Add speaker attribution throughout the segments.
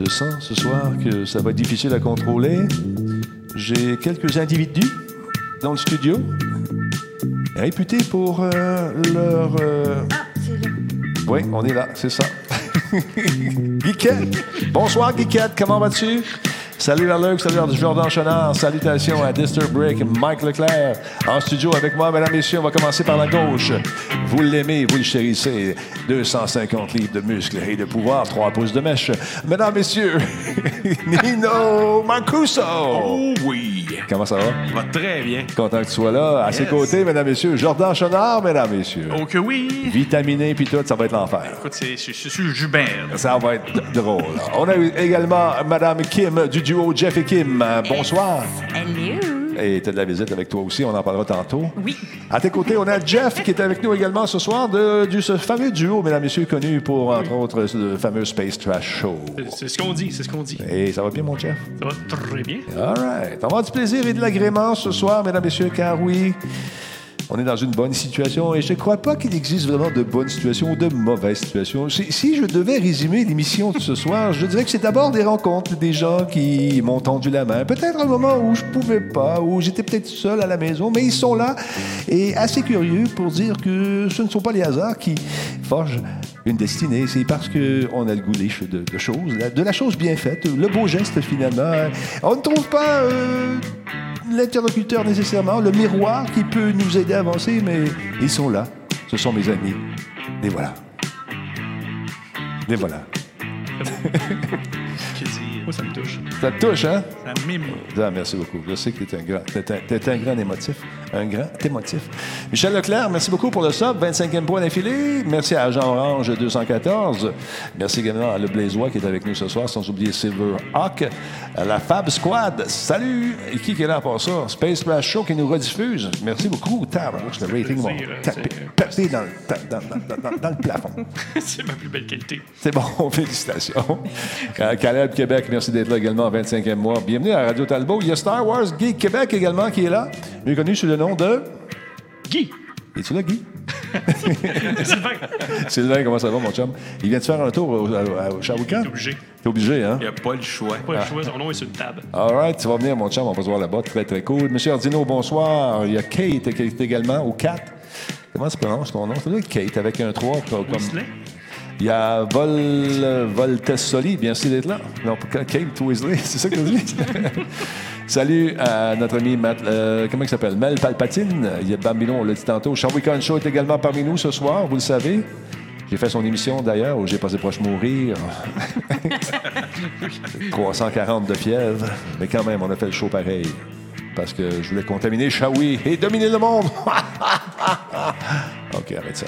Speaker 1: Je sens ce soir que ça va être difficile à contrôler. J'ai quelques individus dans le studio réputés pour euh, leur. euh,
Speaker 2: Ah, c'est là.
Speaker 1: Oui, on est là, c'est ça. Guiquette! Bonsoir, Guiquette, comment vas-tu? Salut à Luc, salut à Jordan Chenard, salutations à Dister Brick, Mike Leclerc, en studio avec moi, mesdames, messieurs, on va commencer par la gauche. Vous l'aimez, vous le chérissez. 250 livres de muscles et de pouvoir, 3 pouces de mèche. Mesdames, messieurs, Nino Mancuso!
Speaker 3: Oh oui!
Speaker 1: Comment ça va?
Speaker 3: Ça va très bien.
Speaker 1: Content que tu sois là. À ses
Speaker 3: Yes.
Speaker 1: côtés, mesdames, messieurs, Jordan Chenard, mesdames, messieurs.
Speaker 3: Oh que oui!
Speaker 1: Vitaminé puis tout, ça va être l'enfer.
Speaker 3: Écoute, c'est- je je- je suis Jubert.
Speaker 1: Ça va être drôle. On a eu également Madame Kim du duo Jeff et Kim. Euh, Bonsoir.
Speaker 2: Hello.
Speaker 1: Et t'as de la visite avec toi aussi, on en parlera tantôt.
Speaker 2: Oui.
Speaker 1: À tes côtés, on a Jeff qui est avec nous également ce soir de, du ce fameux duo, mesdames et messieurs, connu pour, entre autres, le fameux Space Trash Show.
Speaker 3: C'est- C'est ce qu'on dit, c'est ce qu'on dit.
Speaker 1: Et ça va bien, mon Jeff?
Speaker 3: Ça va très bien.
Speaker 1: All right. On va avoir du plaisir et de l'agrément ce soir, mesdames, messieurs, car oui, on est dans une bonne situation et je ne crois pas qu'il existe vraiment de bonnes situations ou de mauvaises situations. Si, si je devais résumer l'émission de ce soir, je dirais que c'est d'abord des rencontres, des gens qui m'ont tendu la main. Peut-être un moment où je pouvais pas, où j'étais peut-être seul à la maison, mais ils sont là et assez curieux pour dire que ce ne sont pas les hasards qui forgent une destinée. C'est parce qu'on a le goût des ch- de, de choses, la- de la chose bien faite, le beau geste finalement. On ne trouve pas... euh, l'interlocuteur nécessairement, le miroir qui peut nous aider à avancer, mais ils sont là. Ce sont mes amis. Les voilà. Les voilà.
Speaker 3: J'ai dit, moi, ça me touche.
Speaker 1: Ça te touche, hein?
Speaker 3: Ça mime.
Speaker 1: Ah, merci beaucoup. Je sais que tu es un grand, t'es un, t'es un grand émotif. Un grand émotif. Michel Leclerc, merci beaucoup pour le sub. 25e point d'affilée. Merci à Agent Orange 214. Merci également à Le Blaisois qui est avec nous ce soir, sans oublier Silver Hawk. À La Fab Squad, salut! Et qui qui est là pour ça? Space Flash Show qui nous rediffuse. Merci beaucoup. Tabarouche, le rating va
Speaker 3: plaisir, hein,
Speaker 1: taper, taper dans, le, ta- dans- dans- dans- dans le plafond.
Speaker 3: c'est ma plus belle qualité.
Speaker 1: C'est bon, félicitations. Euh, Caleb Québec, merci d'être là également, 25e mois. Bienvenue à Radio Talbot. Il y a Star Wars Geek Québec également qui est là, mieux connu sous le nom de...
Speaker 3: Guy!
Speaker 1: Es-tu là, Guy?
Speaker 3: Sylvain!
Speaker 1: Sylvain, comment ça va, mon chum? Il vient de faire un tour au, à- au Shawikan?
Speaker 3: T'es obligé.
Speaker 1: T'es obligé, hein?
Speaker 4: Il n'y a pas le choix.
Speaker 3: Pas le choix, son nom est sur une table.
Speaker 1: All right, tu vas venir, mon chum, on va se voir là-bas, très, très cool. Monsieur Ardino, bonsoir. Il y a Kate qui est également, ou Kat. Comment tu prononces ton nom? Ça doit être Kate, avec un 3. Comme...
Speaker 3: Wesley?
Speaker 1: Il y a Vol, Voltessoli, bien sûr d'être là. Non, pour Kate Weasley, c'est ça que je dis. Salut à notre ami Matt, euh, comment il s'appelle? Mel Palpatine. Il y a Bambino, on l'a dit tantôt. Charlie Show est également parmi nous ce soir, vous le savez. J'ai fait son émission d'ailleurs où j'ai passé proche mourir. 340 de fièvre. Mais quand même, on a fait le show pareil. Parce que je voulais contaminer Shawi et dominer le monde. OK, arrête ça.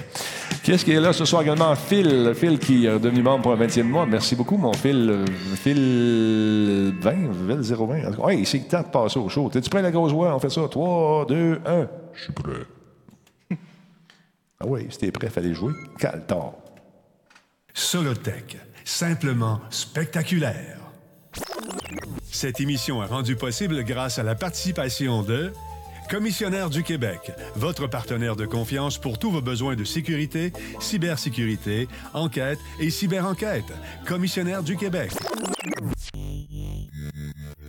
Speaker 1: Qu'est-ce qui est là ce soir également? Phil. Phil qui est devenu membre pour un 20e mois. Merci beaucoup, mon Phil. Euh, Phil 20, Phil 020. En tout cas, Ouais, c'est le temps de passer au show. T'es-tu prêt à la grosse voix? On fait ça. 3, 2, 1. Je suis prêt. ah oui, si t'es prêt, fallait jouer. Caltor.
Speaker 5: Solotech, simplement spectaculaire. Cette émission est rendue possible grâce à la participation de Commissionnaire du Québec, votre partenaire de confiance pour tous vos besoins de sécurité, cybersécurité, enquête et cyberenquête. Commissionnaire du Québec.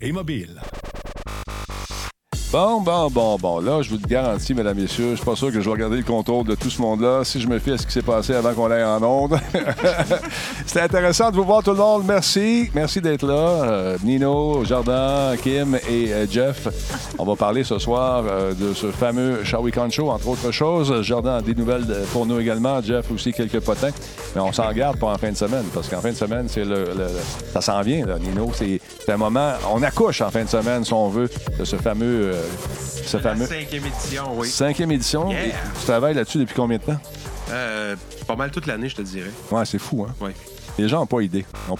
Speaker 5: et mobiles.
Speaker 1: Bon, bon, bon, bon. Là, je vous le garantis, mesdames, messieurs, je suis pas sûr que je vais regarder le contrôle de tout ce monde-là si je me fie à ce qui s'est passé avant qu'on aille en onde. C'était intéressant de vous voir tout le monde. Merci. Merci d'être là. Euh, Nino, Jardin, Kim et euh, Jeff. On va parler ce soir euh, de ce fameux Shall We Con Show, entre autres choses. Jardin a des nouvelles de- pour nous également. Jeff aussi quelques potins. Mais on s'en garde pour en fin de semaine parce qu'en fin de semaine, c'est le, le- le- ça s'en vient, là, Nino. C'est c'est un moment. On accouche en fin de semaine, si on veut, de ce fameux. euh, ce fameux.
Speaker 4: La cinquième édition, oui.
Speaker 1: Cinquième édition.
Speaker 4: Yeah.
Speaker 1: Et Tu travailles là-dessus depuis combien de temps?
Speaker 4: Euh, pas mal toute l'année, je te dirais.
Speaker 1: Ouais, c'est fou, hein?
Speaker 4: Oui.
Speaker 1: Les gens n'ont pas idée. Non.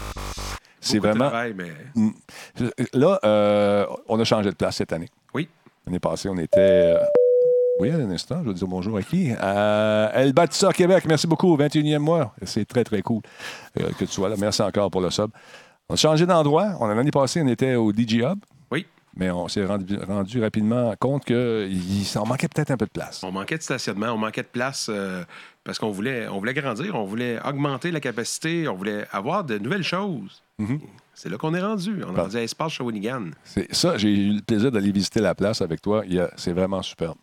Speaker 1: C'est
Speaker 4: Beaucoup de
Speaker 1: vraiment.
Speaker 4: travail, mais...
Speaker 1: Là, euh, on a changé de place cette année.
Speaker 4: Oui.
Speaker 1: L'année passée, on était. euh, Oui, à un instant, je vais dire bonjour à qui? À El Batissa Québec. Merci beaucoup, 21e mois. C'est très, très cool euh, que tu sois là. Merci encore pour le sub. On a changé d'endroit. On- L'année passée, on était au DJ Hub,
Speaker 4: Oui,
Speaker 1: mais on s'est rendu, rendu rapidement compte qu'il s'en manquait peut-être un peu de place.
Speaker 4: on manquait de stationnement, on manquait de place euh, parce qu'on voulait, on voulait grandir, on voulait augmenter la capacité, on voulait avoir de nouvelles choses.
Speaker 1: Mhm.
Speaker 4: C'est là qu'on est rendu. On est
Speaker 1: Bon.
Speaker 4: rendu à Espace Shawinigan.
Speaker 1: C'est ça, j'ai eu le plaisir d'aller visiter la place avec toi. Il y a- C'est vraiment superbe.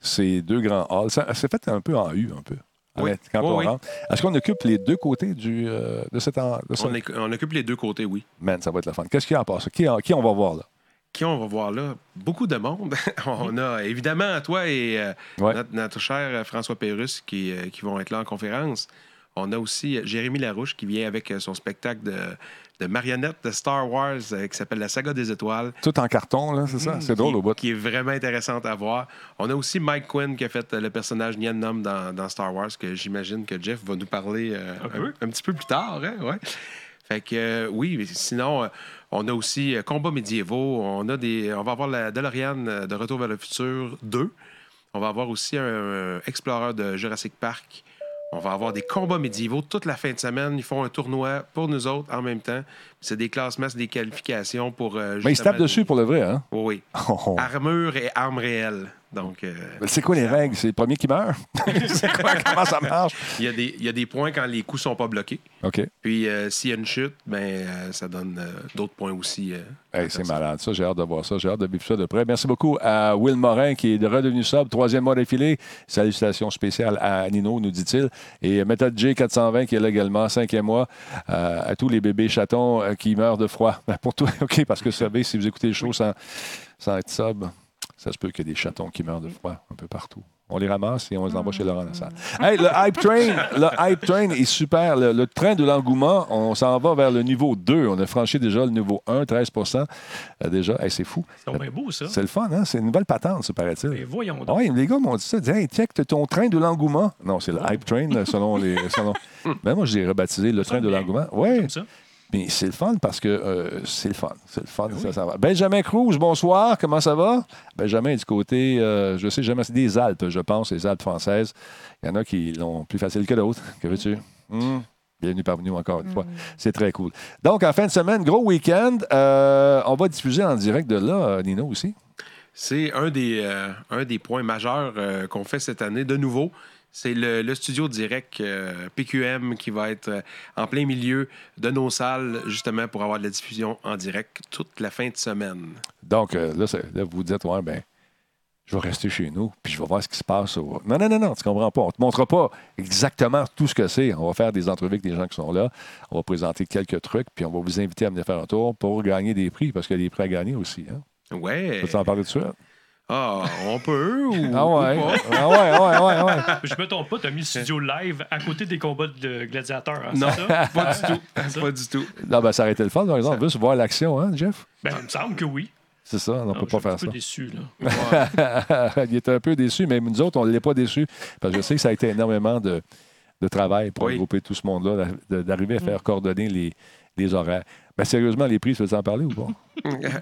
Speaker 1: C'est deux grands halls. Ça- C'est fait un peu en U, un peu.
Speaker 4: Oui.
Speaker 1: Arrête, quand
Speaker 4: Oui,
Speaker 1: on
Speaker 4: oui.
Speaker 1: rentre. Est-ce qu'on occupe les deux côtés du, euh, de cet en- de ce-
Speaker 4: On, est- on occupe les deux côtés, oui.
Speaker 1: Man, ça va être la fun. Qu'est-ce qu'il y a en part ça? Qui, qui on va voir là?
Speaker 4: Qui on va voir là? Beaucoup de monde. on a évidemment toi et euh,
Speaker 1: Ouais.
Speaker 4: notre, notre cher euh, François Pérus qui, euh, qui vont être là en conférence. On a aussi euh, Jérémy Larouche qui vient avec euh, son spectacle de, de marionnettes de Star Wars euh, qui s'appelle La saga des étoiles.
Speaker 1: Tout en carton, là, c'est ça? c'est drôle
Speaker 4: qui,
Speaker 1: au bout.
Speaker 4: qui est vraiment intéressante à voir. On a aussi Mike Quinn qui a fait euh, le personnage Nyan Nom dans, dans Star Wars, que j'imagine que Jeff va nous parler euh,
Speaker 3: Un
Speaker 4: un,
Speaker 3: peu.
Speaker 4: un petit peu plus tard. hein, ouais. Fait que euh, oui, mais sinon, euh, on a aussi euh, combats médiévaux, on a des. On va avoir la DeLorean euh, de Retour vers le futur 2. On va avoir aussi un, euh, explorateur de Jurassic Park. On va avoir des combats médiévaux toute la fin de semaine. Ils font un tournoi pour nous autres en même temps. C'est des classements, c'est des qualifications pour. euh,
Speaker 1: Mais Ben, ils se tapent
Speaker 4: justement-
Speaker 1: dessus pour le vrai, hein?
Speaker 4: Oui, oui.
Speaker 1: Oh, oh.
Speaker 4: Armure et armes réelles. Donc, euh,
Speaker 1: Mais C'est quoi les règles? C'est le premier qui meurt? c'est quoi? Comment ça marche?
Speaker 4: il y, a des- il y a des points quand les coups sont pas bloqués.
Speaker 1: OK.
Speaker 4: Puis, euh, s'il y a une chute, ben, euh, ça donne euh, d'autres points aussi. euh.
Speaker 1: Hey, c'est malade, ça. J'ai hâte de voir ça. J'ai hâte de vivre ça de près. Merci beaucoup à Will Morin, qui est redevenu sub, troisième mois d'affilée. Salutations spéciales à Nino, nous dit-il. Et Method J420, qui est là également, cinquième mois. Euh, à tous les bébés chatons euh, qui meurent de froid. Ben, pour toi, OK, parce que vous savez, si vous écoutez le show sans, sans être sub, ça se peut qu'il y ait des chatons qui meurent de froid un peu partout. On les ramasse et on les envoie chez Laurent Lassalle. Hey, le hype train, le hype train est super. Le, le train de l'engouement, on s'en va vers le niveau 2. On a franchi déjà le niveau 1, 13 euh, déjà. Hey, c'est fou.
Speaker 3: C'est donc bien beau, ça.
Speaker 1: C'est le fun, hein? C'est une nouvelle patente, ça
Speaker 3: Mais
Speaker 1: paraît-il.
Speaker 3: voyons donc.
Speaker 1: Oui, les gars m'ont dit ça. Ils disaient, hey, check, t'as ton train de l'engouement. Non, c'est le hype train, là, selon les. Selon... Ben, moi, j'ai rebaptisé le train de
Speaker 3: bien.
Speaker 1: l'engouement. Oui.
Speaker 3: Comme ça.
Speaker 1: Mais c'est le fun parce que euh, c'est le fun. C'est le fun. ça, ça va. Benjamin Cruz, bonsoir. Comment ça va? Benjamin est du côté, euh, je sais jamais, c'est des Alpes, je pense, les Alpes françaises. Il y en a qui l'ont plus facile que d'autres. Que veux-tu? Hum. Bienvenue parmi nous encore une fois. C'est très cool. Donc, en fin de semaine, gros week-end. Euh, on va diffuser en direct de là, euh, Nino aussi.
Speaker 4: C'est un, des, euh, un des points majeurs euh, qu'on fait cette année de nouveau. C'est le, le studio direct euh, PQM qui va être euh, en plein milieu de nos salles, justement, pour avoir de la diffusion en direct toute la fin de semaine.
Speaker 1: Donc, euh, là, c'est- là, vous vous dites, ouais, ben, je vais rester chez nous, puis je vais voir ce qui se passe. au- Non, non, non, non, tu comprends pas. On te montrera pas exactement tout ce que c'est. On va faire des entrevues avec des gens qui sont là. On va présenter quelques trucs, puis on va vous inviter à venir faire un tour pour gagner des prix, parce qu'il y a des prix à gagner aussi. Hein?
Speaker 4: Ouais.
Speaker 1: Peux-tu en parler tout de suite?
Speaker 4: Ah, on peut ou,
Speaker 1: Ah ouais.
Speaker 4: ou pas?
Speaker 1: Ah ouais, ah ouais, ah ouais, ah ouais.
Speaker 3: Je me trompe pas, t'as mis le studio live à côté des combats de gladiateurs. hein,
Speaker 4: Non,
Speaker 3: c'est ça?
Speaker 4: pas du
Speaker 3: ça?
Speaker 4: tout. Pas du tout.
Speaker 1: Non, ben, ça aurait été le fun, par exemple. Juste voir l'action, hein, Jeff?
Speaker 3: Ben, il me semble que oui.
Speaker 1: C'est ça, on ne
Speaker 3: Non,
Speaker 1: peut
Speaker 3: je suis
Speaker 1: pas
Speaker 3: un
Speaker 1: faire
Speaker 3: peu
Speaker 1: ça.
Speaker 3: déçu, là.
Speaker 4: Ouais.
Speaker 1: il était un peu déçu, mais nous autres, on ne l'est pas déçu. Parce que je sais que ça a été énormément de, de travail pour
Speaker 4: Oui. Mm.
Speaker 1: regrouper tout ce monde-là, d'a- de- d'arriver à faire coordonner les, les horaires. Mais sérieusement, les prix, tu veux en parler ou pas?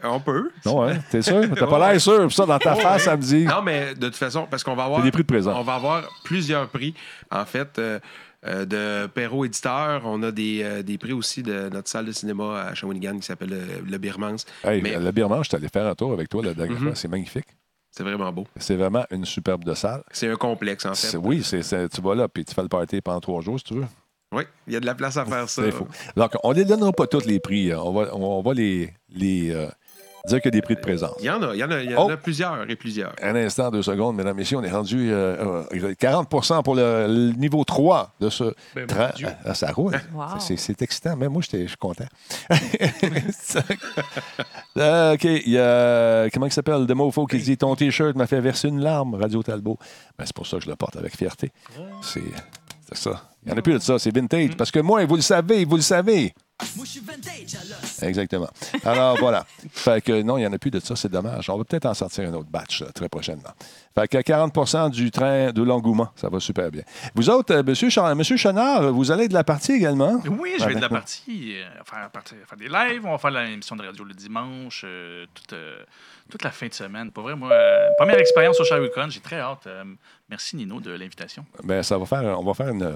Speaker 4: on peut.
Speaker 1: Non, hein? T'es sûr? T'as pas l'air sûr. Ça, dans ta face, ça me dit.
Speaker 4: Non, mais de toute façon, parce qu'on va avoir.
Speaker 1: C'est des prix de présent.
Speaker 4: On va avoir plusieurs prix, en fait, euh, euh, de Perrault Éditeur. On a des, euh, des prix aussi de notre salle de cinéma à Shawinigan qui s'appelle euh, le Birmans.
Speaker 1: Hey,
Speaker 4: mais- Mm-hmm.
Speaker 1: Le Birman, je suis allé faire un tour avec toi la dernière fois. C'est magnifique.
Speaker 4: C'est vraiment beau.
Speaker 1: C'est vraiment une superbe de salle.
Speaker 4: C'est un complexe, en
Speaker 1: C'est-
Speaker 4: fait.
Speaker 1: Oui, c'est- c'est- tu vas là, puis tu fais le party pendant trois jours, si tu veux.
Speaker 4: Oui, il y a de la place à faire ça.
Speaker 1: C'est fou. Donc, on ne les donnera pas tous les prix. hein. On va, on va les, les euh, dire que des prix de présence.
Speaker 4: Il y en a, il y en a, il y
Speaker 1: Oh.
Speaker 4: en a plusieurs et plusieurs.
Speaker 1: Un instant, deux secondes, mesdames, messieurs, on est rendu euh, euh, 40 pour le, le niveau 3 de ce
Speaker 3: Ben, mon
Speaker 1: train.
Speaker 3: Dieu.
Speaker 1: Ah, ça roule.
Speaker 2: Wow.
Speaker 1: Ça, C'est, c'est excitant. Même moi, j'étais- je suis content. Euh, OK. Il y a, comment il s'appelle? The Mofo qui dit Ton T-shirt m'a fait verser une larme, Radio Talbot. Ben, c'est pour ça que je le porte avec
Speaker 3: Mm.
Speaker 1: fierté. C'est, c'est ça. Il n'y en a plus de ça. C'est vintage. Parce que moi, vous le savez, vous le savez.
Speaker 2: Moi, je suis vintage à l'os.
Speaker 1: Exactement. Alors voilà. Fait que non, il n'y en a plus de ça, c'est dommage. On va peut-être en sortir un autre batch euh, très prochainement. Fait que 40 du train de l'engouement, ça va super bien. Vous autres, euh, Monsieur, Char- Monsieur Chenard, vous allez de la partie également?
Speaker 6: Oui, je vais de la
Speaker 1: d'accord.
Speaker 6: partie, euh, faire, partir- faire des lives, on va faire l'émission de radio le dimanche, euh, toute, euh, toute la fin de semaine. Pour vrai, moi, euh, première expérience au Charicon, j'ai très hâte. euh, merci Nino de l'invitation.
Speaker 1: Ben, ça va faire, on va faire une euh,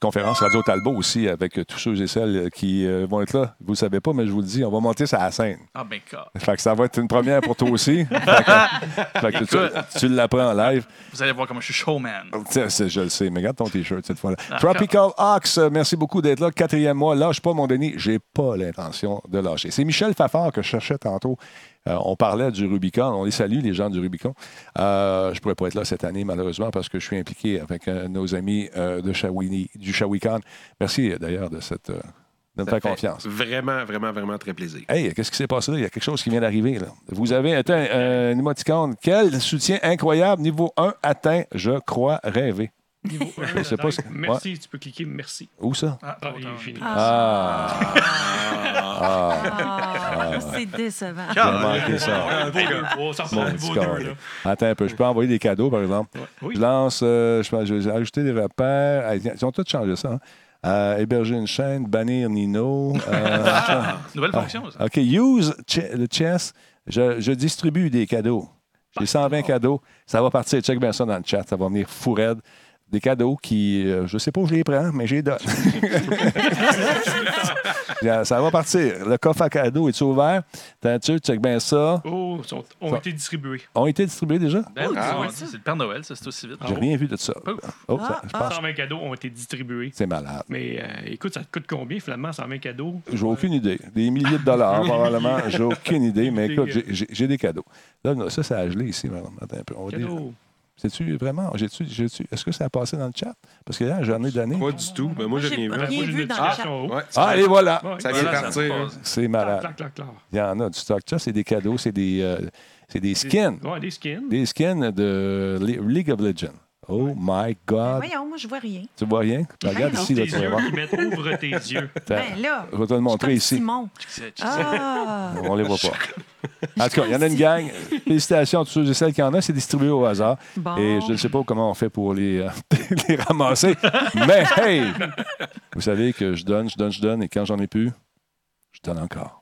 Speaker 1: conférence Radio Talbot aussi avec euh, tous ceux et celles euh, qui euh, vont être là. Vous ne savez pas, mais je vous le dis, on va monter ça à la scène.
Speaker 6: Ah ben, car-
Speaker 1: Fait que ça va être une première pour toi aussi. Fait que- fait que tu, tu l'apprends en live.
Speaker 6: vous allez voir comment je suis showman.
Speaker 1: Tiens, c'est- je le sais, mais regarde ton T-shirt cette fois-là. Tropical Ox, euh, merci beaucoup d'être là. Quatrième mois, lâche pas mon Denis. J'ai pas l'intention de lâcher. C'est Michel Fafard que je cherchais tantôt. Euh, on parlait du Rubicon. On les salue, les gens du Rubicon. Euh, je pourrais pas être là cette année, malheureusement, parce que je suis impliqué avec euh, nos amis euh, de Shawini, du Shawican. Merci euh, d'ailleurs de cette. euh, de me faire
Speaker 4: fait
Speaker 1: confiance.
Speaker 4: Vraiment, vraiment, vraiment très plaisir.
Speaker 1: Hey, qu'est-ce qui s'est passé là? Il y a quelque chose qui vient d'arriver. là. Vous avez atteint euh, un émoticône. Quel soutien incroyable. Niveau 1 atteint, je crois rêver.
Speaker 3: Niveau un,
Speaker 1: Je sais pas
Speaker 3: attends,
Speaker 1: ce que-
Speaker 3: Merci, tu peux cliquer merci.
Speaker 1: Où ça?
Speaker 6: Ah,
Speaker 3: Ah,
Speaker 6: oh,
Speaker 3: il est fini.
Speaker 1: Ah! Ah!
Speaker 7: Ah, c'est décevant.
Speaker 1: J'ai manqué ça.
Speaker 3: Un beau deux. Oh, ça
Speaker 1: Mon
Speaker 3: ressemble à un
Speaker 1: petit
Speaker 3: beau
Speaker 1: corps,
Speaker 3: deux,
Speaker 1: là.
Speaker 3: là.
Speaker 1: Attends un peu, je peux envoyer des cadeaux, par exemple.
Speaker 3: Oui.
Speaker 1: Je lance, euh, je pense- je vais ajouter des repères. Ah, Ils ont tous changé ça. hein. Euh, héberger une chaîne, bannir Nino. Euh, attends.
Speaker 6: Ah, Nouvelle fonction, ça.
Speaker 1: OK, use che- le chess. Je, je distribue des cadeaux. J'ai 120 cadeaux. Ça va partir. Check bien ça dans le chat. Ça va venir fou raide. Des cadeaux qui, euh, je sais pas où je les prends, mais je les donne. ça va partir. Le coffre à cadeaux est ouvert. T'as-tu? Check bien ça.
Speaker 3: Oh, ils sont- ont été distribués.
Speaker 1: Ont été distribués déjà?
Speaker 6: Ben,
Speaker 7: Oh,
Speaker 6: dis
Speaker 7: ah,
Speaker 6: donc,
Speaker 7: ouais.
Speaker 6: c'est le Père Noël, ça, c'est aussi vite. Ah
Speaker 1: J'ai rien vu de ça.
Speaker 6: Ouf.
Speaker 1: Oh, ça, je pense.
Speaker 3: 120 Ah, cadeaux ont été distribués.
Speaker 1: C'est malade.
Speaker 3: Mais euh, écoute, ça te coûte combien finalement, 120 cadeaux?
Speaker 1: J'ai aucune idée. Des milliers de dollars, probablement. J'ai aucune idée, mais écoute, j'ai- j'ai j'ai des cadeaux. Là, là, ça, ça a gelé ici. madame. Attends un peu. On va dire-
Speaker 3: Cadeaux.
Speaker 1: C'est-tu vraiment? J'ai-tu, j'ai-tu- est-ce que ça a passé dans le chat? Parce que là, j'en ai donné.
Speaker 4: Pas du tout. Ben, moi,
Speaker 7: Moi,
Speaker 4: j'ai
Speaker 7: j'ai
Speaker 4: rien
Speaker 7: pas-
Speaker 4: vu.
Speaker 7: Rien
Speaker 3: Moi, j'ai
Speaker 7: vu
Speaker 3: une
Speaker 7: dans le
Speaker 3: notification en haut.
Speaker 4: Ouais.
Speaker 1: Ah, et voilà!
Speaker 3: Ouais.
Speaker 4: Ça vient de partir. hein.
Speaker 1: C'est
Speaker 3: Clac,
Speaker 1: malade.
Speaker 3: clac, clac, clac.
Speaker 1: Il y en a du stock. Ça, c'est des cadeaux, c'est des, euh, c'est des skins.
Speaker 3: Ouais, des skins.
Speaker 1: Des skins de Le- League of Legends. Oh my God!
Speaker 7: Voyons, moi, je vois rien.
Speaker 1: Tu vois rien? Regarde
Speaker 7: non.
Speaker 1: ici, là,
Speaker 3: Tes
Speaker 1: tu vas
Speaker 3: yeux
Speaker 1: voir.
Speaker 3: qui mettent ouvre tes yeux.
Speaker 1: Attends,
Speaker 7: Ben là,
Speaker 1: Je vais te le montrer
Speaker 7: je suis comme
Speaker 1: ici.
Speaker 7: Simon.
Speaker 6: C'est-
Speaker 7: Ah!
Speaker 1: On les voit pas. En tout cas, il y en a une gang. Félicitations à tous ceux et celles qui en ont. C'est distribué au hasard.
Speaker 7: Bon.
Speaker 1: Et je ne sais pas comment on fait pour les, euh, les ramasser. Mais hey! Vous savez que je donne, je donne, je donne. Et quand j'en ai plus, je donne encore.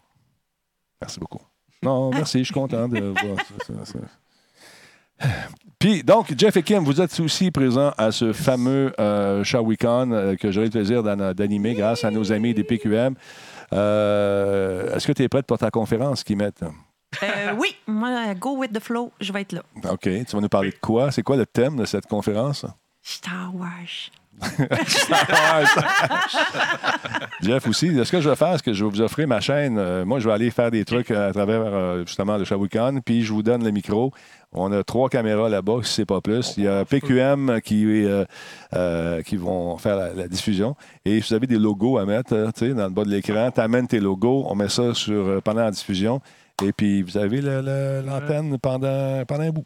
Speaker 1: Merci beaucoup. Non, merci. Je suis content de voir ça. ça, ça. Puis, donc, Jeff et Kim, vous êtes aussi présents à ce fameux euh, Shawicon euh, que j'aurai le plaisir d'an- d'animer grâce à nos amis des PQM. Euh, Est-ce que tu es prête pour ta conférence qu'ils mettent?
Speaker 7: Euh, oui, moi, go with the flow, je vais être là.
Speaker 1: OK. Tu vas nous parler de quoi? C'est quoi le thème de cette conférence?
Speaker 7: Star Wars.
Speaker 1: Ouais, ça- Jeff aussi, ce que je vais faire, c'est que je vais vous offrir ma chaîne. Euh, moi, je vais aller faire des trucs à travers euh, justement le Shawikan, puis je vous donne le micro. On a trois caméras là-bas, si c'est pas plus. Il y a PQM qui, euh, euh, qui vont faire la, la diffusion. Et si vous avez des logos à mettre euh, tu sais, dans le bas de l'écran, tu amènes tes logos, on met ça sur, euh, pendant la diffusion. Et puis, vous avez le- le- l'antenne pendant, pendant un bout.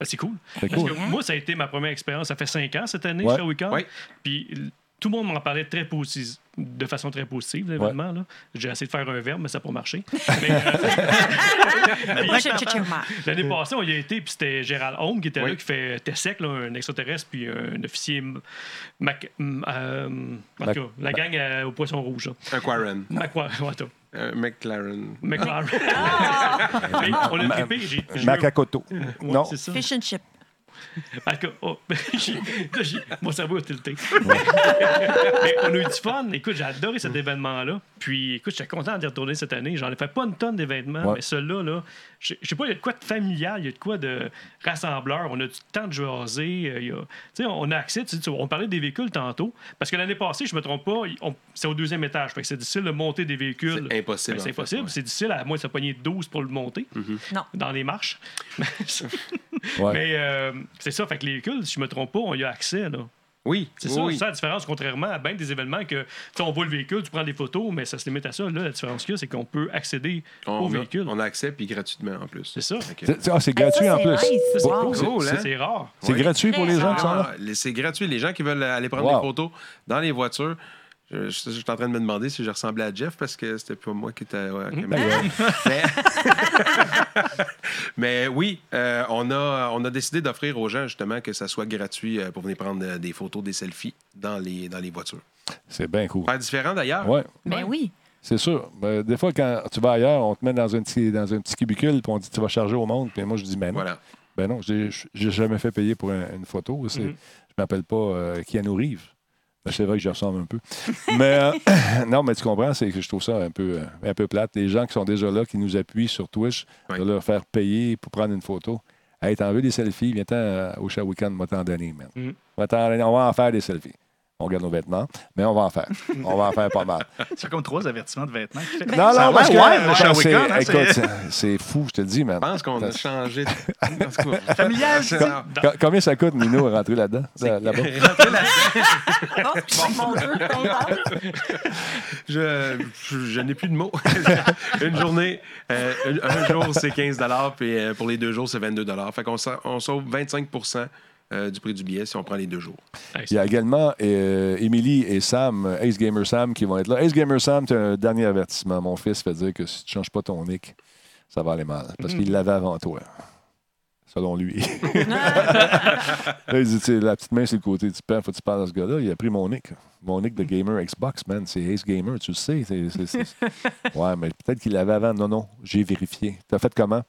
Speaker 3: Ah, C'est cool.
Speaker 1: C'est
Speaker 3: Parce
Speaker 1: cool.
Speaker 3: que moi, ça a été ma première expérience. Ça fait cinq ans cette année,
Speaker 1: Ouais.
Speaker 3: chez Weekend.
Speaker 4: Ouais.
Speaker 3: Puis l- tout le monde m'en parlait très posi- de façon très positive, l'événement. là. J'ai essayé de faire un verbe, mais ça n'a pas marché. Mais, euh,
Speaker 7: Moi, je check your mark.
Speaker 3: L'année passée, on y a été, puis c'était Gérald Holm qui était là,
Speaker 4: Oui.
Speaker 3: qui fait Tessec, là, un extraterrestre, puis un officier. m- Mac, m- euh, en tout
Speaker 1: Mac-
Speaker 3: cas, la gang euh, au poisson rouge. là.
Speaker 4: Un Quarren.
Speaker 3: Macqua- ouais, attends.
Speaker 4: Un McLaren.
Speaker 3: McLaren. Mais on a trippé. j'ai- j'ai-
Speaker 1: Ah. Macacoto.
Speaker 3: Ouais,
Speaker 1: non.
Speaker 3: c'est ça.
Speaker 7: Fish and chip.
Speaker 3: En tout cas, oh, j'ai- là, j'ai- mon cerveau a tilté. Mais on a eu du fun. Écoute, j'ai adoré
Speaker 4: Mm.
Speaker 3: cet événement-là. Puis, écoute, j'étais content d'y retourner cette année. J'en ai fait pas une tonne d'événements,
Speaker 1: Ouais.
Speaker 3: mais celui-là, là, je je sais pas, il y a de quoi de familial, il y a de quoi de rassembleur. On a du temps de jaser. euh, il y a- Tu sais, on a accès. tu sais, tu- on parlait des véhicules tantôt. Parce que l'année passée, je me trompe pas, on- c'est au deuxième étage. Fait que c'est difficile de monter des véhicules.
Speaker 4: C'est impossible,
Speaker 3: Ben, C'est
Speaker 4: en fait,
Speaker 3: impossible.
Speaker 4: ouais. Mm-hmm.
Speaker 3: C'est difficile, à moins de se pogner 12 pour le monter
Speaker 7: Non.
Speaker 3: dans les marches.
Speaker 1: Ouais.
Speaker 3: Mais euh, c'est ça, fait que les véhicules, si je me trompe pas, on y a accès. là.
Speaker 4: Oui,
Speaker 3: C'est
Speaker 4: oui,
Speaker 3: ça,
Speaker 4: oui.
Speaker 3: c'est ça la différence, contrairement à bien des événements que tu sais, on voit le véhicule, tu prends des photos, mais ça se limite à ça. Là, la différence qu'il y a, c'est qu'on peut accéder au
Speaker 4: On, a,
Speaker 3: véhicule.
Speaker 4: on a accès, puis gratuitement en plus.
Speaker 3: C'est ça.
Speaker 4: Fait que-
Speaker 1: C'est- c'est- ah, c'est gratuit
Speaker 7: ça,
Speaker 1: en
Speaker 7: c'est
Speaker 1: plus.
Speaker 7: nice.
Speaker 3: Ça, C'est
Speaker 7: Wow.
Speaker 3: cool, c'est-
Speaker 4: Cool, hein?
Speaker 3: c'est- c'est rare.
Speaker 1: C'est gratuit pour les gens qui sont là.
Speaker 4: Ah, les- c'est gratuit. Les gens qui veulent aller prendre
Speaker 1: Wow.
Speaker 4: des photos dans les voitures, Je, je- je suis en train de me demander si je ressemblais à Jeff parce que c'était pas moi qui était à la
Speaker 1: Mm-hmm.
Speaker 4: caméra.
Speaker 1: Ben
Speaker 4: mais... mais oui, euh, on, a, on a décidé d'offrir aux gens justement que ça soit gratuit euh, pour venir prendre euh, des photos, des selfies dans les, dans les voitures.
Speaker 1: C'est bien cool.
Speaker 4: Pas différent d'ailleurs.
Speaker 1: Ouais.
Speaker 7: Ben oui.
Speaker 1: C'est sûr. Ben, des fois, quand tu vas ailleurs, on te met dans un petit, dans un petit cubicule puis on dit tu vas charger au monde. Puis moi, je dis ben non.
Speaker 4: Voilà.
Speaker 1: Ben non, j'ai j'ai jamais fait payer pour un- une photo. C'est- Je m'appelle pas euh, Keanu Reeves. Ben, c'est vrai que je ressemble un peu. mais euh, non, mais tu comprends, c'est que je trouve ça un peu, euh, un peu plate. Les gens qui sont déjà là, qui nous appuient sur Twitch,
Speaker 4: Oui.
Speaker 1: de leur faire payer pour prendre une photo. Hey, t'en veux des selfies? Viens-t'en euh, au Show Weekend, moi t'en donner, man.
Speaker 3: Mhm.
Speaker 1: Moi, t'en donner. On va en faire des selfies. On garde nos vêtements, mais on va en faire. on va en faire pas mal.
Speaker 6: C'est comme trois avertissements de vêtements. qu'il fait.
Speaker 1: Non,
Speaker 6: Ça
Speaker 1: non,
Speaker 6: va,
Speaker 1: parce que
Speaker 6: ouais,
Speaker 1: attends,
Speaker 6: Show
Speaker 1: c'est-
Speaker 6: Weekend, hein,
Speaker 1: écoute,
Speaker 6: c'est-
Speaker 1: c'est- c'est fou, je te le dis, man.
Speaker 4: Je pense qu'on a changé. Familial,
Speaker 6: Familial,
Speaker 4: c'est
Speaker 1: Com- co- combien ça coûte, Mino, à rentrer là-dedans? là- Là-bas?
Speaker 7: Ah, mon Dieu, contente.
Speaker 4: Je, je, je n'ai plus de mots. une journée, euh, un, un jour, c'est 15 puis euh, pour les deux jours, c'est 22 Fait qu'on sa- on sauve 25 euh, du prix du billet si on prend les deux jours.
Speaker 1: Il y a également euh, Émilie et Sam, euh, Ace Gamer Sam, qui vont être là. Ace Gamer Sam, tu as un dernier avertissement. Mon fils fait dire que si tu ne changes pas ton nick, ça va aller mal. Parce
Speaker 3: Mm.
Speaker 1: qu'il l'avait avant toi. Selon lui. là, il dit, tu sais, la petite main sur le côté du père, faut que tu parles à ce gars-là. Il a pris mon nick. Mon nick de gamer Xbox, man. C'est Ace Gamer, tu le sais. C'est- c'est- c'est- Ouais, mais peut-être qu'il l'avait avant. Non, non, j'ai vérifié. T'as fait comment?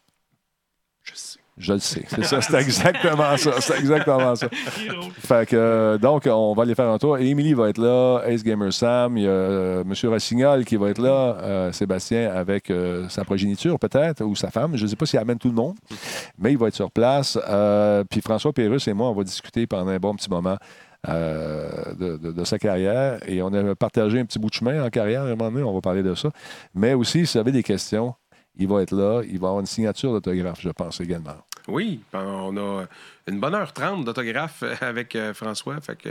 Speaker 3: Je sais.
Speaker 1: Je le sais. C'est ça, c'est exactement ça. C'est exactement ça.
Speaker 3: Il est drôle.
Speaker 1: Fait que, euh, donc, on va aller faire un tour. Et Émilie va être là, Ace Gamer Sam, il y a euh, M. Rassignol qui va être là, euh, Sébastien avec euh, sa progéniture peut-être, ou sa femme. Je ne sais pas s'il amène tout le monde, mais il va être sur place. Euh, puis François Pérus et moi, on va discuter pendant un bon petit moment euh, de, de- de sa carrière. Et on a partagé un petit bout de chemin en carrière, à un moment donné, on va parler de ça. Mais aussi, si vous avez des questions, il va être là, il va avoir une signature d'autographe, je pense également.
Speaker 4: Oui, ben, on a une bonne heure trente d'autographe avec euh, François. Fait que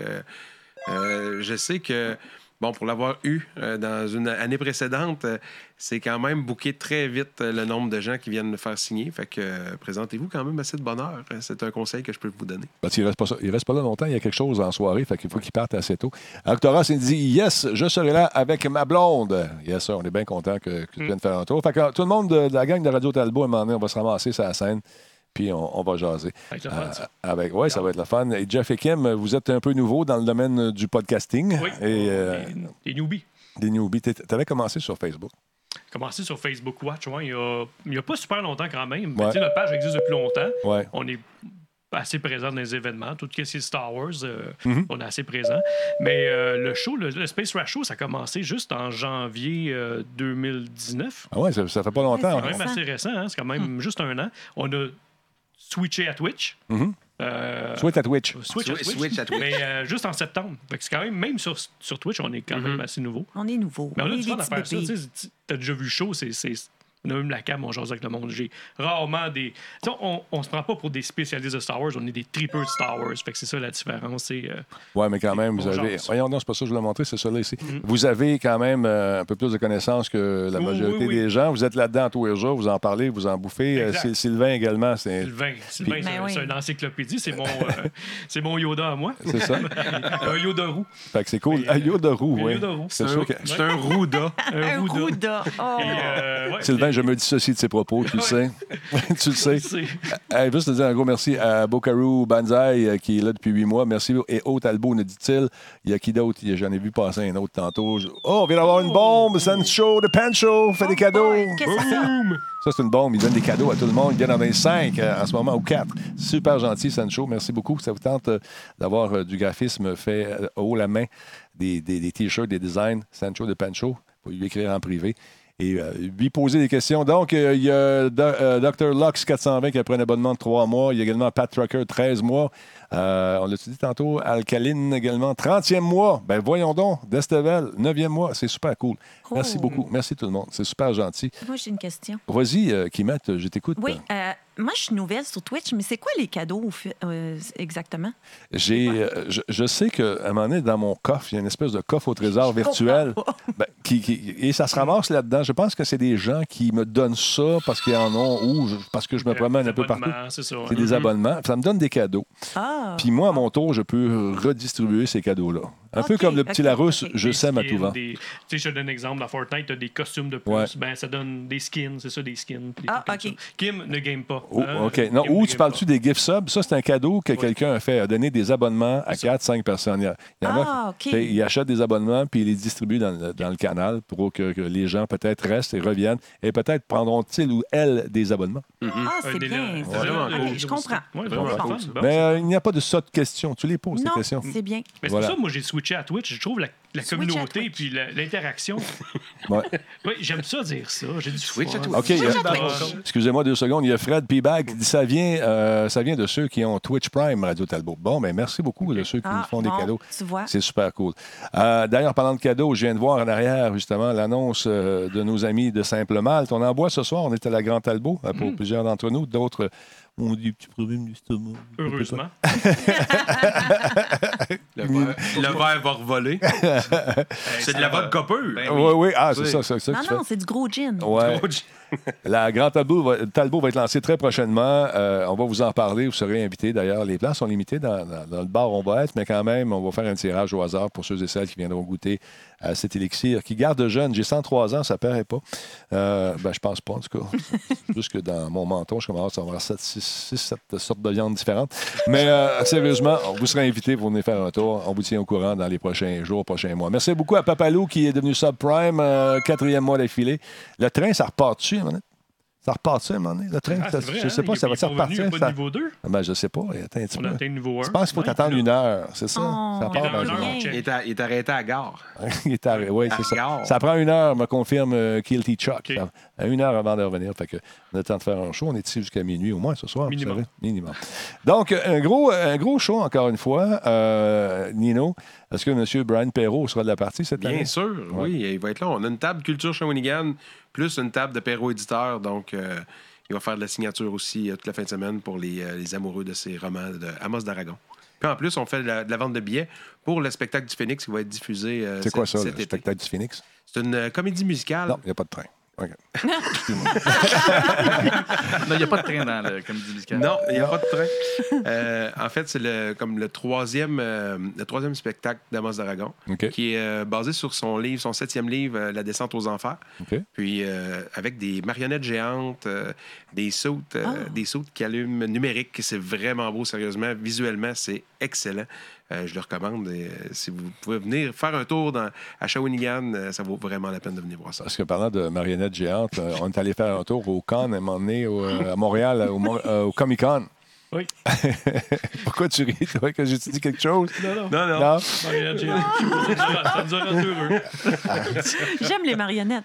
Speaker 4: euh, je sais que, bon, pour l'avoir eu euh, dans une année précédente, euh, c'est quand même booké très vite euh, le nombre de gens qui viennent le faire signer. Fait que euh, présentez-vous quand même assez de bonne heure. Euh, C'est un conseil que je peux vous donner.
Speaker 1: Parce qu'il reste pas ça- il reste pas là longtemps, il y a quelque chose en soirée, fait qu'il faut qu'il parte assez tôt. Octoras, il dit Yes, je serai là avec ma blonde. Yes, sir, on est bien content que, que tu
Speaker 3: Mm.
Speaker 1: viennes faire un tour. Fait que euh, tout le monde de, de la gang de Radio Talbot, à un moment donné, on va se ramasser sur la scène, puis on, on va jaser. Euh,
Speaker 3: Fait que le fun, ça.
Speaker 1: Avec, ouais, ça va être le fun. Et Jeff et Kim, vous êtes un peu nouveau dans le domaine euh, du podcasting.
Speaker 3: Oui.
Speaker 1: Et euh,
Speaker 3: Des newbies.
Speaker 1: des newbies. T'étais- T'avais commencé sur Facebook.
Speaker 3: Commencé sur Facebook Watch, ouais, il n'y a, pas super longtemps quand même. Mais
Speaker 1: Ouais.
Speaker 3: tu sais, notre page existe depuis longtemps.
Speaker 1: Ouais.
Speaker 3: On est assez présent dans les événements. Tout ce qui est Star Wars, euh, on est assez présent. Mais euh, le show, le, le Space Race Show, ça a commencé juste en janvier euh, 2019.
Speaker 1: Ah ouais, ça, ça fait pas longtemps.
Speaker 3: C'est quand même assez récent, hein? c'est quand même juste un an. On a switché à Twitch. Euh,
Speaker 1: Soit à Twitch.
Speaker 3: Switch, à
Speaker 4: Swi-
Speaker 3: Twitch,
Speaker 4: switch à Twitch.
Speaker 3: mais euh, juste en septembre. Fait que c'est quand même, même sur, sur Twitch, on est quand même assez nouveau.
Speaker 7: On est nouveau.
Speaker 3: Mais on a
Speaker 7: est
Speaker 3: du
Speaker 7: des
Speaker 3: fun à
Speaker 7: petits
Speaker 3: faire ça.
Speaker 7: bébés.
Speaker 3: tu sais, tu- T'as déjà vu chaud, c'est. c'est- On a même la cam, on jase avec le monde. J'ai rarement des. tu sais, on, on se prend pas pour des spécialistes de Star Wars, on est des tripeurs de Star Wars. Fait que c'est ça la différence. C'est. euh,
Speaker 1: Oui, mais quand même, vous
Speaker 3: bon
Speaker 1: avez.
Speaker 3: genre, ça.
Speaker 1: Voyons, non, c'est pas ça que je voulais montrer, c'est celui-là ici. Vous avez quand même euh, un peu plus de connaissances que la
Speaker 3: Oui,
Speaker 1: majorité
Speaker 3: oui, oui.
Speaker 1: des gens. Vous êtes là-dedans tous les jours, vous en parlez, vous en bouffez. Euh,
Speaker 3: Exact.
Speaker 1: Syl- Sylvain également, c'est.
Speaker 3: Sylvain, Sylvain, c'est
Speaker 7: Ben oui.
Speaker 3: c'est une encyclopédie, c'est mon, euh, c'est mon Yoda à moi.
Speaker 1: C'est ça.
Speaker 3: un Yoda roux.
Speaker 1: Fait que c'est cool.
Speaker 3: Mais, euh,
Speaker 1: Ah, Yoda Roux,
Speaker 3: un
Speaker 1: oui.
Speaker 3: Yoda Roux.
Speaker 1: C'est
Speaker 4: C'est
Speaker 1: sûr
Speaker 4: un,
Speaker 1: que.
Speaker 4: c'est un rouda.
Speaker 7: Un
Speaker 3: Rouda.
Speaker 7: coup de. Oh.
Speaker 3: Et, euh, ouais,
Speaker 1: Sylvain, je me dissocie de ses propos, tu le sais. tu le sais. Euh,
Speaker 3: c'est-
Speaker 1: Hey, juste te dire un gros merci à Bokaru Banzai euh, qui est là depuis huit mois. Merci. Et Haute Albo, nous dit-il. Il y a qui d'autre? Il y a- J'en ai vu passer un autre tantôt. Je- Oh, on vient d'avoir une bombe! Sancho de Pancho fait des
Speaker 7: Oh
Speaker 1: cadeaux!
Speaker 7: boy, qu'est-ce que c'est ça?
Speaker 1: Ça, c'est une bombe. Il donne des cadeaux à tout le monde. Il y en a 5 en ce moment, ou 4. Super gentil, Sancho. Merci beaucoup. Ça vous tente euh, d'avoir euh, du graphisme fait euh, haut la main, des, des- des t-shirts, des designs. Sancho de Pancho. Vous pouvez lui écrire en privé et euh, lui poser des questions. Donc, euh, il y a Do- euh, Dr. Lux 420 qui a pris un abonnement de 3 mois. Il y a également Pat Trucker, 13 mois. Euh, on l'a dit tantôt, Alcaline également, 30e mois. Ben voyons donc, Destevel, 9e mois. C'est super cool. Merci
Speaker 7: Cool.
Speaker 1: beaucoup. Merci tout le monde. C'est super gentil.
Speaker 3: euh,
Speaker 7: Moi, j'ai une question.
Speaker 1: Vas-y, euh, Kimet, je t'écoute.
Speaker 7: Oui, euh, moi, je suis nouvelle sur Twitch, mais c'est quoi les cadeaux au fi- euh, exactement?
Speaker 1: J'ai, euh, je, je sais qu'à un moment donné, dans mon coffre, il y a une espèce de coffre au trésor virtuel. Ben, qui, qui- et ça se ramasse là-dedans. Je pense que c'est des gens qui me donnent ça parce qu'ils en ont ou je- parce que je me promène un peu partout.
Speaker 3: Euh, Abonnement, C'est ça. Mm-hmm.
Speaker 1: C'est des abonnements. Ça me donne des cadeaux.
Speaker 7: Ah!
Speaker 1: Puis moi, à mon tour, je peux redistribuer ces cadeaux-là Un peu
Speaker 7: Ok,
Speaker 1: comme le
Speaker 7: ok,
Speaker 1: petit Larousse,
Speaker 7: ok.
Speaker 1: je sème à
Speaker 3: skins,
Speaker 1: tout vent.
Speaker 3: des- Tu sais, je te donne un exemple, dans Fortnite, tu as des costumes de plus.
Speaker 1: Ouais.
Speaker 3: Ben, ça donne des skins, c'est ça, des skins. puis des
Speaker 7: Ah,
Speaker 3: trucs comme
Speaker 7: ok.
Speaker 3: ça. Kim ne game pas.
Speaker 1: Oh,
Speaker 3: hein,
Speaker 1: OK.
Speaker 3: Kim
Speaker 1: Non,
Speaker 3: ne
Speaker 1: ou
Speaker 3: game
Speaker 1: tu
Speaker 3: pas.
Speaker 1: parles-tu des gift subs? Ça, c'est un cadeau que quelqu'un a fait, a donné des abonnements à 4-5 personnes. Il y, a- il y en a-
Speaker 7: Ah, OK.
Speaker 1: fait, il achète des abonnements puis il les distribue dans le, dans le canal pour que, que les gens peut-être restent et reviennent et peut-être prendront-ils ou elles des abonnements.
Speaker 7: Ah,
Speaker 3: Mm-hmm. Un
Speaker 7: c'est
Speaker 3: délire.
Speaker 7: bien.
Speaker 3: C'est
Speaker 7: ça.
Speaker 3: vraiment
Speaker 7: Ok,
Speaker 3: cool.
Speaker 7: Je comprends.
Speaker 3: Ouais,
Speaker 1: Vraiment
Speaker 3: c'est
Speaker 1: cool,
Speaker 3: fun.
Speaker 4: ça.
Speaker 3: Bon,
Speaker 1: Mais euh, il n'y a pas de saute question. Tu les poses, ces
Speaker 7: Non,
Speaker 1: questions.
Speaker 7: c'est bien.
Speaker 3: Mais c'est
Speaker 1: Voilà.
Speaker 3: pour ça, moi, j'ai switché à Twitch. Je trouve la, la
Speaker 7: Switch à
Speaker 3: communauté
Speaker 7: Twitch.
Speaker 3: puis la- l'interaction.
Speaker 1: Ouais.
Speaker 3: oui, j'aime ça dire ça. J'ai du
Speaker 4: Switch
Speaker 3: fun. Ben,
Speaker 4: à Twitch.
Speaker 1: OK. il y a-
Speaker 3: Switch à Twitch.
Speaker 1: Excusez-moi deux secondes. Il y a Fred P-Bag qui dit ça vient, euh, ça vient de ceux qui ont Twitch Prime Radio Talbot. Bon, mais merci beaucoup de ceux qui nous
Speaker 7: Ah,
Speaker 1: font des
Speaker 7: bon,
Speaker 1: cadeaux.
Speaker 7: Tu vois.
Speaker 1: C'est super cool. Euh, D'ailleurs, parlant de cadeaux, je viens de voir en arrière, justement, l'annonce euh, de nos amis de Simple Malte. On en boit ce soir. On est à la Grande Talbot euh,
Speaker 7: Mm.
Speaker 1: pour plusieurs d'entre nous. D'autres euh, ont des petits problèmes d'estomac.
Speaker 3: Heureusement.
Speaker 1: Ah,
Speaker 4: Le verre, le verre va revoler. C'est de la vodka copeuse.
Speaker 6: Ben
Speaker 1: Oui, oui. Ah, c'est
Speaker 4: Oui.
Speaker 1: ça, c'est ça que
Speaker 7: Non,
Speaker 1: tu
Speaker 7: non,
Speaker 1: fais.
Speaker 7: c'est du gros gin.
Speaker 1: Ouais.
Speaker 4: Oh,
Speaker 1: La Grande Talbot va, Talbot va être lancée très prochainement. Euh, on va vous en parler. Vous serez invités d'ailleurs. Les plans sont limités dans, dans- dans le bar où on va être, mais quand même, on va faire un tirage au hasard pour ceux et celles qui viendront goûter à cet élixir qui garde jeune. J'ai 103 ans, ça paraît pas. Euh, ben, je pense pas, en tout cas. C'est Juste que dans mon menton, je commence à avoir 7, 6, 7 sortes de viandes différentes. Mais euh, sérieusement, on vous serez invités pour venir faire un tour. On vous tient au courant dans les prochains jours, prochains mois. Merci beaucoup à Papalou qui est devenu subprime, euh, quatrième mois d'affilée. Le train, ça repart dessus, à un moment donné? Ça repart-tu à un moment donné? Le train,
Speaker 3: Ah,
Speaker 1: ça-
Speaker 3: c'est vrai,
Speaker 1: je sais
Speaker 3: hein,
Speaker 1: pas,
Speaker 3: il-
Speaker 1: ça va
Speaker 3: il est revenu, il
Speaker 1: repartir?
Speaker 3: est pas
Speaker 1: ça-
Speaker 3: de niveau 2.
Speaker 1: Ben, je sais pas. Attends un petit
Speaker 3: On
Speaker 1: peu.
Speaker 3: a atteint le niveau 1.
Speaker 1: Je pense qu'il faut attendre une heure, c'est ça?
Speaker 7: Oh.
Speaker 1: ça
Speaker 7: Mais
Speaker 1: part
Speaker 3: dans
Speaker 1: dans
Speaker 3: une
Speaker 1: une
Speaker 3: heure,
Speaker 1: heure.
Speaker 3: on
Speaker 4: Il est, à- il est arrêté à la gare.
Speaker 1: Il est arrêté. Oui, c'est ça.
Speaker 4: Regarde.
Speaker 1: Ça prend une heure, me confirme euh, Guilty Chuck.
Speaker 3: OK.
Speaker 1: Ça- à Une heure avant de revenir. Fait que on a le temps de faire un show. On est ici jusqu'à minuit au moins ce soir. vous
Speaker 3: Minimum.
Speaker 1: savez. Minimum. Donc, euh, un gros, un gros show encore une fois. Euh, Nino, est-ce que M. Brian Perrault sera de la partie cette année?
Speaker 4: Bien sûr, oui, il va être là. On a une table culture Shawinigan, plus une table de Perrault éditeur. Donc, euh, il va faire de la signature aussi euh, toute la fin de semaine pour les, euh, les amoureux de ces romans de Amos d'Aragon. Puis en plus, on fait de la, de la vente de billets pour le spectacle du Phoenix qui va être diffusé euh,
Speaker 1: C'est quoi
Speaker 4: cet-
Speaker 1: ça, le
Speaker 4: cet été.
Speaker 1: spectacle du Phoenix?
Speaker 4: C'est une euh, comédie musicale.
Speaker 1: Non, il n'y a pas de train. OK.
Speaker 4: Ah.
Speaker 6: Non, il n'y a pas de train dans le comédie musicale.
Speaker 4: Non, il n'y a pas de train. Euh, en fait, c'est le, comme le troisième, euh, le troisième spectacle d'Amos d'Aragon,
Speaker 1: OK.
Speaker 4: qui est euh, basé sur son livre, son septième livre, euh, La descente aux enfers.
Speaker 1: OK.
Speaker 4: Puis euh, avec des marionnettes géantes, euh, des sautes, euh,
Speaker 6: Ah.
Speaker 4: des sautes qui allument numériques. C'est vraiment beau, sérieusement. Visuellement, c'est excellent. Euh, je le recommande. Et, euh, si vous pouvez venir faire un tour dans, à Shawinigan, euh, ça vaut vraiment la peine de venir voir ça.
Speaker 1: Parce que parlant de marionnettes géantes, euh, on est allé faire un tour au Cannes à un moment donné, au, euh, à Montréal, euh, au, Mo- euh, au Comic-Con.
Speaker 3: Oui.
Speaker 1: Pourquoi tu ris? Tu vois que j'ai dit quelque chose?
Speaker 3: Non, non.
Speaker 4: Non, non.
Speaker 1: Non?
Speaker 3: Ça nous a rendu heureux.
Speaker 7: J'aime les marionnettes.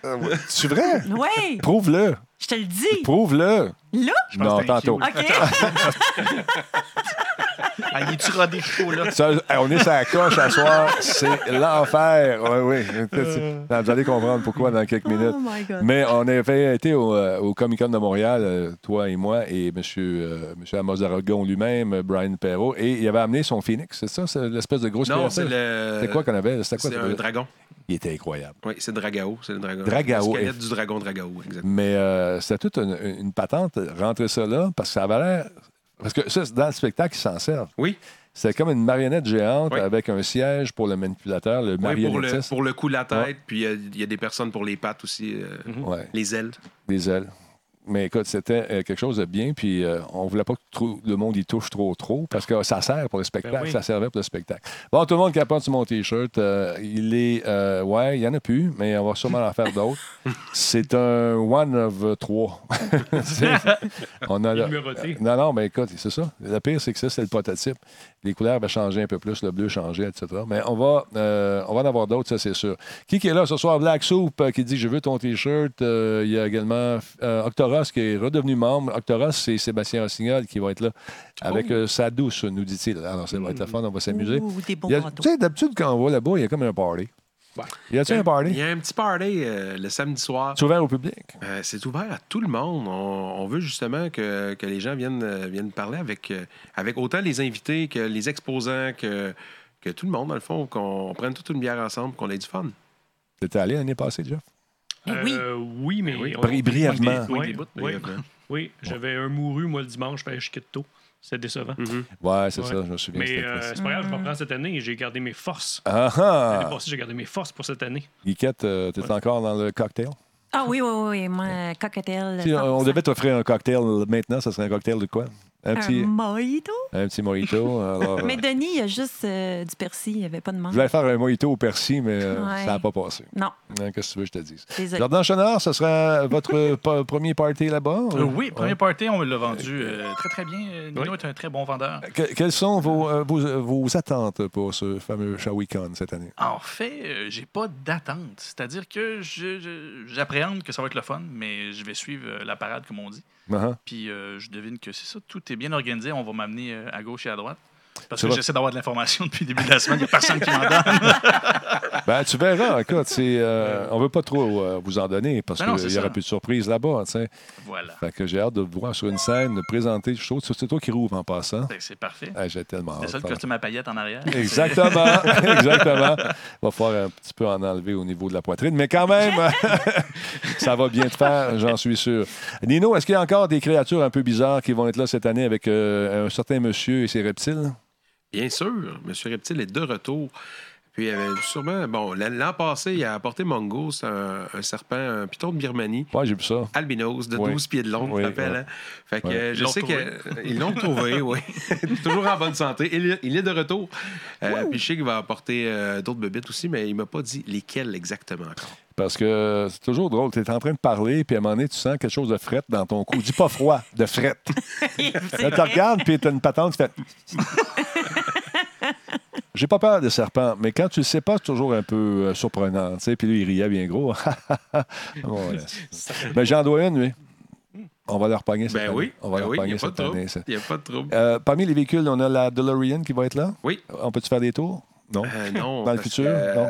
Speaker 1: C'est vrai?
Speaker 7: Oui,
Speaker 1: Prouve-le.
Speaker 7: je te le dis.
Speaker 1: Prouve-le.
Speaker 7: Là,
Speaker 1: Non,
Speaker 6: que t'as un
Speaker 1: tantôt.
Speaker 7: OK.
Speaker 6: Ah, il est-tu rodé chaud, là?
Speaker 1: Ça, hey, on est sur la coche à soir. C'est l'enfer. Oui, oui. Non, Vous allez comprendre pourquoi dans quelques minutes.
Speaker 7: Oh my God.
Speaker 1: Mais on avait été au, euh, au Comic-Con de Montréal, euh, toi et moi, et M. monsieur Amos Aragon lui-même, euh, Brian Perrault, et il avait amené son phoenix, c'est ça? C'est l'espèce de grosse
Speaker 4: Non,
Speaker 1: créature?
Speaker 4: c'est le.
Speaker 1: C'était quoi qu'on avait? C'était quoi?
Speaker 4: C'est
Speaker 1: ça?
Speaker 4: un dragon.
Speaker 1: Il était incroyable.
Speaker 4: Oui, c'est Dragao. C'est le dragon.
Speaker 1: Dragao,
Speaker 4: Le squelette
Speaker 1: eff-
Speaker 4: du dragon Dragao, exactement.
Speaker 1: Mais euh, c'était toute une, une patente, rentrer ça là, parce que ça avait l'air... Parce que ça, c'est dans le spectacle, ils s'en servent.
Speaker 4: Oui,
Speaker 1: C'était comme une marionnette géante
Speaker 4: Oui.
Speaker 1: avec un siège pour le manipulateur, le
Speaker 4: oui, pour, le,
Speaker 1: marionnettiste.
Speaker 4: pour le coup de la tête.
Speaker 1: Ouais. Mhm.
Speaker 4: Puis euh, il y a des personnes pour les pattes aussi, euh,
Speaker 1: Ouais,
Speaker 4: les ailes.
Speaker 1: des ailes. Mais écoute, c'était euh, quelque chose de bien, puis euh, on voulait pas que trop- le monde y touche trop, trop, parce que ça sert pour le spectacle,
Speaker 3: oui.
Speaker 1: ça servait pour le spectacle. Bon, tout le monde capote sur mon T-shirt. euh, il est... euh, ouais, il y en a plus, mais on va sûrement en faire d'autres. C'est un one of euh, trois. C'est-
Speaker 3: hein.
Speaker 1: on a
Speaker 3: Il est
Speaker 1: le-
Speaker 3: numéroté.
Speaker 1: Non, non, mais écoute, c'est ça. Le pire, c'est que ça, c'est le prototype. Les couleurs vont changer un peu plus, le bleu changer, etc. Mais on va, euh, on va en avoir d'autres, ça, c'est sûr. Qui, qui est là ce soir? Black Soup euh, qui dit Je veux ton T-shirt. Euh, Il y a également euh, Octoros qui est redevenu membre. Octoros, c'est Sébastien Rossignol qui va être là avec euh, sa douce, nous dit-il. Alors, ça va être le fun, on va s'amuser.
Speaker 7: Ouh, des bons
Speaker 1: Il y a-
Speaker 7: cadeaux.
Speaker 1: Tu sais, d'habitude, quand on va là-bas, il y a comme un party. Y a-tu un
Speaker 4: Il y
Speaker 1: party?
Speaker 4: a un petit party euh, le samedi soir.
Speaker 1: C'est ouvert au public.
Speaker 4: Euh, c'est ouvert à tout le monde. On, on veut justement que, que les gens viennent, euh, viennent parler avec, euh, avec autant les invités que les exposants, que, que tout le monde, dans le fond, qu'on prenne toute une bière ensemble, qu'on ait du fun.
Speaker 1: T'étais allé l'année passée, Jeff?
Speaker 7: Mais oui.
Speaker 3: Euh, oui, mais.
Speaker 4: Oui,
Speaker 3: on-
Speaker 1: bri- brièvement.
Speaker 3: Oui,
Speaker 6: Oui, des bouts,
Speaker 3: oui, oui. j'avais un mouru, moi, le dimanche, fait que je quitte tôt. C'était décevant.
Speaker 1: Ouais, Mm-hmm. c'est
Speaker 3: Ouais.
Speaker 1: ça, je me souviens.
Speaker 3: Mais
Speaker 1: c'était
Speaker 3: euh,
Speaker 1: triste.
Speaker 3: c'est pas grave,
Speaker 7: Mm-hmm.
Speaker 3: je vais prendre cette année et j'ai gardé mes forces.
Speaker 1: Ah
Speaker 3: L'année
Speaker 1: ah!
Speaker 3: passée, j'ai gardé mes forces pour cette année.
Speaker 1: Guiquette, euh, t'es encore dans le cocktail?
Speaker 7: Ah oui, oui, oui, oui, moi, cocktail.
Speaker 1: Si on
Speaker 7: 100%.
Speaker 1: devait t'offrir un cocktail maintenant, ça serait un cocktail de quoi? Un petit,
Speaker 7: Un mojito.
Speaker 1: un petit mojito. alors, euh,
Speaker 7: Mais Denis, il y a juste euh, du persil, il n'y avait pas de
Speaker 1: je
Speaker 7: mangue.
Speaker 1: voulais faire un mojito au persil, mais euh,
Speaker 7: Ouais.
Speaker 1: ça n'a pas passé.
Speaker 7: Non,
Speaker 1: Hein, Qu'est-ce que tu veux que je te dise?
Speaker 7: désolé.
Speaker 1: Jardin Chenard, ce sera votre pa- premier party là-bas?
Speaker 6: Euh, oui, premier party, on l'a vendu euh, très, très bien. Euh, Nino est un très bon vendeur.
Speaker 1: Que- quelles sont vos, euh, vos, euh, vos attentes pour ce fameux Shawicon cette année?
Speaker 6: En fait, euh, j'ai pas d'attente. C'est-à-dire que je- je- j'appréhende que ça va être le fun, mais je vais suivre euh, la parade, comme on dit.
Speaker 1: Uh-huh.
Speaker 6: Puis euh, je devine que c'est ça, tout est bien organisé. On va m'amener euh, à gauche et à droite. Parce
Speaker 1: C'est
Speaker 6: que
Speaker 1: vrai.
Speaker 6: j'essaie d'avoir de l'information depuis le début de la semaine. Il n'y a personne qui m'en donne.
Speaker 1: Ben, tu verras, écoute, c'est, euh, on ne veut pas trop euh, vous en donner parce
Speaker 6: Ben non, c'est
Speaker 1: qu'il n'y aura
Speaker 6: ça.
Speaker 1: plus de surprises là-bas. tu sais.
Speaker 6: Voilà.
Speaker 1: Fait que j'ai hâte de vous voir sur une scène, de présenter. Je trouve que c'est toi qui rouvre en passant.
Speaker 6: Fait que C'est parfait.
Speaker 1: Ah, j'ai tellement
Speaker 6: C'est ça
Speaker 1: hâte.
Speaker 6: le costume à paillettes en arrière.
Speaker 1: Euh. Exactement, exactement. Va falloir un petit peu en enlever au niveau de la poitrine, mais quand même, ça va bien te faire, j'en suis sûr. Nino, est-ce qu'il y a encore des créatures un peu bizarres qui vont être là cette année avec euh, un certain monsieur et ses reptiles?
Speaker 4: Bien sûr, M. Reptile est de retour. Puis, euh, sûrement, bon, l'an l'an passé, il a apporté Mongo, c'est un, un serpent, un python de Birmanie,
Speaker 1: Ouais, j'ai vu ça.
Speaker 4: albinos, de
Speaker 1: Oui.
Speaker 4: 12 pieds de long,
Speaker 1: Oui,
Speaker 4: je te rappelle,
Speaker 1: oui.
Speaker 4: hein? Fait que
Speaker 1: Ouais.
Speaker 4: euh,
Speaker 6: Ils
Speaker 4: je
Speaker 6: l'ont
Speaker 4: sais
Speaker 6: retrouvé.
Speaker 4: qu'ils l'ont trouvé, oui. Toujours en bonne santé. Il, il est de retour. Euh, puis, je sais qu'il va apporter euh, d'autres bébites aussi, mais il m'a pas dit lesquelles exactement encore.
Speaker 1: Parce que c'est toujours drôle. Tu es en train de parler, puis à un moment donné, tu sens quelque chose de fret dans ton cou. Dis pas froid, de fret.
Speaker 7: C'est
Speaker 1: Là, tu
Speaker 7: vrai.
Speaker 1: regardes, puis tu as une patente qui fait. J'ai pas peur des serpents, mais quand tu le sais pas, c'est toujours un peu euh, surprenant. tu sais. Puis lui, il riait bien gros. Bon, voilà. Mais j'en dois une, lui. On va leur pogner cette
Speaker 4: Ben
Speaker 1: année.
Speaker 4: oui,
Speaker 1: On va
Speaker 4: ben
Speaker 1: leur
Speaker 4: oui,
Speaker 1: pogner
Speaker 4: il n'y a pas de
Speaker 1: cette
Speaker 4: trouble.
Speaker 1: année, ça.
Speaker 4: Il n'y a pas de trouble.
Speaker 1: Euh, parmi les véhicules, on a la DeLorean qui va être là.
Speaker 4: Oui.
Speaker 1: On peut-tu faire des tours? Non.
Speaker 4: Euh, non,
Speaker 1: Dans le
Speaker 4: parce
Speaker 1: futur,
Speaker 4: que, euh,
Speaker 1: non.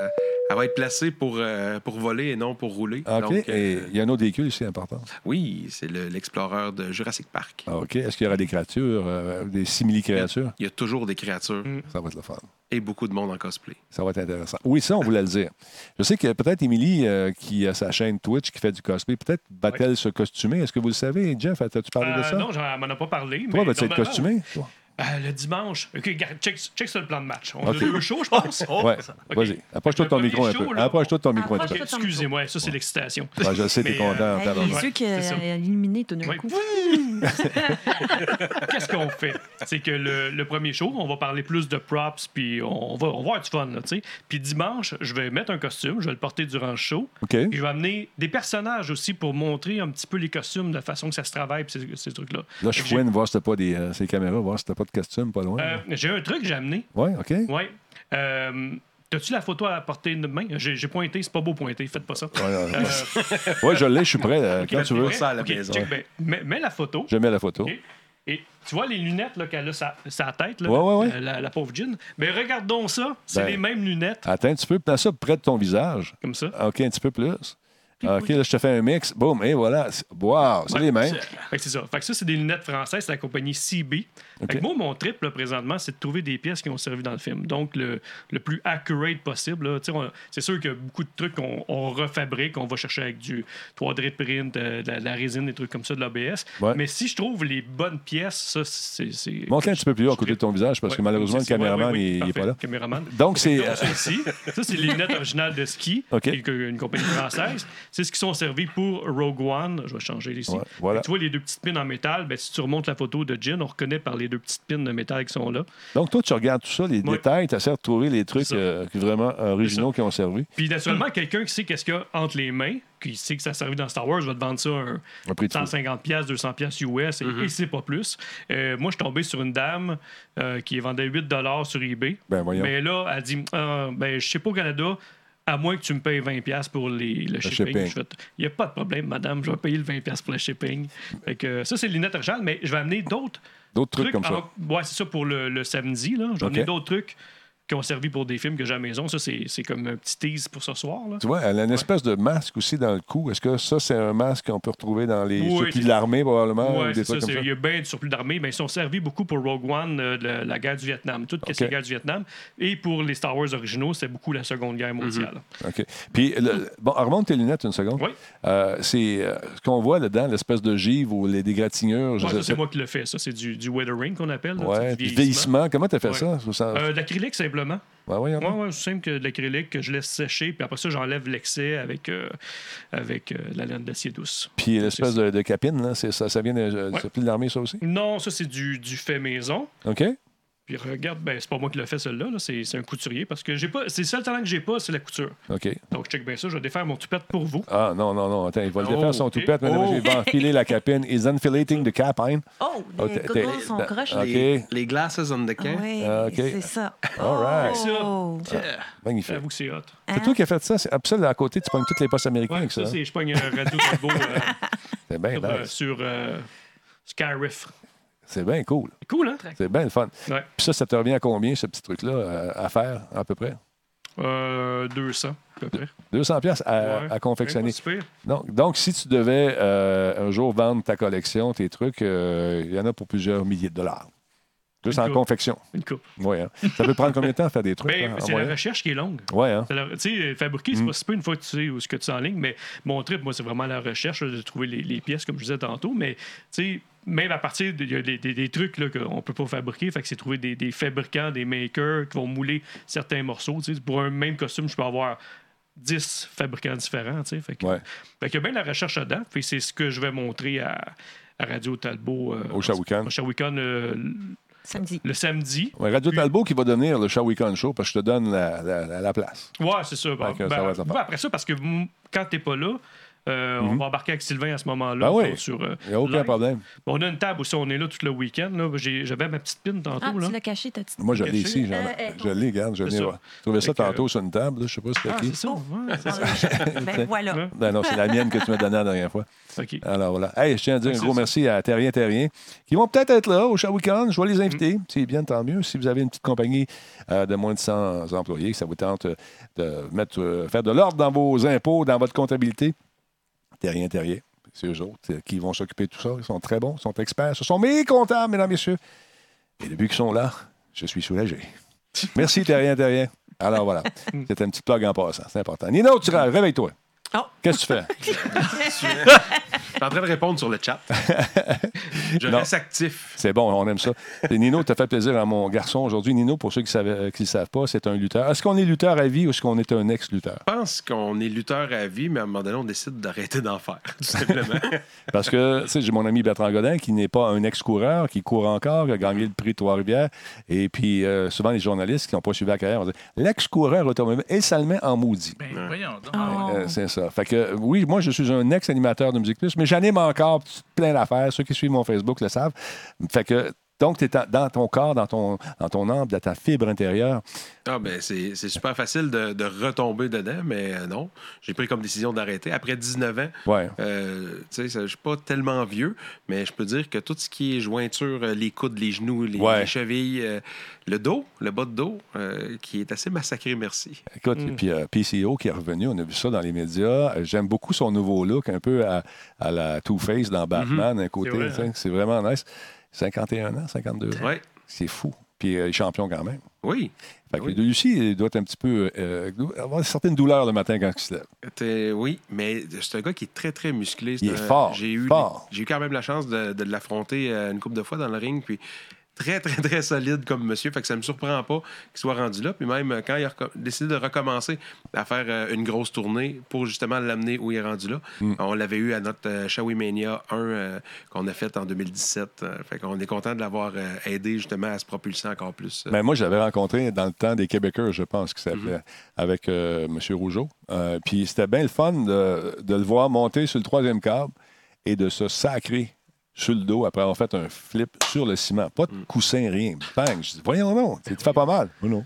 Speaker 4: Elle va être placée pour, euh, pour voler et non pour rouler.
Speaker 1: Ah, OK.
Speaker 4: Donc, euh,
Speaker 1: Et il y a un autre véhicule ici important.
Speaker 4: Oui, c'est le- l'exploreur de Jurassic Park.
Speaker 1: Ah, OK. Est-ce qu'il y aura des créatures, euh, des simili-créatures?
Speaker 4: Il y a toujours des créatures
Speaker 1: Ça va être le fun.
Speaker 4: et beaucoup de monde en cosplay.
Speaker 1: Ça va être intéressant. Oui, ça, on voulait le dire. Je sais que peut-être Émilie, euh, qui a sa chaîne Twitch, qui fait du cosplay, peut-être va-t-elle se costumer. Est-ce que vous le savez, Jeff? As-tu parlé de
Speaker 3: Euh,
Speaker 1: ça?
Speaker 3: non, j'en- elle m'en a pas parlé.
Speaker 1: Toi,
Speaker 3: mais
Speaker 1: vas-tu être
Speaker 3: normalement,
Speaker 1: costumé? Toi?
Speaker 3: euh, le dimanche. OK, regarde, check, check sur le plan de match. On
Speaker 1: OK.
Speaker 3: a deux shows, je pense.
Speaker 1: Ouais.
Speaker 3: Oh, OK.
Speaker 1: Vas-y. Approche-toi de ton
Speaker 3: Le premier
Speaker 1: micro un
Speaker 3: show,
Speaker 1: peu.
Speaker 3: là,
Speaker 1: Approche-toi de ton micro un
Speaker 7: Approche-
Speaker 1: peu.
Speaker 3: OK, Excusez-moi, ça, c'est l'excitation.
Speaker 1: Ouais, je sais, t'es
Speaker 3: Mais,
Speaker 1: content.
Speaker 3: euh,
Speaker 7: Hey,
Speaker 1: tabarnak.
Speaker 7: J'ai su qu'elle
Speaker 3: c'est ça.
Speaker 7: a éliminé tout d'un
Speaker 3: Oui.
Speaker 7: coup.
Speaker 3: Qu'est-ce qu'on fait? C'est que le, le premier show, on va parler plus de props, puis on va, on va avoir du fun, là, tu sais. Puis dimanche, je vais mettre un costume, je vais le porter durant le show.
Speaker 1: OK.
Speaker 3: Puis je vais amener des personnages aussi pour montrer un petit peu les costumes, la façon que ça se travaille, puis ces, ces trucs-là.
Speaker 1: Là, je
Speaker 3: J'ai-
Speaker 1: fouine, voir si t'as pas des, euh, ces caméras, voir si t'as pas de costume, pas loin.
Speaker 3: Euh, J'ai un truc que j'ai amené.
Speaker 1: Ouais, OK.
Speaker 3: Ouais. Euh, T'as-tu la photo à portée de main? J'ai j'ai pointé, c'est pas beau pointer, faites pas ça.
Speaker 1: Ouais, ouais,
Speaker 3: Euh,
Speaker 1: Ouais, je l'ai, je suis prêt. euh, quand
Speaker 3: ben,
Speaker 1: tu veux,
Speaker 3: ouais,
Speaker 4: ça à la
Speaker 3: ok,
Speaker 4: maison.
Speaker 3: check, ben, mets, mets la photo.
Speaker 1: je mets la photo.
Speaker 3: Ok. Et tu vois les lunettes là, qu'elle a sa, sa tête, là,
Speaker 1: Ouais, ouais, ouais.
Speaker 3: euh, La, la pauvre Jean. Mais regardons ça, c'est
Speaker 1: Ben.
Speaker 3: les mêmes lunettes,
Speaker 1: Attends un petit peu, prends ça près de ton visage.
Speaker 3: comme ça.
Speaker 1: OK, un petit peu plus. OK, là, je te fais un mix. Boum, et voilà. C'est- Wow, c'est les mêmes.
Speaker 3: Fait que c'est ça. Fait que ça, c'est des lunettes françaises, c'est la compagnie CB. Fait
Speaker 1: Ok.
Speaker 3: que moi, mon trip, là, présentement, c'est de trouver des pièces qui ont servi dans le film. Donc, le, le plus accurate possible. là. Tu sais, on- C'est sûr qu'il y a beaucoup de trucs qu'on on refabrique, on va chercher avec du 3D print, euh, de la, de la résine, des trucs comme ça, de l'ABS.
Speaker 1: Ouais.
Speaker 3: Mais si je trouve les bonnes pièces, ça, c'est... c'est-
Speaker 1: Monte un petit peu plus haut à côté
Speaker 3: Ouais.
Speaker 1: de ton visage parce que
Speaker 3: Ouais,
Speaker 1: malheureusement, le
Speaker 3: c'est- ouais,
Speaker 1: caméraman,
Speaker 3: ouais, oui,
Speaker 1: il n'est
Speaker 3: parfait,
Speaker 1: pas là.
Speaker 3: caméraman.
Speaker 1: Donc, c'est.
Speaker 3: Donc, ça ici, euh, ça, c'est les lunettes originales de ski,
Speaker 1: OK.
Speaker 3: et que- une compagnie française. C'est ce qui sont servis pour Rogue One. Je vais changer ici.
Speaker 1: Ouais, voilà.
Speaker 3: Et Tu vois les deux petites pins en métal. Ben, si tu remontes la photo de Jin, on reconnaît par les deux petites pins de métal qui sont là.
Speaker 1: Donc, toi, tu regardes tout ça, les
Speaker 3: Ouais.
Speaker 1: détails, tu essaies de trouver les trucs
Speaker 3: C'est ça.
Speaker 1: euh, qui- vraiment originaux qui ont servi.
Speaker 3: Puis, naturellement, quelqu'un qui sait qu'est-ce qu'il y a entre les mains, qui sait que ça a servi dans Star Wars, va te vendre ça un
Speaker 1: Un prix de fou.
Speaker 3: 150 pièces, 200 pièces US, et, et c'est pas plus. Euh, moi, je suis tombé sur une dame euh, qui vendait 8 dollars sur eBay.
Speaker 1: Ben, voyons.
Speaker 3: Mais là, elle dit Ah, ben, Je sais pas au Canada, à moins que tu me payes 20$ pour les- le, shipping.
Speaker 1: shipping.
Speaker 3: Il n'y a pas de problème, madame, je vais payer le 20$ pour le shipping. Fait que, ça, c'est les lunettes originales, mais je vais amener d'autres
Speaker 1: D'autres trucs comme ça.
Speaker 3: en- Ouais, c'est ça pour le, le samedi. Là. Je vais
Speaker 1: OK.
Speaker 3: amener d'autres trucs qui ont servi pour des films que j'ai à la maison. Ça, c'est c'est comme un petit tease pour ce soir. Là.
Speaker 1: Tu vois, elle a une espèce de masque aussi dans le cou. Est-ce que ça, c'est un masque qu'on peut retrouver dans les
Speaker 3: Oui,
Speaker 1: surplus
Speaker 3: c'est-
Speaker 1: de l'armée, probablement,
Speaker 3: Ouais,
Speaker 1: ou
Speaker 3: c'est
Speaker 1: des
Speaker 3: ça.
Speaker 1: trucs
Speaker 3: c'est-
Speaker 1: comme
Speaker 3: Il y a bien du surplus d'armée, mais ils sont servis beaucoup pour Rogue One, euh, de la, la guerre du Vietnam, tout ce qui est
Speaker 1: Ok.
Speaker 3: guerre du Vietnam. Et pour les Star Wars originaux, c'est beaucoup la Seconde Guerre
Speaker 1: Mhm.
Speaker 3: mondiale.
Speaker 1: ça? OK. Puis, le- bon, remonte tes lunettes une seconde.
Speaker 3: Oui.
Speaker 1: Euh, c'est euh, ce qu'on voit dedans, l'espèce de givre ou les, des gratignures. je
Speaker 3: Ouais,
Speaker 1: sais
Speaker 3: ça, c'est
Speaker 1: pas.
Speaker 3: moi qui le fais. Ça, c'est du, du weathering qu'on appelle. là,
Speaker 1: Ouais,
Speaker 3: du
Speaker 1: du vieillissement. Comment t'as fait
Speaker 3: Ouais.
Speaker 1: ça? Ça- ça-
Speaker 3: Euh, de l'acrylique, simplement.
Speaker 1: Ouais, ouais,
Speaker 3: Oui, ouais, c'est simple que de l'acrylique que je laisse sécher, puis après ça, j'enlève l'excès avec, euh, avec euh, de la laine d'acier douce.
Speaker 1: Puis l'espèce de, de capine, là, c'est ça, ça vient de- euh, du
Speaker 3: Ouais.
Speaker 1: surplus de l'armée, ça aussi?
Speaker 3: Non, ça, c'est du, du fait maison.
Speaker 1: OK?
Speaker 3: Puis regarde, ben, c'est pas moi qui le fais, celui-là. là, C'est c'est un couturier, parce que j'ai pas c'est le seul talent que j'ai pas, c'est la couture.
Speaker 1: OK.
Speaker 3: Donc, je check bien ça. Je vais défaire mon toupette pour vous.
Speaker 1: Ah, non, non, non. Attends, il va le défaire
Speaker 3: Oh,
Speaker 1: son
Speaker 3: ok.
Speaker 1: toupette. Maintenant,
Speaker 4: Oh.
Speaker 1: il va enfiler la capine. He's unfilating the capine.
Speaker 7: Oh,
Speaker 1: Oh,
Speaker 7: les
Speaker 1: t'es-
Speaker 7: goggles
Speaker 1: t'es-
Speaker 7: sont
Speaker 1: t'es-
Speaker 7: croches.
Speaker 1: OK.
Speaker 4: Les, les glasses on the can.
Speaker 7: Oui,
Speaker 1: Ah, OK.
Speaker 7: c'est ça.
Speaker 1: All right.
Speaker 7: Oh.
Speaker 1: Magnifique.
Speaker 3: J'avoue que c'est hot.
Speaker 1: C'est toi qui as fait ça. C'est absolument à côté. Tu pognes toutes les postes américaines
Speaker 3: hein? Ouais,
Speaker 1: avec
Speaker 3: ça,
Speaker 1: ça. hein?
Speaker 3: c'est je pogne un radio turbo euh,
Speaker 1: c'est bien
Speaker 3: sur, euh,
Speaker 1: nice.
Speaker 3: sur euh, Skyriff.
Speaker 1: C'est bien cool.
Speaker 3: C'est Cool, hein?
Speaker 1: C'est bien le fun.
Speaker 3: Ouais.
Speaker 1: Puis ça, ça te revient à combien, ce petit truc-là, euh, à faire, à peu près?
Speaker 3: Euh, 200, à peu près.
Speaker 1: 200 pièces à,
Speaker 3: Ouais.
Speaker 1: à confectionner.
Speaker 3: Ouais, pas si pire.
Speaker 1: Donc, donc, si tu devais euh, un jour vendre ta collection, tes trucs, euh, il y en a pour plusieurs milliers de dollars. Juste en
Speaker 3: Cool.
Speaker 1: confection.
Speaker 3: Une coupe.
Speaker 1: Oui, hein. Ça peut prendre combien de temps à faire des trucs?
Speaker 3: Ben,
Speaker 1: hein, en
Speaker 3: c'est la
Speaker 1: moyenne?
Speaker 3: recherche qui est longue.
Speaker 1: Ouais, hein?
Speaker 3: C'est la- Tu sais, fabriquer,
Speaker 1: Mm.
Speaker 3: c'est pas si peu une fois que tu sais où ce que tu es en ligne, mais mon trip, moi, c'est vraiment la recherche de trouver les, les pièces, comme je disais tantôt, mais tu sais, même à partir, de- il y a des, des- des trucs là, qu'on peut pas fabriquer, fait que c'est trouver des, des fabricants, des makers qui vont mouler certains morceaux. tu sais. Pour un même costume, je peux avoir 10 fabricants différents, tu sais. Fait que,
Speaker 1: Ouais.
Speaker 3: fait qu'il y a bien la recherche dedans, puis c'est ce que je vais montrer à, à Radio Talbot. euh,
Speaker 1: Au Shawican.
Speaker 3: Au Shawican, euh,
Speaker 7: Samedi.
Speaker 3: le samedi.
Speaker 1: Ouais, Radio
Speaker 3: Puis-
Speaker 1: Talbot qui va devenir le Show Weekend Show parce que je te donne la, la- la- la place.
Speaker 3: Ouais, c'est ça. Bah,
Speaker 1: Fait que ça
Speaker 3: bah,
Speaker 1: va être la part.
Speaker 3: bah, après ça, parce que mm, quand t'es pas là, euh, on va embarquer avec Sylvain à ce moment-là.
Speaker 1: Mm-hmm. Ben oui.
Speaker 3: donc, sur, euh,
Speaker 1: Il n'y a aucun
Speaker 3: live.
Speaker 1: problème.
Speaker 3: On a une table aussi, on est là tout le week-end. là. J'ai- J'avais ma petite pine tantôt.
Speaker 7: Ah,
Speaker 3: là.
Speaker 7: tu l'as caché, ta petite.
Speaker 1: Moi, je l'ai
Speaker 3: Caché.
Speaker 1: ici. j'en-
Speaker 7: Euh, euh,
Speaker 1: je l'ai, regarde. Je
Speaker 3: C'est
Speaker 1: l'ai
Speaker 3: ça.
Speaker 1: ouais. Je trouvais ça
Speaker 3: Fait que-
Speaker 1: tantôt sur une table. là, Je sais pas si
Speaker 3: Ah,
Speaker 1: c'était
Speaker 3: c'est
Speaker 1: qui.
Speaker 3: ça. ouais, c'est ça.
Speaker 7: Ben voilà.
Speaker 1: Non, non, c'est la mienne que tu m'as donnée la dernière fois.
Speaker 3: OK.
Speaker 1: Alors voilà. Hey, je tiens à dire un
Speaker 3: C'est
Speaker 1: gros
Speaker 3: ça.
Speaker 1: merci à Terrien Terrien, qui vont peut-être être là au Shawicon. Je vais les inviter.
Speaker 3: Mm-hmm.
Speaker 1: S'ils viennent, tant mieux. Si vous avez une petite compagnie euh, de moins de 100 employés, que ça vous tente euh, de mettre, euh, faire de l'ordre dans vos impôts, dans votre comptabilité, Terrien Terrien, c'est eux autres euh, qui vont s'occuper de tout ça. Ils sont très bons, ils sont experts. Ce sont mes comptables, mesdames, messieurs. Et depuis qu'ils sont là, je suis soulagé. Merci, Terrien Terrien. Alors voilà, c'est un petit plug en passant, c'est important. Nino, tu rêves, réveille-toi.
Speaker 3: Ah.
Speaker 7: Oh.
Speaker 1: Qu'est-ce que tu fais?
Speaker 4: Je suis en train de répondre sur le chat. Je
Speaker 1: Non.
Speaker 4: reste actif.
Speaker 1: C'est bon, on aime ça. Et Nino, t'as fait plaisir à mon garçon aujourd'hui. Nino, pour ceux qui ne le savent pas, c'est un lutteur. Est-ce qu'on est lutteur à vie ou est-ce qu'on est un ex-lutteur?
Speaker 4: Je pense qu'on est lutteur à vie, mais à un moment donné, on décide d'arrêter d'en faire, tout simplement.
Speaker 1: Parce que, tu sais, j'ai mon ami Bertrand Godin qui n'est pas un ex-coureur, qui court encore, qui a gagné le prix Trois-Rivières. Et puis, euh, souvent, les journalistes qui n'ont pas suivi la carrière vont dire l'ex-coureur automobile, et ça le met en maudit.
Speaker 6: Ben, voyons donc.
Speaker 7: Oh.
Speaker 1: Euh, c'est ça. Fait que, euh, oui, moi, je suis un ex-animateur de Musique Plus, mais j'anime encore plein d'affaires. Ceux qui suivent mon Facebook le savent. Fait que, donc, tu es dans ton corps, dans ton, dans ton âme, dans ta fibre intérieure.
Speaker 4: Ah, ben, c'est c'est super facile de, de retomber dedans, mais euh, non. J'ai pris comme décision d'arrêter. Après 19 ans,
Speaker 1: Ouais.
Speaker 4: euh, tu sais, ça- je suis pas tellement vieux, mais je peux dire que tout ce qui est jointure, euh, les coudes, les genoux, les,
Speaker 1: Ouais.
Speaker 4: les chevilles, euh, le dos, le bas de dos, euh, qui est assez massacré, merci.
Speaker 1: Écoute, et puis euh, PCO qui est revenu, on a vu ça dans les médias. Euh, J'aime beaucoup son nouveau look, un peu à, à la Two-Face
Speaker 4: Mhm.
Speaker 1: dans Batman, d'un côté.
Speaker 3: C'est vrai,
Speaker 1: tu sais, C'est vraiment nice. 51 ans, 52 ans.
Speaker 4: hein. Ouais.
Speaker 1: C'est fou. Puis euh, il est champion quand même.
Speaker 4: Oui.
Speaker 1: Fait que
Speaker 4: Ah Oui.
Speaker 1: Lucie il doit être un petit peu. euh, dou- avoir certaines douleurs le matin quand il se lève.
Speaker 4: T'es- Oui, mais c'est un gars qui est très, très musclé. C'est
Speaker 1: Il est
Speaker 4: un-
Speaker 1: fort,
Speaker 4: J'ai eu,
Speaker 1: fort.
Speaker 4: j'ai eu quand même la chance de, de l'affronter euh, une couple de fois dans le ring. Puis très, très, très solide comme monsieur. Fait que ça me surprend pas qu'il soit rendu là. Puis même euh, quand il a reco- décidé de recommencer à faire euh, une grosse tournée pour justement l'amener où il est rendu là,
Speaker 1: Hmm.
Speaker 4: on l'avait eu à notre euh, Shawi Mania 1 euh, qu'on a fait en 2017. euh, fait qu'on est content de l'avoir euh, aidé justement à se propulser encore plus. euh.
Speaker 1: Mais moi, je l'avais rencontré dans le temps des Québécois, je pense, qui s'appelait,
Speaker 7: Mhm.
Speaker 1: avec euh, M. Rougeau. Euh, puis c'était bien le fun de, de le voir monter sur le troisième câble et de se sacrer sur le dos après avoir fait un flip sur le ciment. Pas
Speaker 7: Mm.
Speaker 1: de coussin, rien. Bang! Je dis, voyons non, tu te fais pas mal. Oh non.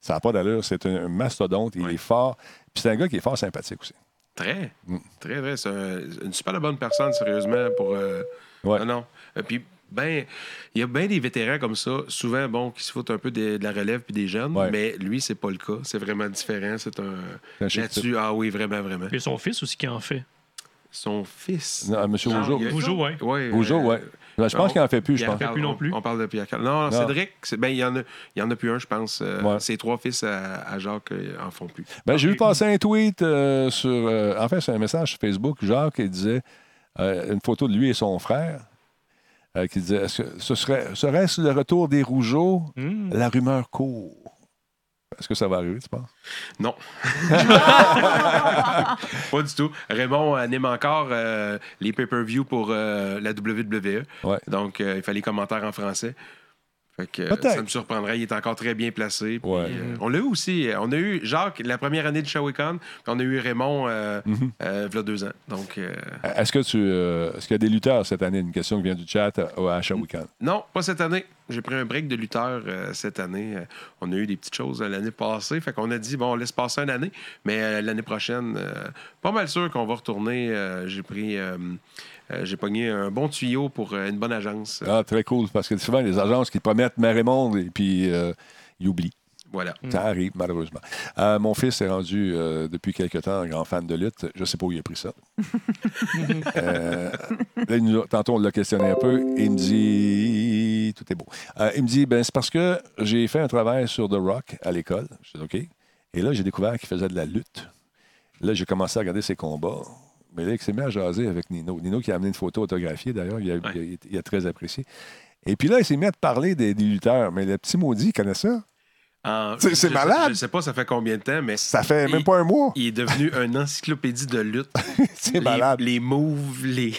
Speaker 1: Ça n'a pas d'allure. C'est un, un mastodonte. Il est fort. Puis c'est un gars qui est fort sympathique aussi.
Speaker 4: Très,
Speaker 1: Mm.
Speaker 4: très, très. C'est un- une super bonne personne, sérieusement, pour... euh,
Speaker 1: Ouais.
Speaker 4: Non, non. Euh, Puis ben, il y a bien des vétérans comme ça, souvent, bon, qui se foutent un peu des- de, la relève puis des jeunes,
Speaker 1: Ouais.
Speaker 4: mais lui, c'est pas le cas. C'est vraiment différent. C'est un.
Speaker 1: C'est un chef
Speaker 4: Là-dessus, ah oui, vraiment, vraiment.
Speaker 3: Il y a son fils aussi qui en fait.
Speaker 4: Son fils.
Speaker 1: Non, monsieur Rougeau.
Speaker 4: Ah, il y a-
Speaker 3: Rougeau, ouais.
Speaker 4: Ouais,
Speaker 1: Rougeau,
Speaker 4: euh,
Speaker 1: ouais. Ben, je pense
Speaker 4: on-
Speaker 1: qu'il en fait plus, je
Speaker 4: Pierre
Speaker 1: pense.
Speaker 3: Carl.
Speaker 4: Carl-
Speaker 3: Plus non
Speaker 4: on-
Speaker 3: plus.
Speaker 4: On parle de Pierre Carl. Non, non,
Speaker 1: Non.
Speaker 4: Cédric, c'est- ben, il y, en a- il y en a plus un, je pense. Euh,
Speaker 1: Ouais.
Speaker 4: Ses trois fils à, à Jacques, euh, en font plus.
Speaker 1: Ben, J'ai
Speaker 3: Ok.
Speaker 1: vu passer un tweet euh, sur. euh, en fait, c'est un message sur Facebook, Jacques, qui disait euh, une photo de lui et son frère, euh, qui disait Est-ce que ce serait, serait-ce le retour des Rougeaux
Speaker 3: Hmm.
Speaker 1: La rumeur court. Est-ce que ça va arriver, tu penses
Speaker 4: Non. Pas du tout. Raymond anime encore euh, les pay-per-view pour euh, la WWE.
Speaker 1: Ouais.
Speaker 4: Donc, euh, il fallait les commentaires en français. Fait que, euh,
Speaker 1: Peut-être.
Speaker 4: ça me surprendrait. Il est encore très bien placé. Puis,
Speaker 1: Ouais.
Speaker 4: euh, on l'a eu aussi. euh, On a eu Jacques la première année de Shawicon, puis on a eu Raymond euh,
Speaker 1: Mm-hmm.
Speaker 4: euh, v'là deux ans. Donc, euh,
Speaker 7: Ah.
Speaker 1: Est-ce que tu, euh, est-ce qu'il y a des lutteurs cette année Une question qui vient du chat à, à Shawikan.
Speaker 4: non, pas cette année. J'ai pris un break de lutteur euh, cette année. Euh, on a eu des petites choses euh, l'année passée. Fait qu'on a dit, bon, on laisse passer une année. Mais euh, l'année prochaine, euh, pas mal sûr qu'on va retourner. Euh, j'ai pris. euh, euh, j'ai pogné un bon tuyau pour euh, une bonne agence.
Speaker 1: Ah, très cool, parce que souvent, les agences qui promettent Marémonde et puis euh, ils oublient.
Speaker 4: Voilà.
Speaker 1: Ça arrive, malheureusement. Euh, mon fils est rendu, euh, depuis quelque temps, un grand fan de lutte. Je ne sais pas où il a pris ça. Euh, là, il nous a- tantôt, on l'a questionné un peu. Et il me dit... Tout est beau. Euh, il me dit, ben, c'est parce que j'ai fait un travail sur The Rock à l'école. Je dis, OK. Et là, j'ai découvert qu'il faisait de la lutte. Là, j'ai commencé à regarder ses combats. Mais là, il s'est mis à jaser avec Nino. Nino qui a amené une photo autographiée, d'ailleurs. Il, a-
Speaker 4: Ouais.
Speaker 1: il a- il a très apprécié. Et puis là, il s'est mis à te parler des, des lutteurs. Mais le petit maudit, il connaît ça.
Speaker 4: En-
Speaker 1: C'est- c'est
Speaker 4: je-
Speaker 1: malade.
Speaker 4: Je sais pas, ça fait combien de temps, mais
Speaker 1: Ça fait
Speaker 4: Il-
Speaker 1: même pas un mois.
Speaker 4: il est devenu une encyclopédie de lutte.
Speaker 1: C'est
Speaker 4: les,
Speaker 1: malade.
Speaker 4: les moves, les,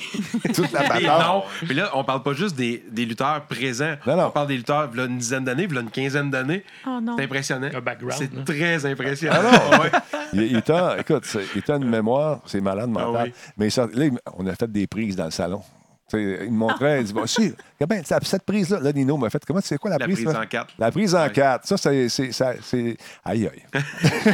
Speaker 1: Toute la
Speaker 4: les
Speaker 1: bataille.
Speaker 4: noms. Puis là, on parle pas juste des, des lutteurs présents.
Speaker 1: Non, non.
Speaker 4: On parle des lutteurs v'là une dizaine d'années, v'là une quinzaine d'années.
Speaker 7: Oh non.
Speaker 4: C'est impressionnant.
Speaker 3: Un background,
Speaker 4: C'est
Speaker 3: là.
Speaker 4: très impressionnant. Ah, Ouais.
Speaker 1: Il, il t'a- écoute, c'est- il t'a une mémoire, c'est malade mental.
Speaker 4: Ah oui.
Speaker 1: Mais ça- là, il- on a fait des prises dans le salon. Tu sais, il me montrait, il dit bon, si, regarde bien, ça- cette prise-là, là, Nino m'a fait comment c'est quoi la,
Speaker 4: La
Speaker 1: prise?
Speaker 4: prise
Speaker 1: là?
Speaker 4: en quatre.
Speaker 1: La prise en
Speaker 4: Ouais.
Speaker 1: quatre. Ça, c'est. c'est- ça- c'est- Aïe aïe.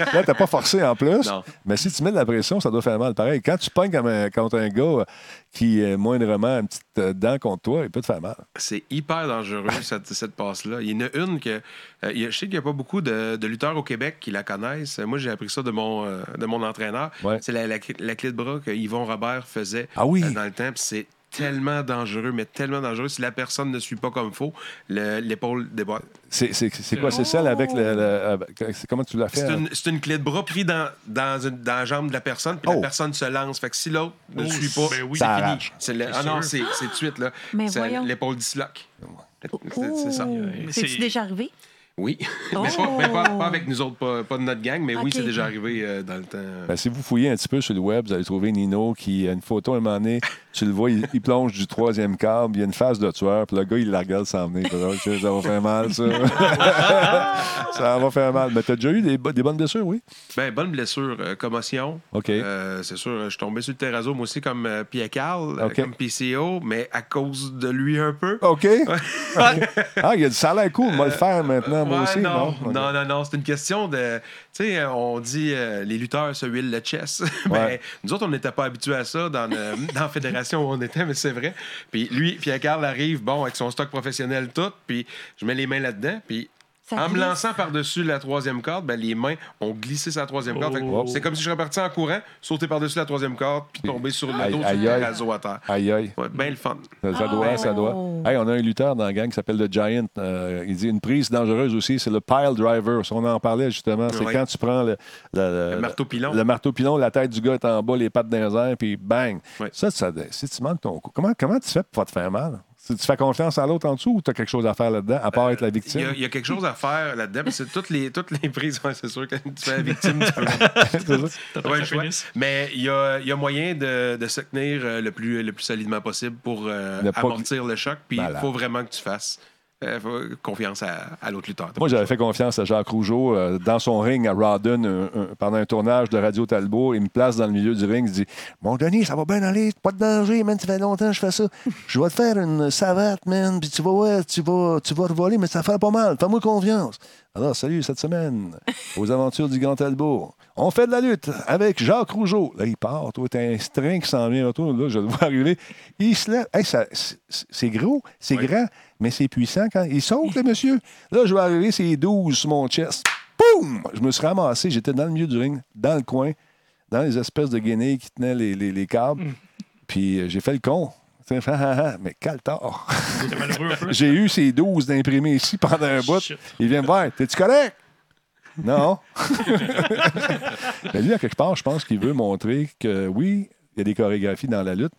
Speaker 1: là, t'as pas forcé en plus.
Speaker 4: Non.
Speaker 1: Mais si tu mets de la pression, ça doit faire mal. Pareil. Quand tu pognes comme un- contre un gars euh, qui est moindrement une petite euh, dent contre toi, il peut te faire mal.
Speaker 4: C'est hyper dangereux, cette, cette passe-là. Il y en a une que. euh, il y a- je sais qu'il n'y a pas beaucoup de, de lutteurs au Québec qui la connaissent. Moi, j'ai appris ça de mon, euh, de mon entraîneur.
Speaker 1: Ouais.
Speaker 4: C'est la, la, la clé de bras que Yvon Robert faisait euh,
Speaker 1: Ah oui.
Speaker 4: dans le temps. Puis c'est tellement dangereux, mais tellement dangereux. Si la personne ne suit pas comme il faut, le- l'épaule déboîte.
Speaker 1: C'est c'est- c'est quoi? C'est celle avec le. le- avec- c'est- comment tu l'as fait?
Speaker 4: C'est
Speaker 1: hein?
Speaker 4: une, c'est une clé de bras prise dans, dans, une- dans la jambe de la personne, puis
Speaker 1: Oh.
Speaker 4: la personne se lance. Fait que si l'autre ne
Speaker 3: Oh,
Speaker 4: suit pas,
Speaker 3: ben oui.
Speaker 4: c'est
Speaker 1: Ça
Speaker 4: fini.
Speaker 1: arrache.
Speaker 4: C'est le-
Speaker 3: C'est
Speaker 4: ah non,
Speaker 3: sûr.
Speaker 4: c'est c'est de suite, là.
Speaker 7: Mais
Speaker 4: C'est
Speaker 7: voyons.
Speaker 4: L'épaule disloque. C'est
Speaker 7: Oh!
Speaker 4: c'est ça.
Speaker 7: C'est-tu
Speaker 6: c'est-
Speaker 7: déjà arrivé?
Speaker 4: Oui. mais
Speaker 7: Oh!
Speaker 4: pas, mais pas- pas avec nous autres, pas, pas de notre gang, mais oui,
Speaker 7: Ok.
Speaker 4: c'est déjà arrivé euh, dans le temps.
Speaker 1: Ben, si vous fouillez un petit peu sur le web, vous allez trouver Nino qui a une photo à un moment donné. Tu le vois, il, il plonge du troisième câble, il y a une face de tueur, puis le gars, il la regarde s'en venir. Puis là, Tu sais, ça va faire mal, ça. ça va faire mal. Mais t'as déjà eu des, bo- des bonnes blessures, oui?
Speaker 4: Ben, bonne blessure, euh, commotion.
Speaker 1: OK.
Speaker 4: Euh, c'est sûr, je suis tombé sur le terrazzo, moi aussi, comme euh, Pierre Carl, euh,
Speaker 1: OK.
Speaker 4: comme PCO, mais à cause de lui un peu.
Speaker 1: OK. ah, il a du salaire cool. Moi, le faire maintenant, moi
Speaker 4: Euh, Ouais,
Speaker 1: aussi.
Speaker 4: non, non,
Speaker 1: OK.
Speaker 4: non, non, c'est une question de. Tu sais, on dit euh, les lutteurs se huilent le chess.
Speaker 1: Ouais.
Speaker 4: mais nous autres, on n'était pas habitués à ça dans, le- dans la fédération où on était, mais c'est vrai. Puis lui, Pierre-Carl arrive, bon, avec son stock professionnel tout, puis je mets les mains là-dedans, puis
Speaker 7: Ça
Speaker 4: en me
Speaker 7: glisse.
Speaker 4: lançant par-dessus la troisième corde, ben, les mains ont glissé sur la troisième corde. Fait que
Speaker 3: Oh.
Speaker 4: C'est comme si je repartais en courant, sauter par-dessus la troisième corde, puis tomber sur le
Speaker 1: Aïe,
Speaker 4: dos
Speaker 1: aïe,
Speaker 4: du
Speaker 1: aïe.
Speaker 4: raso à terre.
Speaker 1: Aïe, aïe.
Speaker 4: Ouais, ben le fun.
Speaker 1: Ça, ça doit, ça doit. Hey, on a un lutteur dans la gang qui s'appelle The Giant. Euh, il dit une prise dangereuse aussi, c'est le pile driver. On en parlait justement. C'est
Speaker 4: Ouais.
Speaker 1: quand tu prends le, le- le-
Speaker 4: Le marteau pilon.
Speaker 1: Le marteau pilon, la tête du gars est en bas, les pattes dans les airs, puis bang.
Speaker 4: Ouais.
Speaker 1: Ça, ça, si tu manques ton coup, comment, comment tu fais pour pas te faire mal? Tu, tu fais confiance à l'autre en dessous ou tu as quelque chose à faire là-dedans, à part être la
Speaker 4: Euh, Il
Speaker 1: victime?
Speaker 4: y, a, il y a quelque chose à faire là-dedans. parce que toutes les, toutes les prises, ouais, c'est sûr, quand tu fais la victime, tu peux
Speaker 1: C'est ça?
Speaker 3: T'attaques
Speaker 4: Ouais,
Speaker 3: la
Speaker 4: je vois.
Speaker 3: pénis.
Speaker 4: Mais il y a, il y a moyen de, de se tenir euh, le plus, le plus solidement possible pour euh,
Speaker 1: Ne pas-
Speaker 4: amortir le choc. Puis il
Speaker 1: Malade.
Speaker 4: faut vraiment que tu fasses euh, faut- confiance à, à l'autre lutteur.
Speaker 1: Moi, j'avais fait confiance à Jacques Rougeau euh, dans son ring à Rawdon un- un- pendant un tournage de Radio Talbot. Il me place dans le milieu du ring. Il dit Mon Denis, ça va bien aller, pas de danger, man. Ça fait longtemps que je fais ça. Je vais te faire une savate, man. Puis tu vas, ouais, tu vas, tu vas revoler, mais ça va faire pas mal. Fais-moi confiance. Alors, salut, cette semaine, aux aventures du Grand Talbot. On fait de la lutte avec Jacques Rougeau. Là, il part. Toi, t'as un string qui s'en vient autour. Là, je le vois arriver. Il se lève. Hey, ça- c'est- c'est gros, c'est grand, mais c'est puissant quand il saute, le monsieur. Là, je vais arriver, c'est 12 sur mon chest. Boum! Je me suis ramassé. J'étais dans le milieu du ring, dans le coin, dans les espèces de guenilles qui tenaient les, les- les câbles. Puis euh, j'ai fait le con. Tu sais, ah, ah, ah, Mais quel tort!
Speaker 3: C'était malheureux un peu.
Speaker 1: J'ai eu ces 12 d'imprimés ici pendant un bout.
Speaker 3: Shit.
Speaker 1: Il vient me voir. T'es-tu correct? Non. Mais lui, à quelque part, je pense qu'il veut montrer que oui, il y a des chorégraphies dans la lutte,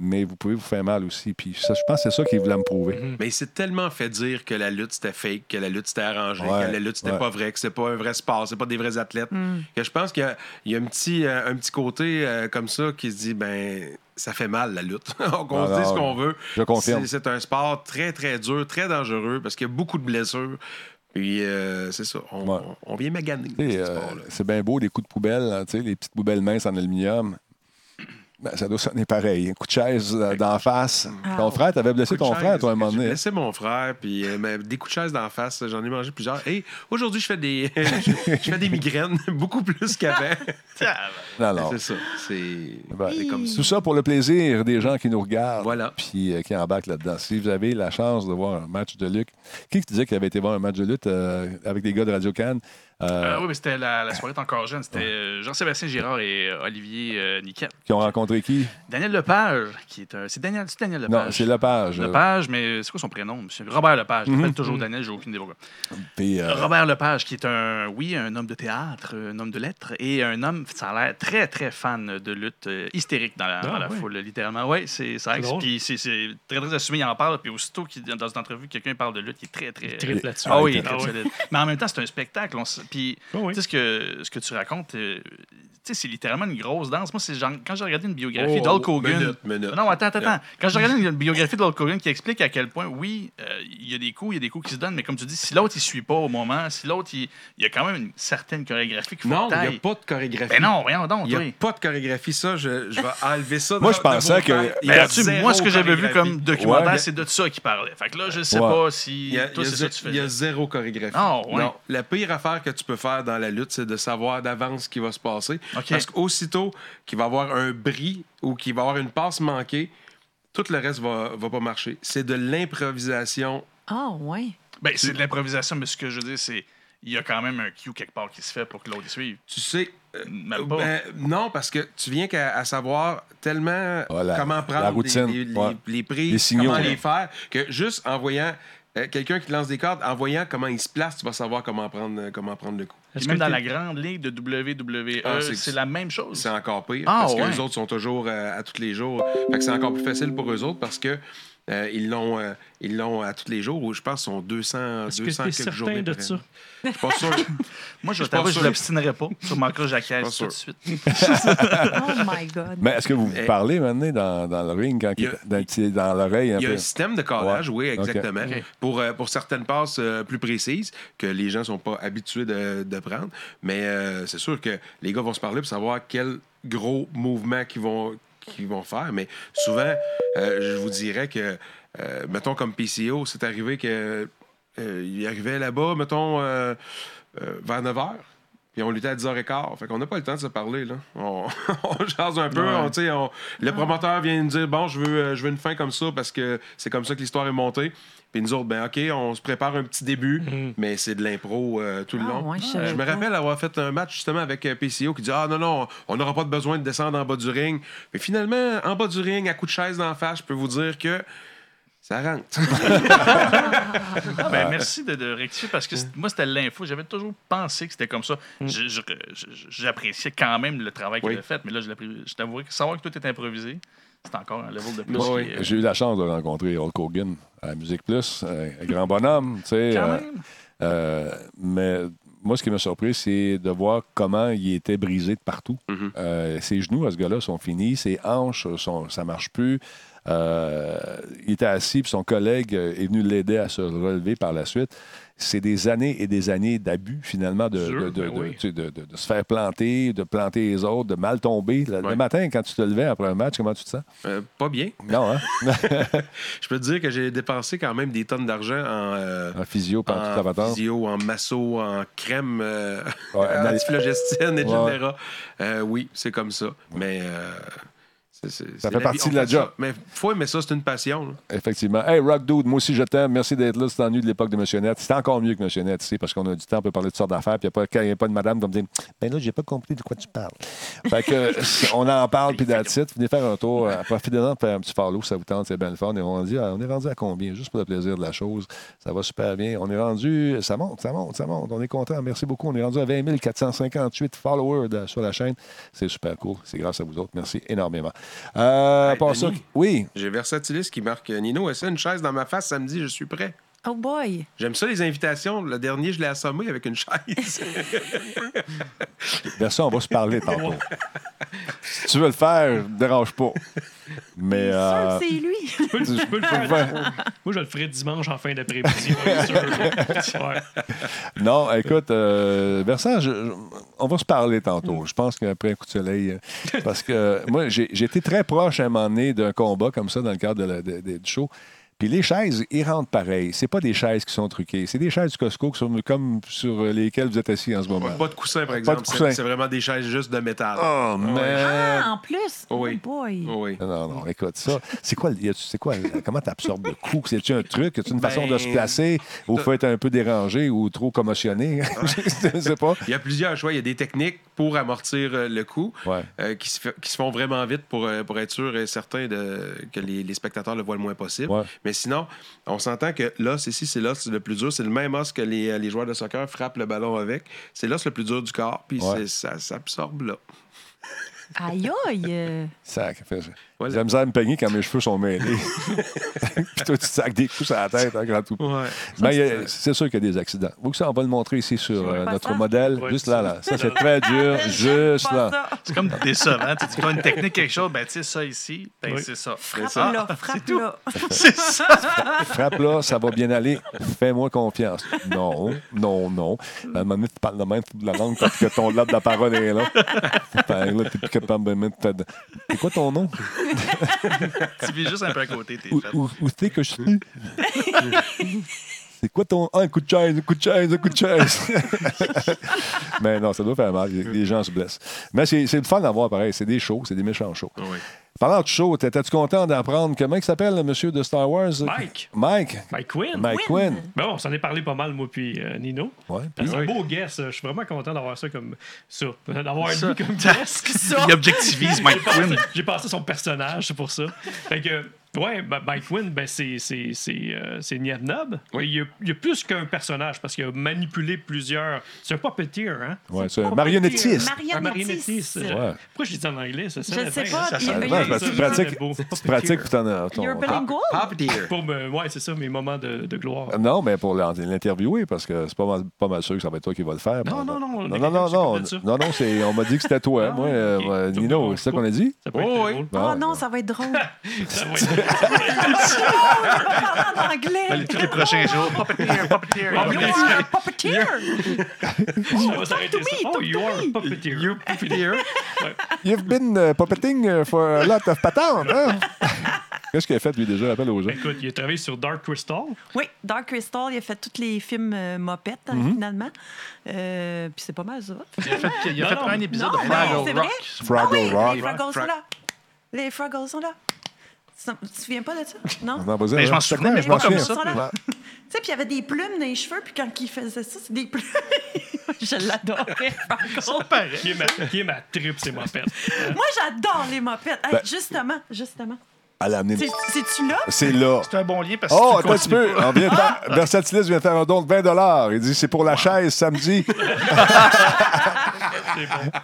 Speaker 1: mais vous pouvez vous faire mal aussi. Puis ça, je pense que c'est ça qu'il voulait me prouver.
Speaker 4: Mais il s'est tellement fait dire que la lutte c'était fake, que la lutte c'était arrangé,
Speaker 1: Ouais,
Speaker 4: que la lutte c'était
Speaker 1: ouais.
Speaker 4: pas vrai, que c'est pas un vrai sport, c'est pas des vrais athlètes. Que je pense qu'il y a, il y a un, petit, euh, un petit côté euh, comme ça qui se dit ben ça fait mal la lutte. On qu'on se
Speaker 1: Ah,
Speaker 4: dise ce
Speaker 1: ouais.
Speaker 4: qu'on veut.
Speaker 1: Je confirme.
Speaker 4: C'est, c'est un sport très très dur, très dangereux parce qu'il y a beaucoup de blessures. Puis euh, c'est ça, on,
Speaker 1: Ouais.
Speaker 4: on- on vient maganer.
Speaker 1: Tu sais,
Speaker 4: ce
Speaker 1: euh,
Speaker 4: sport-là.
Speaker 1: c'est bien beau, les coups de poubelle, hein, tu sais, les petites poubelles minces en aluminium. Ben, ça doit sonner pareil. Un coup de chaise euh, d'en face. Ton frère, t'avais blessé
Speaker 4: Coup de
Speaker 1: ton
Speaker 4: chaise,
Speaker 1: frère, toi, à un moment
Speaker 4: j'ai
Speaker 1: donné.
Speaker 4: blessé mon frère, puis euh, mais des coups de chaise d'en face, j'en ai mangé plusieurs. Et aujourd'hui, je fais des, je, je fais des migraines, beaucoup plus qu'avant.
Speaker 1: Non, non.
Speaker 4: C'est ça. C'est
Speaker 1: Ben,
Speaker 4: c'est comme ça.
Speaker 1: Tout ça pour le plaisir des gens qui nous regardent.
Speaker 4: Voilà.
Speaker 1: Puis euh, qui embarquent là-dedans. Si vous avez la chance de voir un match de lutte, qui te disait qu'il avait été voir un match de lutte euh, avec des gars de Radio Cannes? euh,
Speaker 6: Euh, oui, mais c'était la, la soirée était encore jeune. C'était euh, Jean-Sébastien Girard et euh, Olivier euh, Niquette.
Speaker 1: Qui ont rencontré qui?
Speaker 6: Daniel Lepage, qui est un. C'est Daniel, c'est Daniel Lepage.
Speaker 1: Non, c'est Lepage.
Speaker 6: Lepage, mais c'est quoi son prénom? Monsieur Robert
Speaker 3: Mhm.
Speaker 6: Lepage. Je l'appelle toujours Daniel, j'ai aucune idée pourquoi.
Speaker 1: Puis,
Speaker 3: Ah.
Speaker 1: euh,
Speaker 6: Robert Lepage, qui est un, oui, un homme de théâtre, un homme de lettres et un homme, ça a l'air très, très fan de lutte euh, hystérique dans la,
Speaker 3: Ah,
Speaker 6: dans la
Speaker 3: oui.
Speaker 6: foule, littéralement. Oui, c'est ça.
Speaker 3: C'est drôle.
Speaker 6: Puis c'est c'est très, très assumé, il en parle. Puis aussitôt, qu'il- dans une entrevue, quelqu'un parle de lutte, il est très, très.
Speaker 3: triple là-dessus.
Speaker 6: Ah oui, il est
Speaker 3: Ah
Speaker 6: très
Speaker 3: oui.
Speaker 6: solide. Mais en même temps, c'est un spectacle. on s- Puis,
Speaker 3: Ah oui.
Speaker 6: tu sais, ce que, ce que tu racontes, euh, tu sais, c'est littéralement une grosse danse. Moi, c'est genre, quand j'ai regardé une biographie
Speaker 4: Oh,
Speaker 6: d'Hulk Hogan.
Speaker 4: minute, minute.
Speaker 6: Non, attends, attends, attends. Quand j'ai regardé une biographie de Hulk Hogan qui explique à quel point, oui, euh, il y a des coups, il y a des coups qui se donnent, mais comme tu dis, si l'autre, il suit pas au moment, si l'autre, il, il y a quand même une certaine chorégraphie qu'il faut
Speaker 4: Non,
Speaker 6: que
Speaker 4: il n'y
Speaker 6: t'ailles.
Speaker 4: a pas de chorégraphie.
Speaker 6: Ben non, rien donc,
Speaker 4: Il n'y a
Speaker 6: oui.
Speaker 4: pas de chorégraphie, ça, je, je vais enlever ça.
Speaker 1: Moi,
Speaker 4: de-
Speaker 1: je pensais
Speaker 4: de vos
Speaker 1: que-
Speaker 4: têtes. Il y
Speaker 6: Mais
Speaker 4: a
Speaker 6: là-dessus,
Speaker 4: zéro
Speaker 6: Ben, moi, ce que j'avais vu
Speaker 4: chorégraphie.
Speaker 6: comme documentaire,
Speaker 1: Ouais.
Speaker 6: c'est de ça qu'il parlait. Fait que là, je sais
Speaker 1: Ouais.
Speaker 6: pas si
Speaker 4: Il y a,
Speaker 6: toi,
Speaker 4: il y a
Speaker 6: c'est ça que tu
Speaker 4: zé- il y a
Speaker 6: faisais.
Speaker 4: zéro chorégraphie.
Speaker 6: Ah, ouais.
Speaker 4: Non, la pire affaire que tu peux faire dans la lutte, c'est de savoir d'avance ce qui va se passer.
Speaker 6: OK.
Speaker 4: Parce qu'aussitôt qu'il va y avoir un bris ou qu'il va y avoir une passe manquée, tout le reste va, va pas marcher. C'est de l'improvisation.
Speaker 7: Ah, ouais.
Speaker 6: Ben, c'est de l'improvisation, mais ce que je veux dire, c'est il y a quand même un cue quelque part qui se fait pour que l'autre y suive.
Speaker 4: Tu sais, euh,
Speaker 6: Même pas.
Speaker 4: ben, non, parce que tu viens qu'à à savoir tellement
Speaker 1: Ah, la-
Speaker 4: comment prendre
Speaker 1: la
Speaker 4: les-
Speaker 1: routine,
Speaker 4: les, les-
Speaker 1: ouais.
Speaker 4: les prises,
Speaker 1: Les signaux,
Speaker 4: comment
Speaker 1: là.
Speaker 4: les faire, que juste en voyant euh, quelqu'un qui te lance des cordes, en voyant comment il se place, tu vas savoir comment prendre, comment prendre le coup.
Speaker 6: Puis
Speaker 3: Est-ce
Speaker 6: même
Speaker 3: que
Speaker 6: dans
Speaker 3: t'es-
Speaker 6: la grande ligue de WWE,
Speaker 4: Ah, c'est-
Speaker 6: c'est la même chose.
Speaker 4: C'est encore pire.
Speaker 6: Ah,
Speaker 4: parce que
Speaker 6: ouais.
Speaker 4: les autres sont toujours euh, à tous les jours. Fait que c'est encore plus facile pour eux autres parce que euh, ils l'ont euh, ils l'ont à tous les jours ou je pense sont 200
Speaker 3: Est-ce que
Speaker 4: 200
Speaker 3: t'es
Speaker 4: quelques
Speaker 3: certain
Speaker 4: journées.
Speaker 3: de
Speaker 4: par
Speaker 3: ça?
Speaker 4: année. Je suis pas sûr.
Speaker 6: Moi, je
Speaker 4: Je
Speaker 6: t'avoue,
Speaker 4: pense
Speaker 6: je
Speaker 4: sûr.
Speaker 6: l'obstinerai pas sur mon croche à caisse
Speaker 4: sûr.
Speaker 6: tout de suite.
Speaker 7: Oh, my God.
Speaker 1: mais est-ce que vous vous
Speaker 4: Eh.
Speaker 1: parlez maintenant dans, dans le ring quand
Speaker 4: Il y
Speaker 1: il-
Speaker 4: a-
Speaker 1: dans, le petit- dans l'oreille un
Speaker 4: Il y a
Speaker 1: peu?
Speaker 4: un système de cordage, oui,
Speaker 1: Ouais.
Speaker 4: exactement.
Speaker 6: Ok. Ok.
Speaker 4: Pour, euh, pour certaines passes euh, plus précises que les gens ne sont pas habitués de, de prendre. Mais euh, c'est sûr que les gars vont se parler pour savoir quel gros mouvement qu'ils vont, qu'ils vont faire. Mais souvent, euh, je vous dirais que, euh, mettons, comme PCO, c'est arrivé que euh, il arrivait là-bas, mettons, euh, euh, vers 9 h. Puis on luttait à 10h15. Fait qu'on n'a pas le temps de se parler, là. On, on jase un peu.
Speaker 6: Ouais.
Speaker 4: on- tu sais, on- le promoteur vient nous dire Bon, je veux, euh, je veux une fin comme ça parce que c'est comme ça que l'histoire est montée. Puis nous autres, ben OK, on se prépare un petit début, mais c'est de l'impro euh, tout le
Speaker 7: Ah,
Speaker 4: long.
Speaker 7: ouais, je
Speaker 4: je
Speaker 7: savais
Speaker 4: me
Speaker 7: pas.
Speaker 4: rappelle avoir fait un match justement avec euh, PCO qui dit Ah non, non, on n'aura pas de besoin de descendre en bas du ring. Mais finalement, en bas du ring, à coup de chaise d'en face, je peux vous dire que ça rentre.
Speaker 6: Ah, ben, merci de, de rectifier parce que c'est- moi, c'était l'info. J'avais toujours pensé que c'était comme ça. Je- je- je- J'appréciais quand même le travail
Speaker 4: Oui.
Speaker 6: qu'il a fait, mais là, je, l'appré- je t'avouerai que savoir que tout est improvisé, c'est encore un level de plus.
Speaker 4: Oui,
Speaker 6: qui, euh,
Speaker 1: J'ai eu la chance de rencontrer Hulk Hogan à Musique Plus, euh, un grand bonhomme, tu sais.
Speaker 6: quand
Speaker 1: euh,
Speaker 6: même.
Speaker 1: Euh, mais moi, ce qui m'a surpris, c'est de voir comment il était brisé de partout.
Speaker 4: Mhm.
Speaker 1: Euh, ses genoux, à ce gars-là, sont finis. Ses hanches, sont, ça marche plus. Euh, il était assis, puis son collègue euh, est venu l'aider à se relever par la suite. C'est des années et des années d'abus, finalement, de,
Speaker 3: Sûr,
Speaker 1: de- de-
Speaker 3: ben
Speaker 1: de-
Speaker 3: oui.
Speaker 1: tu sais, de- de- de se faire planter, de planter les autres, de mal tomber. Le, le
Speaker 4: Ouais.
Speaker 1: matin, quand tu te levais après un match, comment tu te sens?
Speaker 4: Euh, pas bien.
Speaker 1: Non, hein?
Speaker 4: Je peux te dire que j'ai dépensé quand même des tonnes d'argent en, euh,
Speaker 1: En physio, pendant toute la
Speaker 4: en
Speaker 1: patente.
Speaker 4: physio, en masso, en crème, euh,
Speaker 1: Ouais,
Speaker 4: en
Speaker 1: dans-
Speaker 4: antiflogestine, etc.
Speaker 1: Ouais.
Speaker 4: Euh, oui, c'est comme ça. Mais euh, c'est- c'est- c'est
Speaker 1: fait
Speaker 4: vie.
Speaker 1: partie
Speaker 4: On
Speaker 1: de la
Speaker 4: fait
Speaker 1: job.
Speaker 4: ça. Mais faut aimer ça, c'est une passion. là.
Speaker 1: Effectivement. Hey, Rock Dude, moi aussi je t'aime. Merci d'être là. C'est ennuyeux de l'époque de M. Net. C'est encore mieux que M. Net ici parce qu'on a du temps, on peut parler de sortes d'affaires. Puis il n'y a, pas de madame comme dire Ben là, j'ai pas compris de quoi tu parles. Fait que si on en parle, puis d'attitude. Venez faire un tour. euh, Profitez-en de faire un petit follow, ça vous tente, c'est bien le fun. Et on, dit, ah, on est rendu à combien Juste pour le plaisir de la chose. Ça va super bien. On est rendu. Ça monte, ça monte, ça monte. On est content. Merci beaucoup. On est rendu à 20 458 followers de- sur la chaîne. C'est super cool. C'est grâce à vous autres. Merci énormément. Euh,
Speaker 4: Hey,
Speaker 1: pas ça-
Speaker 4: Denis.
Speaker 1: Oui.
Speaker 4: J'ai Versatilis qui marque euh, Nino, essaie une chaise dans ma face samedi, je suis prêt.
Speaker 7: Oh boy!
Speaker 4: J'aime ça les invitations. Le dernier, je l'ai assommé avec une chaise.
Speaker 1: Vers ça, on va se parler tantôt. si tu veux le faire, dérange pas. Mais euh,
Speaker 7: Sûr que c'est lui!
Speaker 3: Tu peux, le- tu peux le faire. Moi, je le ferai dimanche en fin d'après-midi. ouais, c'est sûr. Ouais.
Speaker 1: non, écoute, euh, Versant, je- je- on va se parler tantôt. Je pense qu'après un coup de soleil, euh, parce que euh, moi, j'ai j'ai été très proche à un moment donné d'un combat comme ça dans le cadre de la- de- de- du show. Puis les chaises, ils rentrent pareil. C'est pas des chaises qui sont truquées. C'est des chaises du Costco qui sont comme sur lesquelles vous êtes assis en ce moment.
Speaker 4: pas de coussin, par
Speaker 1: de
Speaker 4: exemple.
Speaker 1: coussin.
Speaker 4: C'est c'est vraiment des chaises juste de métal.
Speaker 1: Oh, man!
Speaker 7: Ah, en plus!
Speaker 4: euh, Oh oui.
Speaker 7: Oh boy!
Speaker 4: Oui.
Speaker 1: Non, non, écoute, ça, c'est quoi, y a- c'est quoi, comment tu absorbes le coup? C'est-tu un truc? C'est une façon de se
Speaker 4: Ben,
Speaker 1: placer ou faut être un peu dérangé ou trop commotionné? je sais pas.
Speaker 4: Il y a plusieurs choix. Il y a des techniques pour amortir euh, le coup
Speaker 1: Ouais.
Speaker 4: euh, qui, se fait- qui se font vraiment vite pour, euh, pour être sûr et certain de, que les, les spectateurs le voient le moins possible.
Speaker 1: Ouais.
Speaker 4: Mais sinon, on s'entend que l'os ici, c'est l'os le plus dur. C'est le même os que les, les joueurs de soccer frappent le ballon avec. C'est l'os le plus dur du corps, puis
Speaker 1: Ouais.
Speaker 4: c'est- ça s'absorbe là.
Speaker 7: Aïe aïe! euh,
Speaker 1: Sac. Fait- J'ai
Speaker 4: Voilà.
Speaker 1: la misère à me peigner quand mes cheveux sont mêlés. Puis toi, tu te sacs des coups à la tête, hein, grand tout. Ben, il y a- c'est sûr qu'il y a des accidents. Vous, ça, on va le montrer ici sur euh,
Speaker 7: Pas
Speaker 1: notre
Speaker 7: ça.
Speaker 1: modèle.
Speaker 3: Ouais,
Speaker 1: juste
Speaker 3: ça.
Speaker 1: là, là. Ça, c'est très dur. Juste
Speaker 7: pas
Speaker 1: là.
Speaker 7: ça.
Speaker 6: C'est comme décevant. Tu dis qu'on a une technique, quelque chose, ben tu sais, ça ici, ben
Speaker 3: Oui.
Speaker 6: c'est ça.
Speaker 7: Frappe là, frappe là.
Speaker 6: C'est ça.
Speaker 1: Frappe là, ça va bien aller. Fais-moi confiance. Non, non, non. À un moment donné, tu parles de même toute la langue parce que ton lobe de la parole est là. Fait que là, t'es plus capable de mettre ta- C'est quoi ton nom?
Speaker 6: tu vis juste un peu à côté, t'es
Speaker 1: Où,
Speaker 6: fait.
Speaker 1: où, où c'est que je suis? C'est quoi ton. Ah, un coup de chaise, un coup de chaise, un coup de chaise. Mais non, ça doit faire mal. Les- Les gens se blessent. Mais c'est c'est le fun d'avoir pareil. C'est des shows, c'est des méchants shows.
Speaker 4: Oui.
Speaker 1: Parlant de shows, t'étais-tu content d'apprendre comment il s'appelle le monsieur de Star Wars?
Speaker 3: Mike.
Speaker 1: Mike.
Speaker 3: Mike Quinn.
Speaker 1: Mike
Speaker 7: Quinn.
Speaker 1: Quinn.
Speaker 3: Ben, on s'en est parlé pas mal, moi, puis euh, Nino.
Speaker 1: Ouais, puis-
Speaker 3: C'est un beau guess. Je suis vraiment content d'avoir ça comme ça. D'avoir lui comme
Speaker 6: Il objectivise Mike Quinn.
Speaker 3: J'ai passé son personnage, c'est pour ça. Fait que, ouais, ben, Mike Wynn, ben, c'est c'est- c'est, euh, c'est Niab Nob. Il, y a, il y a plus qu'un personnage parce qu'il a manipulé plusieurs. C'est un puppeteer, hein?
Speaker 1: Ouais, c'est un marionnettiste.
Speaker 3: Un marionnettiste.
Speaker 7: Marionnettiste.
Speaker 1: Ouais.
Speaker 3: Pourquoi je dis ça en anglais? Ça,
Speaker 7: Je
Speaker 3: la
Speaker 7: sais
Speaker 3: fin,
Speaker 7: pas,
Speaker 3: hein?
Speaker 7: puis-
Speaker 3: sonne
Speaker 7: euh,
Speaker 3: bien,
Speaker 1: Ouais, parce que
Speaker 3: ça,
Speaker 1: tu
Speaker 3: ça,
Speaker 1: pratiques,
Speaker 3: beau.
Speaker 1: tu pratiques pour ton, ton-
Speaker 7: You're bilingual?
Speaker 4: Pop dear.
Speaker 3: Pour me, ouais, c'est ça, mes moments de, de gloire.
Speaker 1: Ah, Non, mais pour l'in- l'interviewer, parce que c'est pas mal, pas mal sûr que ça va être toi qui va le faire. Mais-
Speaker 3: Non, non, non,
Speaker 1: Non, non,
Speaker 3: il y a
Speaker 1: non,
Speaker 3: quelqu'un qui
Speaker 1: non.
Speaker 3: s'occupe de ça.
Speaker 1: Non, non, c'est- on m'a dit que c'était toi.
Speaker 3: Ah,
Speaker 1: Moi,
Speaker 3: ok.
Speaker 1: euh, euh,
Speaker 3: Ça
Speaker 1: Nino,
Speaker 3: peut-
Speaker 1: c'est ça qu'on a dit?
Speaker 3: Ça peut être
Speaker 4: Oh, Ah, oui.
Speaker 3: drôle. Ah,
Speaker 1: Bon,
Speaker 7: Oh non, ça va être drôle.
Speaker 3: Ça va être-
Speaker 7: Parle en anglais.
Speaker 6: Allez, tous les prochains jours. Puppeteer, puppeteer.
Speaker 7: You
Speaker 4: Ah,
Speaker 6: puppeteer.
Speaker 7: are a puppeteer.
Speaker 3: Ah, ça va s'arrêter ça.
Speaker 7: me,
Speaker 3: Oh,
Speaker 7: talk
Speaker 3: you
Speaker 7: to
Speaker 3: are a
Speaker 7: me.
Speaker 3: puppeteer.
Speaker 4: You dear.
Speaker 1: You've been uh, puppeting uh, for a lot of patentes, hein? Qu'est-ce qu'il a fait, lui, déjà? Rappelle aux gens.
Speaker 3: Écoute, il a travaillé sur Dark Crystal.
Speaker 7: Oui, Dark Crystal, il a fait tous les films euh, mopettes, hein,
Speaker 4: Mm-hmm.
Speaker 7: finalement. Euh, Puis c'est pas mal ça. Ah,
Speaker 6: Il a fait, il a
Speaker 3: Non,
Speaker 6: fait
Speaker 3: non,
Speaker 6: un épisode
Speaker 7: non,
Speaker 6: de
Speaker 7: mais c'est
Speaker 6: Fraggle
Speaker 7: vrai.
Speaker 6: Rock.
Speaker 1: Fraggle
Speaker 7: Ah oui,
Speaker 1: Rock.
Speaker 7: les Fraggles sont
Speaker 4: Frag-
Speaker 7: là. Les Fraggles sont là. Ça- Tu te souviens pas de ça? Non?
Speaker 1: Non, vas-y,
Speaker 6: Mais Ben, je m'en
Speaker 1: hein,
Speaker 6: souvenais,
Speaker 1: quoi?
Speaker 6: mais
Speaker 1: Je m'en
Speaker 6: pas comme
Speaker 1: souviens.
Speaker 7: ça.
Speaker 1: Ouais.
Speaker 7: Tu sais, puis il y avait des plumes dans les cheveux, puis quand il faisait ça, c'est des plumes. Je l'adorais, Fraggles.
Speaker 3: Qui est ma, qui est ma tripe, c'est ma pète.
Speaker 7: Moi, j'adore les mopettes. Hey,
Speaker 1: Ben-
Speaker 7: justement, justement.
Speaker 1: Elle a amené une-
Speaker 7: C'est- C'est-tu là?
Speaker 1: C'est là.
Speaker 6: C'est un bon lien parce que
Speaker 1: Oh,
Speaker 6: si tu
Speaker 1: attends un petit
Speaker 6: continues Ah!
Speaker 1: peu. On vient faire- Versatilis vient faire un don de 20 Il dit c'est pour la chaise samedi.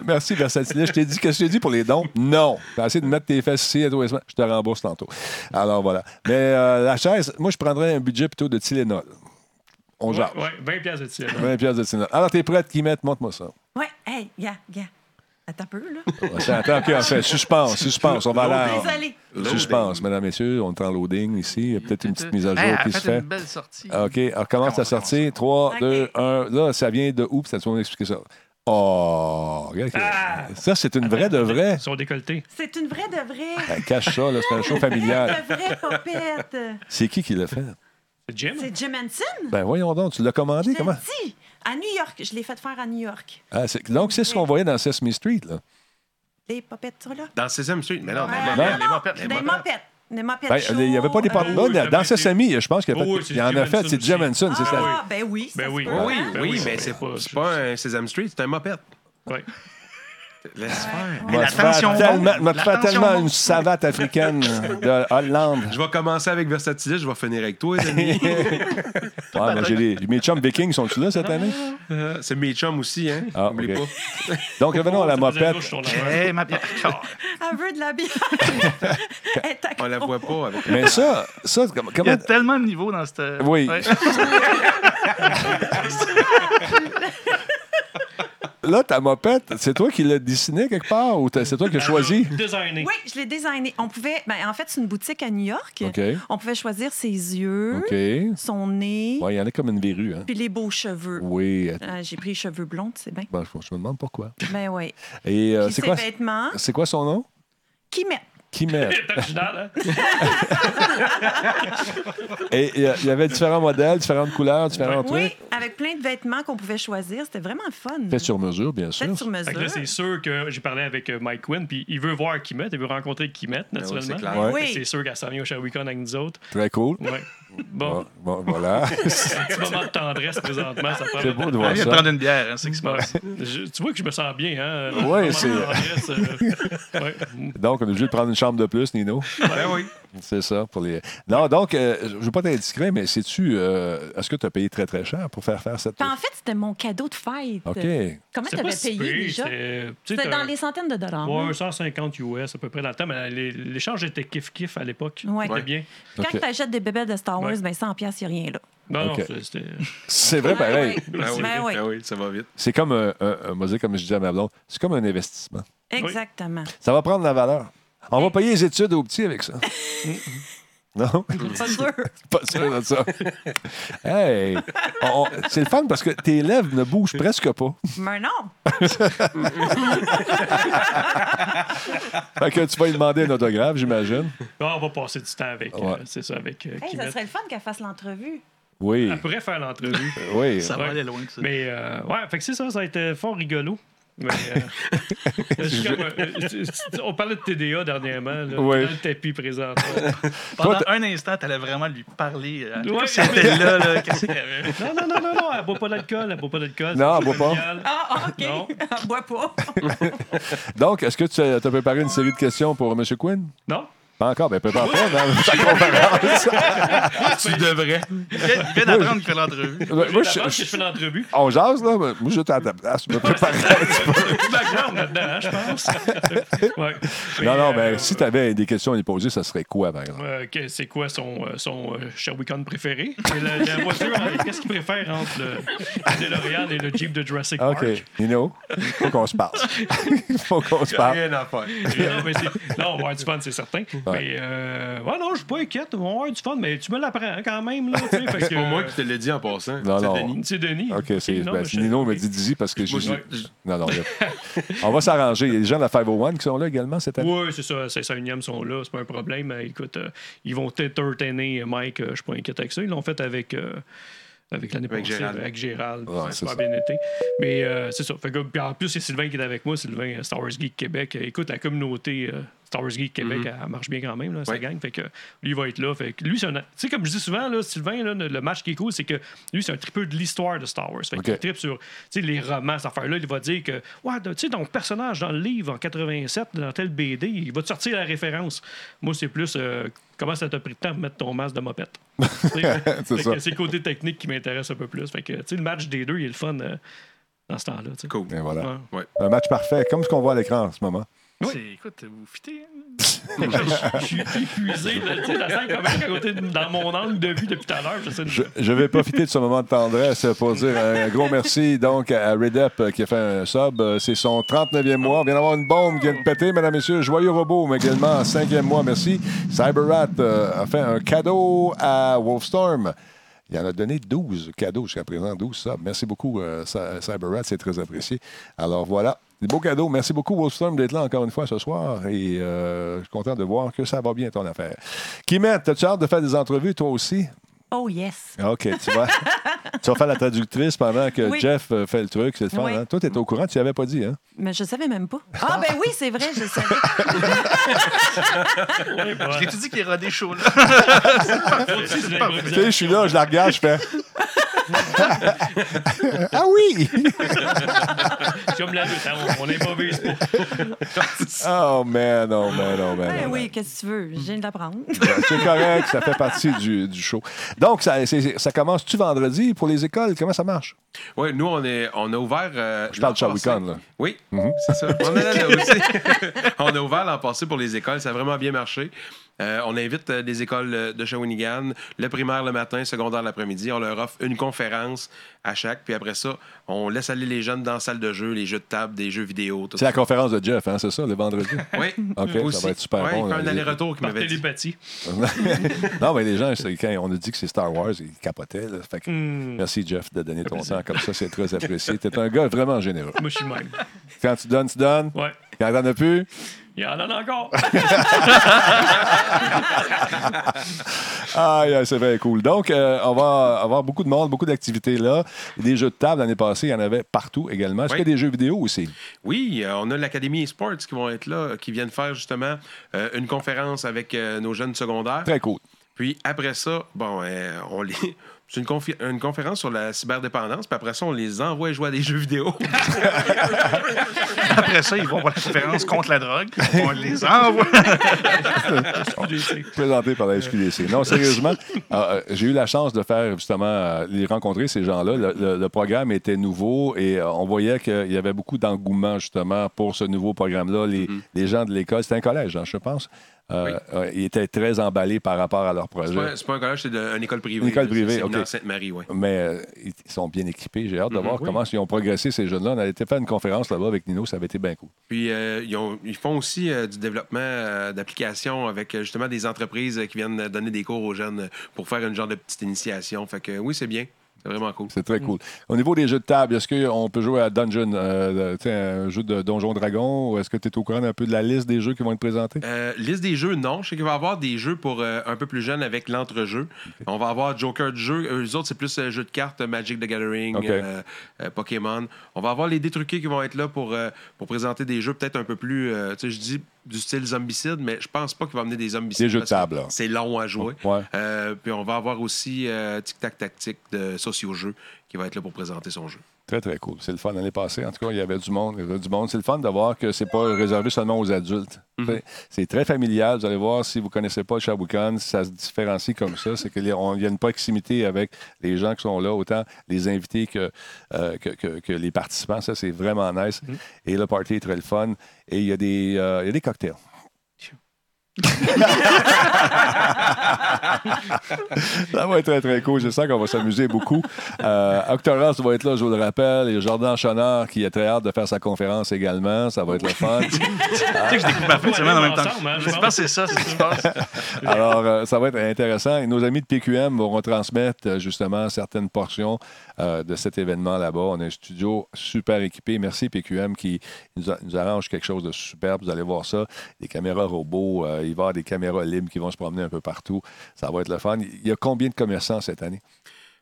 Speaker 1: Merci, Versatilis. Je t'ai dit, qu'est-ce que je t'ai dit pour les dons? Non. T'as essayé de mettre tes fesses ici, à toi, Esma. je te rembourse tantôt. Alors voilà. Mais euh, la chaise, moi, je prendrais un budget plutôt de Tylenol. On
Speaker 3: Ouais,
Speaker 1: jase.
Speaker 3: ouais, 20 piastres de ciel.
Speaker 1: 20 piastres de Tylenol. Alors, t'es prête qui mettent? Montre-moi ça.
Speaker 7: Ouais, hey, gars, gars. Attends un peu, là.
Speaker 1: On s'entend. OK, on fait suspense, suspense. On va aller. en-
Speaker 7: Désolé.
Speaker 1: Suspense, mesdames, messieurs. On est en loading ici. Il y a peut-être une petite mise à jour
Speaker 6: Hey, elle
Speaker 1: qui
Speaker 6: Ben, fait
Speaker 1: se fait.
Speaker 6: une belle sortie.
Speaker 1: OK, on commence à
Speaker 6: Commence,
Speaker 1: sortir. 3,
Speaker 7: OK.
Speaker 1: 2, 1. Là, ça vient de où? Puis ça, tu vas m'expliquer ça. Oh, regarde. que-
Speaker 3: Ah!
Speaker 1: Ça, c'est une vraie de vraie.
Speaker 3: Ils sont décolletés.
Speaker 7: C'est une vraie de vraie.
Speaker 1: Ben, cache ça, là, c'est un show
Speaker 7: Vraie
Speaker 1: familial.
Speaker 7: de vraie popette.
Speaker 1: C'est qui qui l'a fait?
Speaker 3: C'est Jim?
Speaker 7: C'est Jim Henson.
Speaker 1: Ben voyons donc, tu l'as commandé,
Speaker 7: Je
Speaker 1: comment?
Speaker 7: l'ai dit. À New York. Je l'ai fait faire à New York.
Speaker 1: Ah, c'est- donc, c'est ce qu'on voyait dans Sesame Street, là.
Speaker 7: Les popettes, ça, là.
Speaker 4: Dans Sesame Street. Mais non,
Speaker 7: Ouais,
Speaker 4: mais
Speaker 7: non,
Speaker 4: les- les mopettes, les
Speaker 7: Des
Speaker 4: mopettes.
Speaker 7: mopettes. Des mopettes
Speaker 1: Ben,
Speaker 7: show,
Speaker 1: il n'y avait pas des porte
Speaker 7: euh,
Speaker 3: oui, ça
Speaker 1: Dans
Speaker 3: m'a été-
Speaker 1: Sesame, je pense qu'il y, a
Speaker 3: Oh,
Speaker 1: pas-
Speaker 3: oui, c'est
Speaker 1: il y en a
Speaker 3: Jim
Speaker 1: fait.
Speaker 3: Henson
Speaker 1: C'est Jim
Speaker 3: aussi.
Speaker 1: Henson, c'est ça.
Speaker 7: Ah, ben oui. ça
Speaker 3: Ben
Speaker 7: se
Speaker 3: oui.
Speaker 7: peut,
Speaker 3: Ben
Speaker 4: Oui,
Speaker 7: hein?
Speaker 4: ben oui, mais c'est pas, c'est pas un Sesame Street, c'est un mopette.
Speaker 3: Ouais.
Speaker 4: Laisse faire.
Speaker 1: Moi,
Speaker 6: la
Speaker 1: tu fais
Speaker 6: tension monte.
Speaker 1: tellement- moi, tu
Speaker 6: La
Speaker 1: fais
Speaker 6: tension
Speaker 1: tellement
Speaker 6: monte.
Speaker 1: une savate africaine de Hollande.
Speaker 4: Je vais commencer avec Versatilis, je vais finir avec toi, les amis.
Speaker 1: Ah, moi, j'ai les- mes chums vikings sont-ils là cette année?
Speaker 4: Euh, c'est mes chums aussi, hein.
Speaker 1: Ah,
Speaker 4: N'oublie
Speaker 1: ok.
Speaker 4: pas.
Speaker 1: Donc, revenons à la
Speaker 3: Ça faisait une
Speaker 1: mopette.
Speaker 3: douche sur la main.
Speaker 1: ben,
Speaker 6: Hey, Eh, ma Ah, pierre.
Speaker 7: Elle veut de la bière. Elle est à
Speaker 4: On la voit pas avec
Speaker 1: Mais ça, ça comment-
Speaker 6: Il y
Speaker 1: comment...
Speaker 6: a tellement de niveaux dans cette.
Speaker 1: Oui.
Speaker 6: Ouais.
Speaker 1: Là, ta mopette, c'est toi qui l'as dessinée quelque part ou t'as- c'est toi qui as choisi?
Speaker 3: Designé.
Speaker 7: Oui, je l'ai designé. On pouvait, ben, en fait, c'est une boutique à New York.
Speaker 1: OK.
Speaker 7: On pouvait choisir ses yeux,
Speaker 1: OK. Ouais,
Speaker 7: son nez,
Speaker 1: Il y en a comme une verrue, hein?
Speaker 7: puis les beaux cheveux.
Speaker 1: Oui.
Speaker 7: Ah, J'ai pris les cheveux blonds, tu sais bien.
Speaker 1: Bon, je, je me demande pourquoi.
Speaker 7: Ben oui.
Speaker 1: Et euh,
Speaker 7: Puis
Speaker 1: c'est
Speaker 7: ses
Speaker 1: quoi,
Speaker 7: vêtements,
Speaker 1: c'est quoi son nom?
Speaker 7: qui met.
Speaker 1: Kimet.
Speaker 3: C'est original, hein?
Speaker 1: Et il y a- il y avait différents modèles, différentes couleurs, différents
Speaker 7: Oui,
Speaker 1: trucs.
Speaker 7: avec plein de vêtements qu'on pouvait choisir. C'était vraiment le fun.
Speaker 1: Fait sur mesure, bien sûr.
Speaker 7: Fait sur
Speaker 3: Fait que
Speaker 7: mesure.
Speaker 3: là, c'est sûr que j'ai parlé avec euh, Mike Quinn, puis il veut voir Kimet, il veut rencontrer Kimet,
Speaker 4: Ben oui, c'est
Speaker 3: naturellement.
Speaker 4: clair.
Speaker 1: Ouais.
Speaker 3: Fait que
Speaker 7: Oui.
Speaker 3: C'est sûr qu'elle s'en vient au Shawicon avec nous autres.
Speaker 1: Très cool.
Speaker 3: Ouais.
Speaker 1: Bon,
Speaker 3: Bon,
Speaker 1: bon, voilà.
Speaker 3: un petit moment de tendresse présentement, ça prend.
Speaker 1: c'est beau de
Speaker 6: Ah,
Speaker 1: voir
Speaker 6: Il vient de
Speaker 1: ça.
Speaker 6: prendre une bière, hein, c'est ce qui se
Speaker 3: Ouais.
Speaker 6: passe.
Speaker 3: Je- tu vois que je me sens bien, hein?
Speaker 1: Ouais,
Speaker 3: Moment de
Speaker 1: c'est-
Speaker 3: tendresse, euh, ouais.
Speaker 1: Donc, on est obligé de prendre une chambre de plus, Nino.
Speaker 4: Ben oui.
Speaker 1: C'est ça pour les. Non, donc, euh, je ne veux pas être discret, mais sais-tu, euh, est-ce que tu as payé très, très cher pour faire faire cette.
Speaker 7: Puis en fait, c'était mon cadeau de fête.
Speaker 1: OK.
Speaker 7: Comment
Speaker 3: C'était
Speaker 7: t'avais
Speaker 3: pas
Speaker 7: payé
Speaker 3: si pire,
Speaker 7: déjà?
Speaker 3: c'était- tu sais,
Speaker 7: C'était
Speaker 3: t'as-
Speaker 7: dans les centaines de dollars.
Speaker 3: Ouais,
Speaker 7: hein?
Speaker 3: 150 US à peu près dans le temps, mais les- l'échange était kiff-kiff à l'époque.
Speaker 7: Ouais.
Speaker 3: C'était bien.
Speaker 7: Quand
Speaker 1: OK.
Speaker 7: tu achètes des bébés de Star Wars,
Speaker 3: Ouais.
Speaker 7: ben 100 pièces, il n'y a rien là.
Speaker 3: Non,
Speaker 1: Ok.
Speaker 3: non, c'était. euh,
Speaker 1: C'est vrai, pareil.
Speaker 7: Ouais,
Speaker 4: Ben oui.
Speaker 7: Ben oui.
Speaker 4: Ben oui, ça va vite.
Speaker 1: C'est comme un, un- un- moi, je dis comme je dis à ma blonde, c'est comme un investissement.
Speaker 7: Exactement.
Speaker 1: Ça va prendre la valeur. On va payer les études aux petits avec ça. non?
Speaker 7: Pas sûr.
Speaker 1: Pas sûr de ça. Hey! On- on- c'est le fun parce que tes lèvres ne bougent presque pas.
Speaker 7: Mais non.
Speaker 1: Fait que tu vas lui demander un autographe, j'imagine.
Speaker 3: Ah, on va passer du temps avec. euh,
Speaker 1: Ouais.
Speaker 3: c'est ça, avec euh,
Speaker 7: Hey,
Speaker 3: Kimet.
Speaker 7: ça serait le fun qu'elle fasse l'entrevue.
Speaker 1: Oui.
Speaker 3: Elle pourrait faire l'entrevue.
Speaker 1: Oui.
Speaker 6: Ça va aller loin, ça.
Speaker 3: Mais euh, ouais, fait que c'est ça, ça a été fort rigolo. Mais, euh, je suis comme, euh, tu- tu- on parlait de TDA dernièrement, là,
Speaker 1: Ouais.
Speaker 3: dans le tapis présent.
Speaker 6: Pendant un instant, t'allais vraiment lui parler. euh,
Speaker 3: Ouais.
Speaker 6: Qu'est-ce qu'elle était là, là? Qu'est-ce qu'il y avait?
Speaker 3: non, non, non, non, non, elle boit pas d'alcool, elle boit pas d'alcool.
Speaker 1: Non,
Speaker 3: c'est
Speaker 1: elle boit pas.
Speaker 3: familial.
Speaker 7: Ah, OK.
Speaker 3: Non.
Speaker 7: Bois pas.
Speaker 1: Donc, est-ce que tu as t'as préparé une série de questions pour M. Quinn?
Speaker 3: Non?
Speaker 1: Pas encore. Ben, prépare pas dans sa conférence.
Speaker 4: Tu devrais.
Speaker 6: Il vient il vient d'apprendre qu'il fait l'entrevue.
Speaker 1: Moi,
Speaker 3: Moi,
Speaker 1: je-
Speaker 3: je,
Speaker 1: je-
Speaker 3: fais l'entrevue.
Speaker 1: on jase, là. mais Moi, j'étais à ta place. Je me préparais.
Speaker 3: Tout background là-dedans, hein, je pense. Ouais.
Speaker 1: Non, ben- non,
Speaker 3: euh,
Speaker 1: mais si tu avais des questions à lui poser, ça serait quoi, par exemple?
Speaker 3: euh, que- c'est quoi son, euh, son euh, Sherwicon préféré? Et la, la voiture, hein, qu'est-ce qu'il préfère entre le DeLorean et le Jeep de Jurassic Park?
Speaker 1: OK. Nino, faut qu'on se parle. faut qu'on se parle.
Speaker 4: Rien à faire.
Speaker 3: Et non, mais c'est- non, on va avoir du fun, c'est certain. Mais euh, ouais, non, je suis pas inquiète. On va avoir du fun, mais tu me l'apprends hein, quand même. Là, tu sais, fait que,
Speaker 4: C'est pas moi qui te l'ai dit en passant.
Speaker 1: Non,
Speaker 4: C'est
Speaker 1: non.
Speaker 4: Denis.
Speaker 3: C'est Denis.
Speaker 1: OK, c'est.
Speaker 3: Non,
Speaker 1: ben,
Speaker 3: mais je-
Speaker 1: Nino me dit Dizzy parce que
Speaker 4: Moi,
Speaker 1: j'ai-
Speaker 4: je- je-
Speaker 1: Non, non, y a- On va s'arranger. Il y a des gens de la 501 qui sont là également cette année.
Speaker 3: Oui, c'est ça. C'est ça, unième sont là. C'est pas un problème. Euh, Écoute, euh, ils vont t'entertainer, euh, Mike. euh, je suis pas inquiète avec ça. Ils l'ont fait avec. euh, avec l'année
Speaker 4: Avec
Speaker 3: passée,
Speaker 4: Gérald.
Speaker 3: avec Gérald.
Speaker 1: Ouais,
Speaker 3: ça a
Speaker 1: c'est
Speaker 3: super
Speaker 1: ça.
Speaker 3: bien été. Mais euh, c'est ça. Fait que, puis en plus, c'est Sylvain qui est avec moi, Sylvain euh, Star Wars Geek Québec. Euh, Écoute, la communauté euh, Star Wars Geek Québec, elle, elle marche bien quand même, là, ça
Speaker 4: Ouais.
Speaker 3: gagne. Fait que lui, il va être là. Fait que lui, c'est un. Tu sais, comme je dis souvent, là, Sylvain, là, le match qui est cool, c'est que lui, c'est un tripeux de l'histoire de Star Wars. Fait
Speaker 1: Ok.
Speaker 3: qu'il tripe sur tu sais, les romans, cette affaire-là. Il va dire que, ouais, tu sais, ton personnage dans le livre en 87, dans tel BD, il va te sortir la référence. Moi, c'est plus. euh, Comment ça t'a pris le temps de mettre ton masque de mopette? Tu sais,
Speaker 1: C'est
Speaker 3: fait
Speaker 1: ça.
Speaker 3: que c'est le côté technique qui m'intéresse un peu plus. Fait que, tu sais, le match des deux, il est le fun euh, dans ce temps-là. tu sais.
Speaker 4: Cool.
Speaker 1: Et voilà.
Speaker 3: Ouais.
Speaker 1: Un match parfait, comme ce qu'on voit à l'écran en ce moment. Oui.
Speaker 6: C'est- Écoute, vous fitez. hein?
Speaker 3: Je suis épuisé. là, Tu sais, la scène commence à côté de- dans mon angle de vue depuis tout à l'heure. j'essaie de-
Speaker 1: Je, je vais profiter de ce moment de tendresse pour dire un gros merci donc à Redep euh, qui a fait un sub. Euh, C'est son 39e mois. On vient d'avoir une bombe qui vient de péter, mesdames et messieurs. Joyeux robot, mais également 5e mois. Merci. CyberRat euh, a fait un cadeau à Wolfstorm. Il en a donné 12 cadeaux jusqu'à présent, 12 subs. Merci beaucoup, euh, Cy- CyberRat. C'est très apprécié. Alors voilà, des beaux cadeaux. Merci beaucoup, Wolfstorm, d'être là encore une fois ce soir. Et euh, je suis content de voir que ça va bien, ton affaire. Kimette, as-tu hâte de faire des entrevues, toi aussi?
Speaker 7: Oh yes.
Speaker 1: Ah, OK, tu vois. tu vas faire la traductrice pendant que
Speaker 7: Oui.
Speaker 1: Jeff euh, fait le truc. C'est le fun,
Speaker 7: Oui.
Speaker 1: hein? Toi, t'es au courant, tu l'avais pas dit, hein?
Speaker 7: Mais je savais même pas. Ah ben oui, c'est vrai, je savais.
Speaker 3: Ouais, bah,
Speaker 6: Je t'ai tout dit qu'il est rodé chaud, là.
Speaker 3: c'est de
Speaker 1: Tu sais, je
Speaker 3: l'improvisation.
Speaker 1: suis là, je la regarde, je fais... ah oui!
Speaker 3: C'est comme la lutte, hein, on- on improvise pas.
Speaker 1: Oh man, oh man, oh man. oh,
Speaker 7: Ben
Speaker 1: man.
Speaker 7: oui, qu'est-ce que tu veux? Je viens de l'apprendre.
Speaker 1: C'est correct, ça fait partie du, du show. Donc, ça, c'est- ça commence-tu vendredi pour les écoles? Comment ça marche?
Speaker 4: Oui, nous, on, est, on a ouvert. euh,
Speaker 1: Je parle de
Speaker 4: l'an
Speaker 1: Shawinigan,
Speaker 4: passé.
Speaker 1: là. Mm-hmm.
Speaker 4: Oui, c'est ça. On, en a aussi. on a ouvert l'an passé pour les écoles. Ça a vraiment bien marché. Euh, on invite euh, des écoles euh, de Shawinigan, le primaire le matin, secondaire l'après-midi. On leur offre une conférence à chaque. Puis après ça, on laisse aller les jeunes dans la salle de jeu, les jeux de table, des jeux vidéo, tout
Speaker 1: C'est
Speaker 4: ça.
Speaker 1: la conférence de Jeff, hein, c'est ça, le vendredi?
Speaker 4: Oui,
Speaker 1: Ok, ça va être super
Speaker 4: Ouais,
Speaker 1: bon,
Speaker 4: il fait
Speaker 1: là,
Speaker 4: un
Speaker 1: les-
Speaker 4: aller-retour qui
Speaker 3: Par
Speaker 4: m'avait dit.
Speaker 3: télépathie.
Speaker 1: non, mais les gens, c'est- quand on a dit que c'est Star Wars, ils capotaient. là. Fait que-
Speaker 3: Hmm,
Speaker 1: Merci, Jeff, de donner ton temps comme ça, c'est très apprécié. T'es un gars vraiment généreux.
Speaker 3: Moi, je suis même.
Speaker 1: Quand tu donnes, tu donnes.
Speaker 3: Ouais.
Speaker 1: Quand t'en as plus,
Speaker 3: Il y en a encore.
Speaker 1: aïe, aïe, c'est bien cool. Donc, euh, on va avoir beaucoup de monde, beaucoup d'activités là. Des jeux de table, l'année passée, il y en avait partout également. Est-ce
Speaker 4: Oui.
Speaker 1: qu'il y a des jeux vidéo aussi?
Speaker 4: Oui, euh, on a l'Académie eSports qui vont être là, euh, qui viennent faire justement euh, une conférence avec euh, nos jeunes secondaires.
Speaker 1: Très cool.
Speaker 4: Puis après ça, bon, euh, on les. C'est une, confi- une conférence sur la cyberdépendance, puis après ça, on les envoie jouer à des jeux vidéo.
Speaker 6: Après ça, ils vont voir la conférence contre la drogue. On les envoie.
Speaker 1: Présenté
Speaker 4: Euh.
Speaker 1: par la SQDC. Non, sérieusement, euh, euh, j'ai eu la chance de faire justement euh, les rencontrer, ces gens-là. Le, le- le programme était nouveau et euh, on voyait qu'il y avait beaucoup d'engouement justement pour ce nouveau programme-là. Les, les gens de l'école, c'était un collège, hein, je pense. Euh,
Speaker 4: Mm-hmm. Oui.
Speaker 1: euh, ils étaient très emballés par rapport à leur
Speaker 4: C'est
Speaker 1: projet.
Speaker 4: pas, c'est pas un collège, c'est de- une école privée.
Speaker 1: Une école
Speaker 4: là,
Speaker 1: privée,
Speaker 4: c'est le séminaire
Speaker 1: ok.
Speaker 4: Sainte-Marie, oui.
Speaker 1: Mais euh, ils ils sont bien équipés. J'ai hâte de voir comment ils ont progressé, ces jeunes-là. On avait été faire une conférence là-bas avec Nino, ça avait été bien cool.
Speaker 4: Puis euh, ils, ont- ils font aussi euh, du développement euh, d'applications avec euh, justement des entreprises euh, qui viennent euh, donner des cours aux jeunes euh, pour faire une genre de petite initiation. Fait que euh, oui, c'est bien. C'est vraiment cool.
Speaker 1: C'est très cool. Au niveau des jeux de table, est-ce qu'on peut jouer à Dungeon, euh, tu sais, un jeu de Donjon Dragon, ou est-ce que tu es au courant un peu de la liste des jeux qui vont être présentés?
Speaker 4: Euh, liste des jeux, non. Je sais qu'il va y avoir des jeux pour euh, un peu plus jeunes avec l'entrejeu. On va avoir Joker de jeu. Eux autres, c'est plus euh, jeux de cartes, euh, Magic the Gathering,
Speaker 1: Ok.
Speaker 4: euh, euh, Pokémon. On va avoir les détruqués qui vont être là pour, euh, pour présenter des jeux peut-être un peu plus. euh, tu sais, je dis du style zombicide, mais je pense pas qu'il va amener des zombicides.
Speaker 1: Des jeux de
Speaker 4: parce que
Speaker 1: table, là.
Speaker 4: C'est long à jouer.
Speaker 1: Ouais.
Speaker 4: Euh, puis on va avoir aussi euh, Tic Tac Tactique de Socio-Jeu qui va être là pour présenter son jeu.
Speaker 1: Très, très cool. C'est le fun l'année passée. En tout cas, il y avait du monde. Il y avait du monde. C'est le fun de voir que c'est pas réservé seulement aux adultes. T'sais, C'est très familial. Vous allez voir si vous connaissez pas le Shabukan, ça se différencie comme ça. C'est qu'il y a on- il y a une proximité avec les gens qui sont là, autant les invités que, euh, que, que- que les participants. Ça, c'est vraiment nice. Et le party est très le fun. Et il y a des, euh, il y a des cocktails. Ça va être très, très cool. Je sens qu'on va s'amuser beaucoup. Euh, Octorance va être là, je vous le rappelle. Et Jordan Chonard qui a très hâte de faire sa conférence également. Ça va être le fun.
Speaker 6: Tu sais que je découvre ma fin de semaine en même temps.
Speaker 3: Ensemble, hein, je
Speaker 6: Je pense que c'est ça, c'est ce qui se passe.
Speaker 1: Alors, euh, ça va être intéressant. Et nos amis de PQM vont retransmettre euh, justement certaines portions euh, de cet événement là-bas. On a un studio super équipé. Merci PQM qui nous, a- nous arrange quelque chose de superbe. Vous allez voir ça. Des caméras robots. euh, il va y avoir des caméras libres qui vont se promener un peu partout. Ça va être le fun. Il y a combien de commerçants cette année?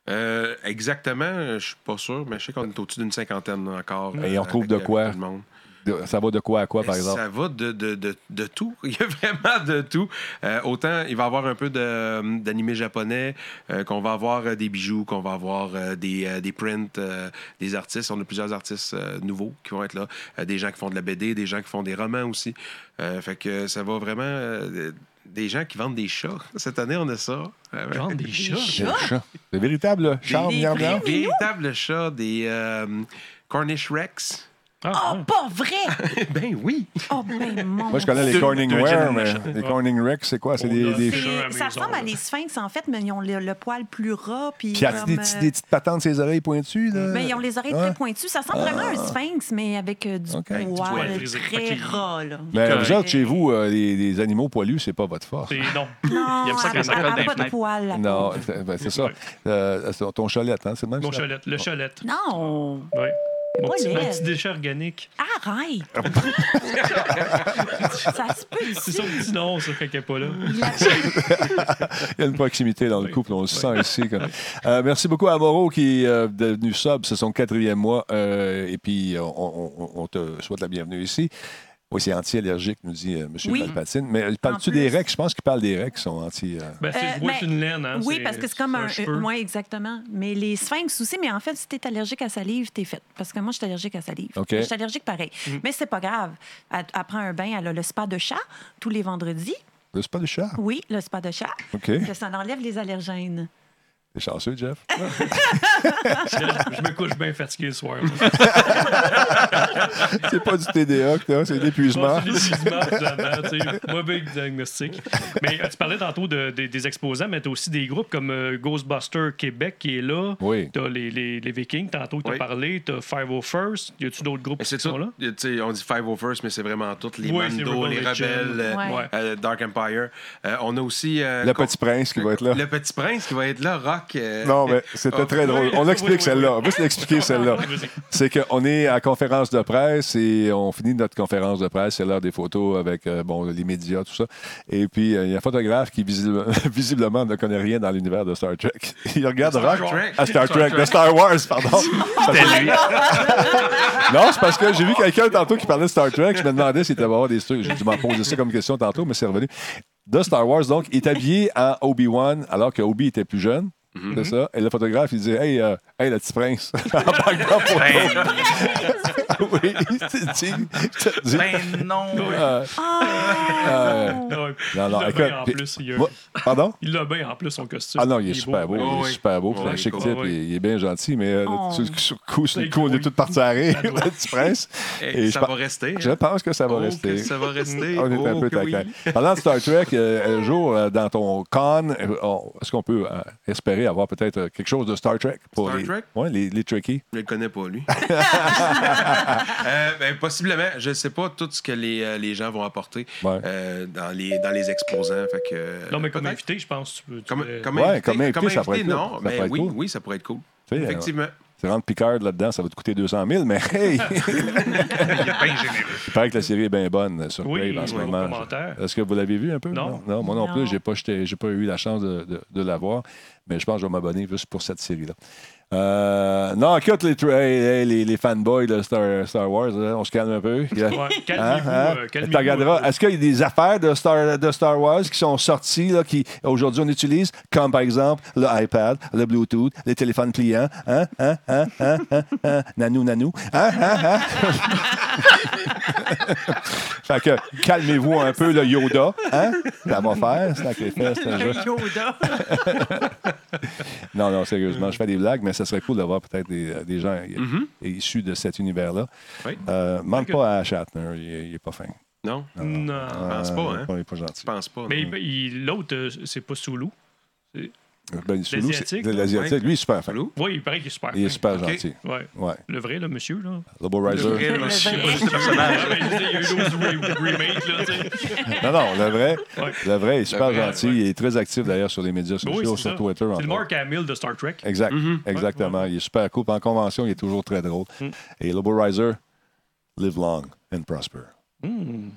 Speaker 4: Euh, exactement, je suis pas sûr, mais je sais qu'on est au-dessus d'une cinquantaine encore.
Speaker 1: Et
Speaker 4: euh,
Speaker 1: on trouve
Speaker 4: avec-
Speaker 1: de
Speaker 4: avec
Speaker 1: quoi?
Speaker 4: tout le monde.
Speaker 1: De- ça va de quoi à quoi, par exemple?
Speaker 4: Ça va de, de- de- de tout. Il y a vraiment de tout. Euh, autant, il va y avoir un peu de- d'animé japonais, euh, qu'on va avoir euh, des bijoux, qu'on va avoir euh, des, euh, des prints, euh, des artistes. On a plusieurs artistes euh, nouveaux qui vont être là. Euh, des gens qui font de la BD, des gens qui font des romans aussi. Euh, fait que ça va vraiment... euh, des gens qui vendent des chats. Cette année, on a ça. Euh,
Speaker 3: Ils vendent des chats.
Speaker 1: C'est le chat. Le véritable charme,
Speaker 4: Des-
Speaker 1: miam, miam.
Speaker 4: Véritable chat, des euh, Cornish Rex.
Speaker 3: Ah,
Speaker 7: Oh,
Speaker 3: ouais.
Speaker 7: pas vrai!
Speaker 4: Ben oui.
Speaker 7: Oh, ben mon
Speaker 1: Moi, je connais les
Speaker 6: Deux-
Speaker 1: Corning
Speaker 6: deux
Speaker 1: Ware,
Speaker 6: Generation.
Speaker 1: mais les Corning Rex, c'est quoi? C'est des, des
Speaker 7: C'est-
Speaker 1: chi-
Speaker 3: chats à
Speaker 7: ça
Speaker 3: maison,
Speaker 7: ressemble à
Speaker 3: là.
Speaker 7: des sphinx, en fait, mais ils ont le, le poil plus ras. Puis,
Speaker 1: Puis,
Speaker 7: comme,
Speaker 1: as-tu des, petits-
Speaker 7: euh,
Speaker 1: des petites patentes, ses oreilles pointues? Là?
Speaker 7: mais ils ont les oreilles
Speaker 1: Euh, Ouais. Ah.
Speaker 7: très pointues. Ça ressemble vraiment à un sphinx, mais avec euh, du
Speaker 1: Ok. Avec du
Speaker 7: poil
Speaker 3: poil frisé.
Speaker 7: très
Speaker 3: Ok.
Speaker 7: ras. Là.
Speaker 1: Mais
Speaker 6: Correct.
Speaker 1: vous autres, chez vous, euh, les, les animaux poilus, c'est pas votre force.
Speaker 3: C'est non.
Speaker 7: Non,
Speaker 6: Il aime ça quand
Speaker 7: Ah, elle-
Speaker 6: ça colle
Speaker 7: elle a
Speaker 6: dans les
Speaker 7: pas de
Speaker 6: fenêtres.
Speaker 7: poil. la
Speaker 1: Non,
Speaker 7: pauvre.
Speaker 1: c'est ben, c'est ça. Euh, c'est ton cholette, hein? C'est le même
Speaker 3: Mon
Speaker 1: ça?
Speaker 3: cholette, le cholette.
Speaker 7: Non,
Speaker 3: Oui. Mon
Speaker 7: pas
Speaker 3: petit,
Speaker 7: laid.
Speaker 3: mon petit déchet organique.
Speaker 7: arrête! ça se peut, Euh,
Speaker 3: C'est ça le petit nom, ça, quand il n'est pas là.
Speaker 1: Il y a une proximité dans le couple, on le sent ici. quoi. Euh, merci beaucoup à Moreau qui est euh, devenu sub, c'est son quatrième mois. euh, et puis, on, on- on te souhaite la bienvenue ici. Oui, c'est anti-allergique, nous dit euh, M.
Speaker 7: Oui.
Speaker 1: Palpatine. Mais parles-tu
Speaker 7: plus.
Speaker 1: des rex? Je pense qu'il parle des rex qui sont anti... euh,
Speaker 3: Ben, c'est
Speaker 7: Euh,
Speaker 3: je vois,
Speaker 7: ben,
Speaker 3: c'est une laine. Hein,
Speaker 7: Oui, parce que c'est comme un. euh,
Speaker 3: cheveu.
Speaker 7: Oui, exactement. Mais les sphinx aussi, mais en fait, si t'es allergique à salive, t'es faite. Parce que moi, je suis allergique à salive.
Speaker 1: OK.
Speaker 7: Je suis allergique pareil. Mais c'est pas grave. Elle, elle prend un bain, elle a le spa de chat tous les vendredis.
Speaker 1: C'est pas du chat.
Speaker 7: Oui, le spa de chat.
Speaker 1: OK.
Speaker 7: Que ça enlève les allergènes.
Speaker 1: T'es chanceux, Jeff.
Speaker 3: Je, je me couche bien fatigué le soir. moi.
Speaker 1: c'est pas du TDA que t'as, c'est de l'épuisement.
Speaker 3: Moi, c'est l'épuisement, finalement, tu sais. Mauvais diagnostic. Mais euh, tu parlais tantôt de- des- des exposants, mais tu as aussi des groupes comme euh, Ghostbuster Québec qui est là.
Speaker 1: Oui.
Speaker 3: Tu as les, les- les Vikings, tantôt tu as
Speaker 4: Oui.
Speaker 3: parlé. Tu as Five O First. Y a-tu d'autres groupes
Speaker 4: Mais
Speaker 3: qui
Speaker 4: c'est
Speaker 3: sont là?
Speaker 4: tout. tu sais, On dit Five O First, mais c'est vraiment toutes les
Speaker 3: Oui, c'est
Speaker 4: Mando,
Speaker 3: Rebel
Speaker 4: les
Speaker 3: Legion.
Speaker 4: Rebelles, euh,
Speaker 7: Ouais.
Speaker 4: euh, Dark Empire. Euh, on a aussi. euh,
Speaker 1: Le
Speaker 4: con-
Speaker 1: Petit Prince qui va être là.
Speaker 4: Le Petit Prince qui va être là, Rock. euh,
Speaker 1: Non, mais c'était
Speaker 4: Ah,
Speaker 1: très drôle. On
Speaker 3: Oui,
Speaker 1: l'explique
Speaker 3: oui,
Speaker 1: celle-là.
Speaker 3: oui.
Speaker 1: On va se l'expliquer celle-là.
Speaker 3: Vas-y.
Speaker 1: C'est qu'on est à conférence de presse et on finit notre conférence de presse. C'est l'heure des photos avec euh, bon, les médias, tout ça. Et puis, euh, il y a un photographe qui visible- visiblement ne connaît rien dans l'univers de Star Trek. Il regarde
Speaker 4: Star
Speaker 1: Rock.
Speaker 4: Trek.
Speaker 1: Ah, Star
Speaker 4: Star
Speaker 1: Trek.
Speaker 4: Trek.
Speaker 1: De Star Wars, pardon.
Speaker 6: C'était lui.
Speaker 1: Non, c'est parce que j'ai vu quelqu'un tantôt qui parlait de Star Trek. Je me demandais s'il était avoir des trucs. J'ai dû m'en poser ça comme question tantôt, mais c'est revenu. De Star Wars, donc, il est habillé en Obi-Wan alors que Obi était plus jeune. C'est ça. Et le photographe, il dit Hey, euh, hey le petit prince. En parlant pour toi. Oui, c'est- c'est- c'est- c'est-
Speaker 6: Ben non.
Speaker 1: euh,
Speaker 3: Ah,
Speaker 1: euh,
Speaker 3: Ouais.
Speaker 1: Non, non,
Speaker 3: il l'a
Speaker 1: écoute,
Speaker 3: bien en
Speaker 1: puis-
Speaker 3: plus. Il, a-
Speaker 1: moi- pardon?
Speaker 3: il l'a bien en plus, son costume.
Speaker 1: Ah non, il est super beau.
Speaker 4: Ouais,
Speaker 1: Il est
Speaker 4: ouais.
Speaker 1: super beau. C'est
Speaker 4: Ouais,
Speaker 1: un chic
Speaker 4: ouais,
Speaker 1: type.
Speaker 3: ouais.
Speaker 1: Il est- il est bien gentil, mais euh,
Speaker 7: Oh.
Speaker 1: sur sur le coup, sur le
Speaker 3: Ça
Speaker 1: coup, on est
Speaker 3: grouille.
Speaker 1: tous partis à rire.
Speaker 3: Ça doit.
Speaker 1: Le petit prince.
Speaker 4: eh,
Speaker 1: Et
Speaker 4: ça
Speaker 1: je
Speaker 4: va
Speaker 1: par-
Speaker 4: rester.
Speaker 1: Je
Speaker 4: hein.
Speaker 1: pense que ça va
Speaker 4: Oh, que
Speaker 1: rester.
Speaker 4: Ça va rester.
Speaker 1: On est un
Speaker 4: Oh,
Speaker 1: peu
Speaker 4: que oui.
Speaker 1: taquin. Parlant de Star Trek, euh, un jour, euh, dans ton con, euh, on- est-ce qu'on peut euh, espérer avoir peut-être euh, quelque chose de Star Trek pour
Speaker 4: Star
Speaker 1: les,
Speaker 4: Trek?
Speaker 1: Ouais, les, les Trekkies?
Speaker 4: Je le connais pas, lui. Euh, ben, possiblement. Je ne sais pas tout ce que les, euh, les gens vont apporter
Speaker 1: Ouais.
Speaker 4: euh, dans, les, dans les exposants. Fait que, euh,
Speaker 3: Non, mais comme
Speaker 4: peut-être.
Speaker 3: invité, euh, je pense. Tu peux, tu
Speaker 4: Comme,
Speaker 3: peux-
Speaker 4: comme
Speaker 1: Ouais,
Speaker 4: invité,
Speaker 1: comme invité, ça pourrait être
Speaker 4: non,
Speaker 1: cool. Ça
Speaker 4: mais
Speaker 1: pourrait être
Speaker 4: oui,
Speaker 1: cool.
Speaker 4: oui, ça pourrait être cool.
Speaker 1: Tu sais,
Speaker 4: Effectivement.
Speaker 1: C'est rentre Picard là-dedans, ça va te coûter 200 000, mais hey!
Speaker 6: Il est bien généreux.
Speaker 1: Il paraît que la série est bien bonne euh, sur
Speaker 3: Oui,
Speaker 1: Crave en ce
Speaker 3: oui, au
Speaker 1: moment.
Speaker 3: commentaire.
Speaker 1: Est-ce que vous l'avez vu un peu?
Speaker 3: Non.
Speaker 1: moi non,
Speaker 7: Non.
Speaker 1: plus, j'ai pas, j'étais- j'ai pas eu la chance de, de, de la voir, mais je pense que je vais m'abonner juste pour cette série-là. Euh, non, écoute, les, tra- hey, hey, les, les fanboys de Star, Star Wars, là, on se calme un peu. Il y a-
Speaker 3: Ouais,
Speaker 1: Hein,
Speaker 3: calmez-vous.
Speaker 1: hein?
Speaker 3: euh,
Speaker 1: Tu
Speaker 3: calmez-vous
Speaker 1: regarderas,
Speaker 3: un peu.
Speaker 1: est-ce qu'il y a des affaires de Star, de Star Wars qui sont sorties, là, qui aujourd'hui on utilise, comme par exemple le iPad, le Bluetooth, les téléphones pliants, hein, hein, hein, hein, hein, hein, nanou, nanou, hein, hein, hein. fait que calmez-vous un peu, le Yoda, hein, ça va faire, c'est sacrifice, c'est un jeu.
Speaker 7: Yoda.
Speaker 1: Non, non, sérieusement, je fais des blagues, mais ça serait cool d'avoir peut-être des, des gens euh,
Speaker 3: Mm-hmm.
Speaker 1: issus de cet univers-là.
Speaker 4: Oui.
Speaker 1: Euh, manque pas à Shatner, il est- il est pas fin.
Speaker 4: Non,
Speaker 3: Non.
Speaker 4: je pense pas.
Speaker 1: Euh,
Speaker 4: Hein?
Speaker 1: Il est pas gentil.
Speaker 4: Je pense pas.
Speaker 3: Mais
Speaker 4: non.
Speaker 3: il- il- l'autre, euh, c'est pas Soulou.
Speaker 1: Ben, Soulou, c'est
Speaker 3: L'Asiatique,
Speaker 1: de l'Asiatique.
Speaker 4: ouais.
Speaker 1: Lui, il est super fin.
Speaker 4: Allô?
Speaker 3: Oui, il paraît qu'il est super.
Speaker 1: Il est
Speaker 3: fin.
Speaker 1: super
Speaker 4: Ok.
Speaker 1: gentil.
Speaker 3: Ouais.
Speaker 1: Ouais.
Speaker 3: Le vrai, le monsieur, là.
Speaker 1: Lobo Riser.
Speaker 4: Gabriel,
Speaker 7: Le
Speaker 4: je sais
Speaker 7: vrai.
Speaker 4: pas juste le personnage.
Speaker 3: Ouais, ben, il y a eu d'autres re- remakes, là, tu sais.
Speaker 1: Non, non, le vrai,
Speaker 3: Ouais.
Speaker 1: le vrai, il est super
Speaker 4: vrai,
Speaker 1: gentil.
Speaker 3: ouais.
Speaker 1: Il est très actif d'ailleurs sur les médias
Speaker 3: Ben oui,
Speaker 1: sociaux,
Speaker 3: c'est
Speaker 1: sur
Speaker 3: ça.
Speaker 1: Twitter.
Speaker 3: C'est
Speaker 1: entre
Speaker 3: le Mm-hmm.
Speaker 1: autres.
Speaker 3: Mark Hamill de Star Trek.
Speaker 1: Exact, exactement. Il est super cool. Puis En convention, il est toujours très drôle.
Speaker 3: Mm.
Speaker 1: Et Lobo Riser, live long and prosper.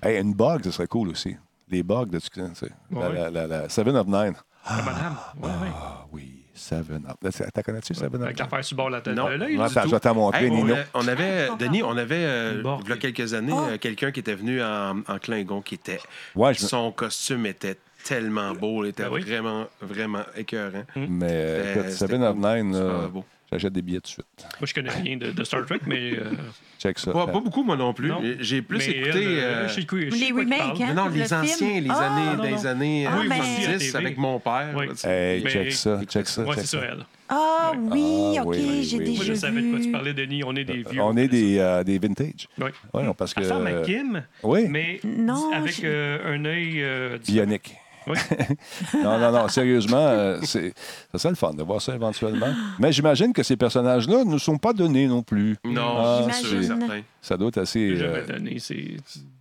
Speaker 1: Hey, une bug, ce serait cool aussi. Les bugs de tu sais. La-
Speaker 3: Mm. Ouais.
Speaker 1: la- la- la Seven of Nine.
Speaker 3: Ah, madame. Ouais, ouais.
Speaker 1: Ah oui, Seven of Nine. T'as connais-tu Seven of
Speaker 3: Avec
Speaker 1: Nine?
Speaker 3: l'affaire sur le bord de la tête.
Speaker 4: Non.
Speaker 3: de l'œil,
Speaker 1: Non,
Speaker 3: là.
Speaker 1: attends,
Speaker 4: tout.
Speaker 1: je vais t'en montrer,
Speaker 4: Hey, on
Speaker 1: Nino.
Speaker 4: a- On
Speaker 7: Ah,
Speaker 4: avait, Denis, on avait, euh,
Speaker 3: Borg.
Speaker 4: il y a quelques années,
Speaker 7: Oh.
Speaker 4: euh, quelqu'un qui était venu en, en Klingon qui était.
Speaker 1: Ouais, je me-
Speaker 4: Son costume était tellement beau, il était
Speaker 3: Ben oui. Hmm.
Speaker 4: vraiment, vraiment écœurant.
Speaker 1: Mais
Speaker 4: Euh,
Speaker 1: écoute,
Speaker 4: c'était
Speaker 1: Seven of
Speaker 4: cool.
Speaker 1: Nine,
Speaker 4: Super
Speaker 1: là,
Speaker 4: beau.
Speaker 1: j'achète des billets tout de suite.
Speaker 3: Moi, je connais rien de, de Star Trek, mais. euh,
Speaker 1: Check ça.
Speaker 4: Pas, pas beaucoup, moi non plus.
Speaker 3: non.
Speaker 4: J'ai plus
Speaker 3: Mais
Speaker 4: écouté.
Speaker 3: elle, euh,
Speaker 4: euh,
Speaker 3: je sais quoi- je sais
Speaker 7: Les
Speaker 3: quoi tu
Speaker 7: remakes,
Speaker 3: parles.
Speaker 7: hein?
Speaker 4: non,
Speaker 7: Le
Speaker 4: les
Speaker 7: film.
Speaker 4: anciens, les
Speaker 7: Ah,
Speaker 4: années,
Speaker 3: non,
Speaker 4: des
Speaker 3: non.
Speaker 4: années
Speaker 7: Ah,
Speaker 4: euh,
Speaker 7: ben,
Speaker 4: 70
Speaker 3: oui.
Speaker 4: avec mon père.
Speaker 3: Oui.
Speaker 4: là, tu sais.
Speaker 1: Hey,
Speaker 3: Mais-
Speaker 1: check ça, check ça.
Speaker 3: Ouais,
Speaker 1: check
Speaker 3: c'est ça,
Speaker 1: ça.
Speaker 3: elle.
Speaker 7: Ah oui,
Speaker 1: Ah,
Speaker 7: OK,
Speaker 1: oui, oui,
Speaker 7: j'ai
Speaker 1: oui,
Speaker 7: déjà
Speaker 3: Moi,
Speaker 7: vu.
Speaker 3: je savais de quoi tu parlais, Denis. On est des vieux.
Speaker 1: On est des, euh, des vintage.
Speaker 3: Oui.
Speaker 1: Oui, parce que.
Speaker 3: Elle ressemble à Kim,
Speaker 1: Oui.
Speaker 3: mais
Speaker 7: Non,
Speaker 3: avec
Speaker 7: j'ai-
Speaker 3: euh, un œil. euh, différent.
Speaker 1: Bionique.
Speaker 3: Oui.
Speaker 1: Non, non, non, sérieusement, euh, c'est- ça serait le fun de voir ça éventuellement. Mais j'imagine que ces personnages-là ne sont pas donnés non plus.
Speaker 4: Non,
Speaker 1: Ah,
Speaker 4: c'est sûr,
Speaker 1: c'est-
Speaker 4: certain.
Speaker 1: Ça doit être assez.
Speaker 3: C'est
Speaker 1: euh,
Speaker 3: jamais donné. C'est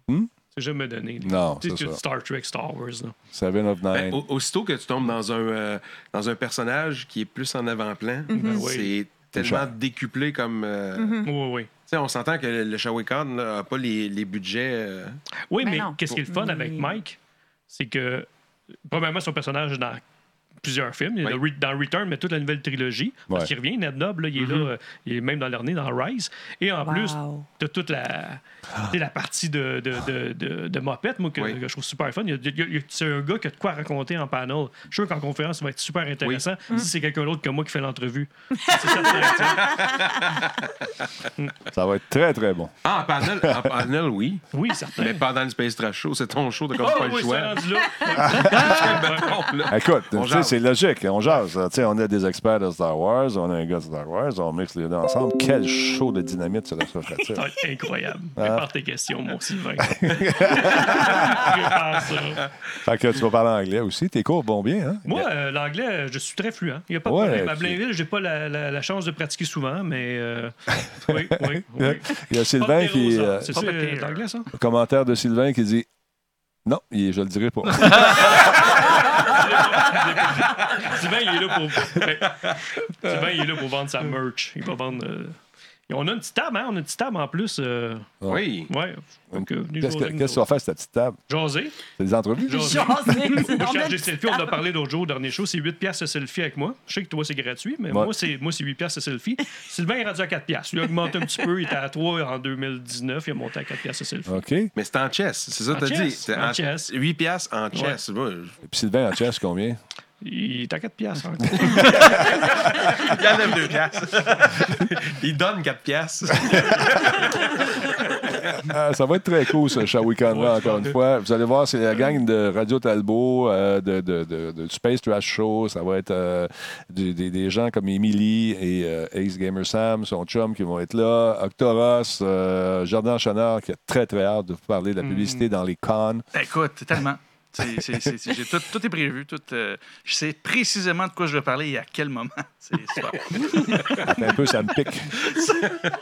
Speaker 1: Hmm?
Speaker 3: c'est jamais donné.
Speaker 1: Non,
Speaker 3: C'est
Speaker 1: c'est
Speaker 3: tout
Speaker 1: ça.
Speaker 3: Star Trek, Star Wars. là.
Speaker 1: Seven of Nine.
Speaker 4: Ben,
Speaker 3: oh.
Speaker 4: au- aussitôt que tu tombes dans un, euh, dans un personnage qui est plus en avant-plan,
Speaker 7: Mhm.
Speaker 3: Ben oui.
Speaker 4: c'est tellement décuplé comme. euh,
Speaker 7: Hmm.
Speaker 3: Oui, oui, oui.
Speaker 4: Tu sais, on s'entend que le, le Shawee Khan n'a pas les, les budgets. euh,
Speaker 3: Oui,
Speaker 7: Ben
Speaker 3: mais
Speaker 7: non.
Speaker 3: qu'est-ce qui est le fun avec Mike, c'est que, premièrement, son personnage est dans plusieurs films, Il est
Speaker 4: Oui.
Speaker 3: dans Re- dans Return, mais toute la nouvelle trilogie, parce
Speaker 1: Ouais.
Speaker 3: qu'il revient, Ned Noble, là, il est là, euh, il est même dans l'année dans Rise, et en
Speaker 7: Mm-hmm. Wow.
Speaker 3: plus, de toute la, t'sais, la partie de, de, de, de, de Mopette, moi, que,
Speaker 4: Oui.
Speaker 3: que je trouve super fun. Il y a- il y a- C'est un gars qui a de quoi raconter en panel. Je suis sûr qu'en conférence, ça va être super intéressant si c'est quelqu'un d'autre que moi qui fait l'entrevue. c'est ça, c'est-
Speaker 1: Ça va être très, très bon.
Speaker 4: Ah, en panel, en panel, oui.
Speaker 3: Ah, oui, certain.
Speaker 4: Mais pendant le Space Trash Show, c'est ton show, t'as comme
Speaker 3: Oh,
Speaker 4: pas
Speaker 3: oui,
Speaker 4: le
Speaker 3: c'est
Speaker 4: choix.
Speaker 3: rendu là.
Speaker 4: Bon, là.
Speaker 1: Écoute,
Speaker 4: On
Speaker 1: tu sais,
Speaker 4: jase.
Speaker 1: c'est logique, on jase. Tu sais, on a des experts de Star Wars, on a un gars de Star Wars, on mixe les deux ensemble. Quel show de dynamite cela serait-il?
Speaker 3: Ça va être Ah, incroyable.
Speaker 1: Ah.
Speaker 3: Prépare tes questions, mon Sylvain. Prépare ça.
Speaker 1: Fait que tu vas parler anglais aussi. Tes cours vont bien, hein?
Speaker 3: Moi, euh, l'anglais, euh, je suis très fluent. Il n'y a pas de
Speaker 1: Ouais,
Speaker 3: problème. À
Speaker 1: tu-
Speaker 3: Blainville, j'ai pas la, la- la chance de pratiquer souvent, mais euh, oui, oui, oui.
Speaker 1: Il y a Sylvain qui. euh,
Speaker 3: C'est ça,
Speaker 6: Pas
Speaker 3: euh,
Speaker 6: pire.
Speaker 3: l'anglais, ça?
Speaker 1: commentaire de Sylvain qui dit Non, il- je le dirai pas.
Speaker 3: Sylvain, il est là pour. Ben, Sylvain, il est là pour vendre sa merch. Il va vendre. euh, et On a une petite table, hein? On a une petite table en plus. euh,
Speaker 4: Oui.
Speaker 3: Ouais. Donc, euh, venez
Speaker 1: Qu'est-ce que qu'est-ce
Speaker 3: jaser avec
Speaker 1: que
Speaker 3: nous
Speaker 1: tu vas faire, cette petite table?
Speaker 3: autres. Jaser.
Speaker 1: C'est des entrevues?
Speaker 3: Jaser.
Speaker 7: Jasmine, c'est
Speaker 3: Moi, je
Speaker 7: dans
Speaker 3: charge
Speaker 7: notre
Speaker 3: des selfies. On en a parlé l'autre jour au dernier show. C'est 8 piastres le selfie avec moi. Je sais que toi, c'est gratuit, mais
Speaker 1: Ouais.
Speaker 3: moi, c'est moi, c'est 8 piastres le selfie. Sylvain est rendu à 4 piastres. Il a augmenté un petit peu. Il était à 3 en 2019. Il a monté à 4 piastres le selfie.
Speaker 1: OK. Puis
Speaker 4: Mais c'est en chess, c'est ça
Speaker 3: En
Speaker 4: que t'as dit.
Speaker 3: chess,
Speaker 4: C'est
Speaker 3: en chess.
Speaker 4: 8 piastres en chess. Moi, je-
Speaker 1: Sylvain en chess, combien?
Speaker 3: Il est à 4 piastres hein. Ben, encore.
Speaker 4: Il enlève 2 piastres. Il donne 4 piastres.
Speaker 1: Ah, ça va être très cool, ce Shawikan là encore une fois. Vous allez voir, c'est la gang de Radio Talbot, euh, de, de- de- de- du Space Trash Show. Ça va être euh, du- des, des gens comme Emily et euh, Ace Gamer Sam, son chum, qui vont être là. Octoros, euh, Jordan Chanard, qui a très, très hâte de vous parler de la publicité dans les cons.
Speaker 6: Ben, Écoute, tellement. C'est- c'est- c'est- c'est- j'ai tout, tout est prévu. Tout, euh, je sais précisément de quoi je vais parler et à quel moment. C'est super.
Speaker 1: Attends un peu, ça me pique.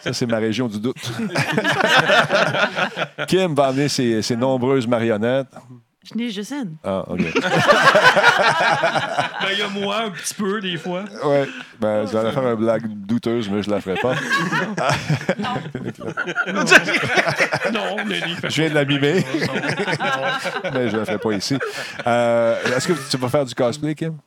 Speaker 1: Ça, c'est ma région du doute. Kim va amener ses, ses nombreuses marionnettes.
Speaker 7: Je n'ai juste une.
Speaker 1: Ah, OK.
Speaker 3: Ben, il y a moi un petit peu, des fois.
Speaker 1: Ouais, ben, j'allais faire une blague douteuse, mais je la ferai pas.
Speaker 3: Non, Denis.
Speaker 1: Je viens de la mimer. Mais je la ferai pas ici. Euh, Est-ce que tu vas faire du cosplay, Kim?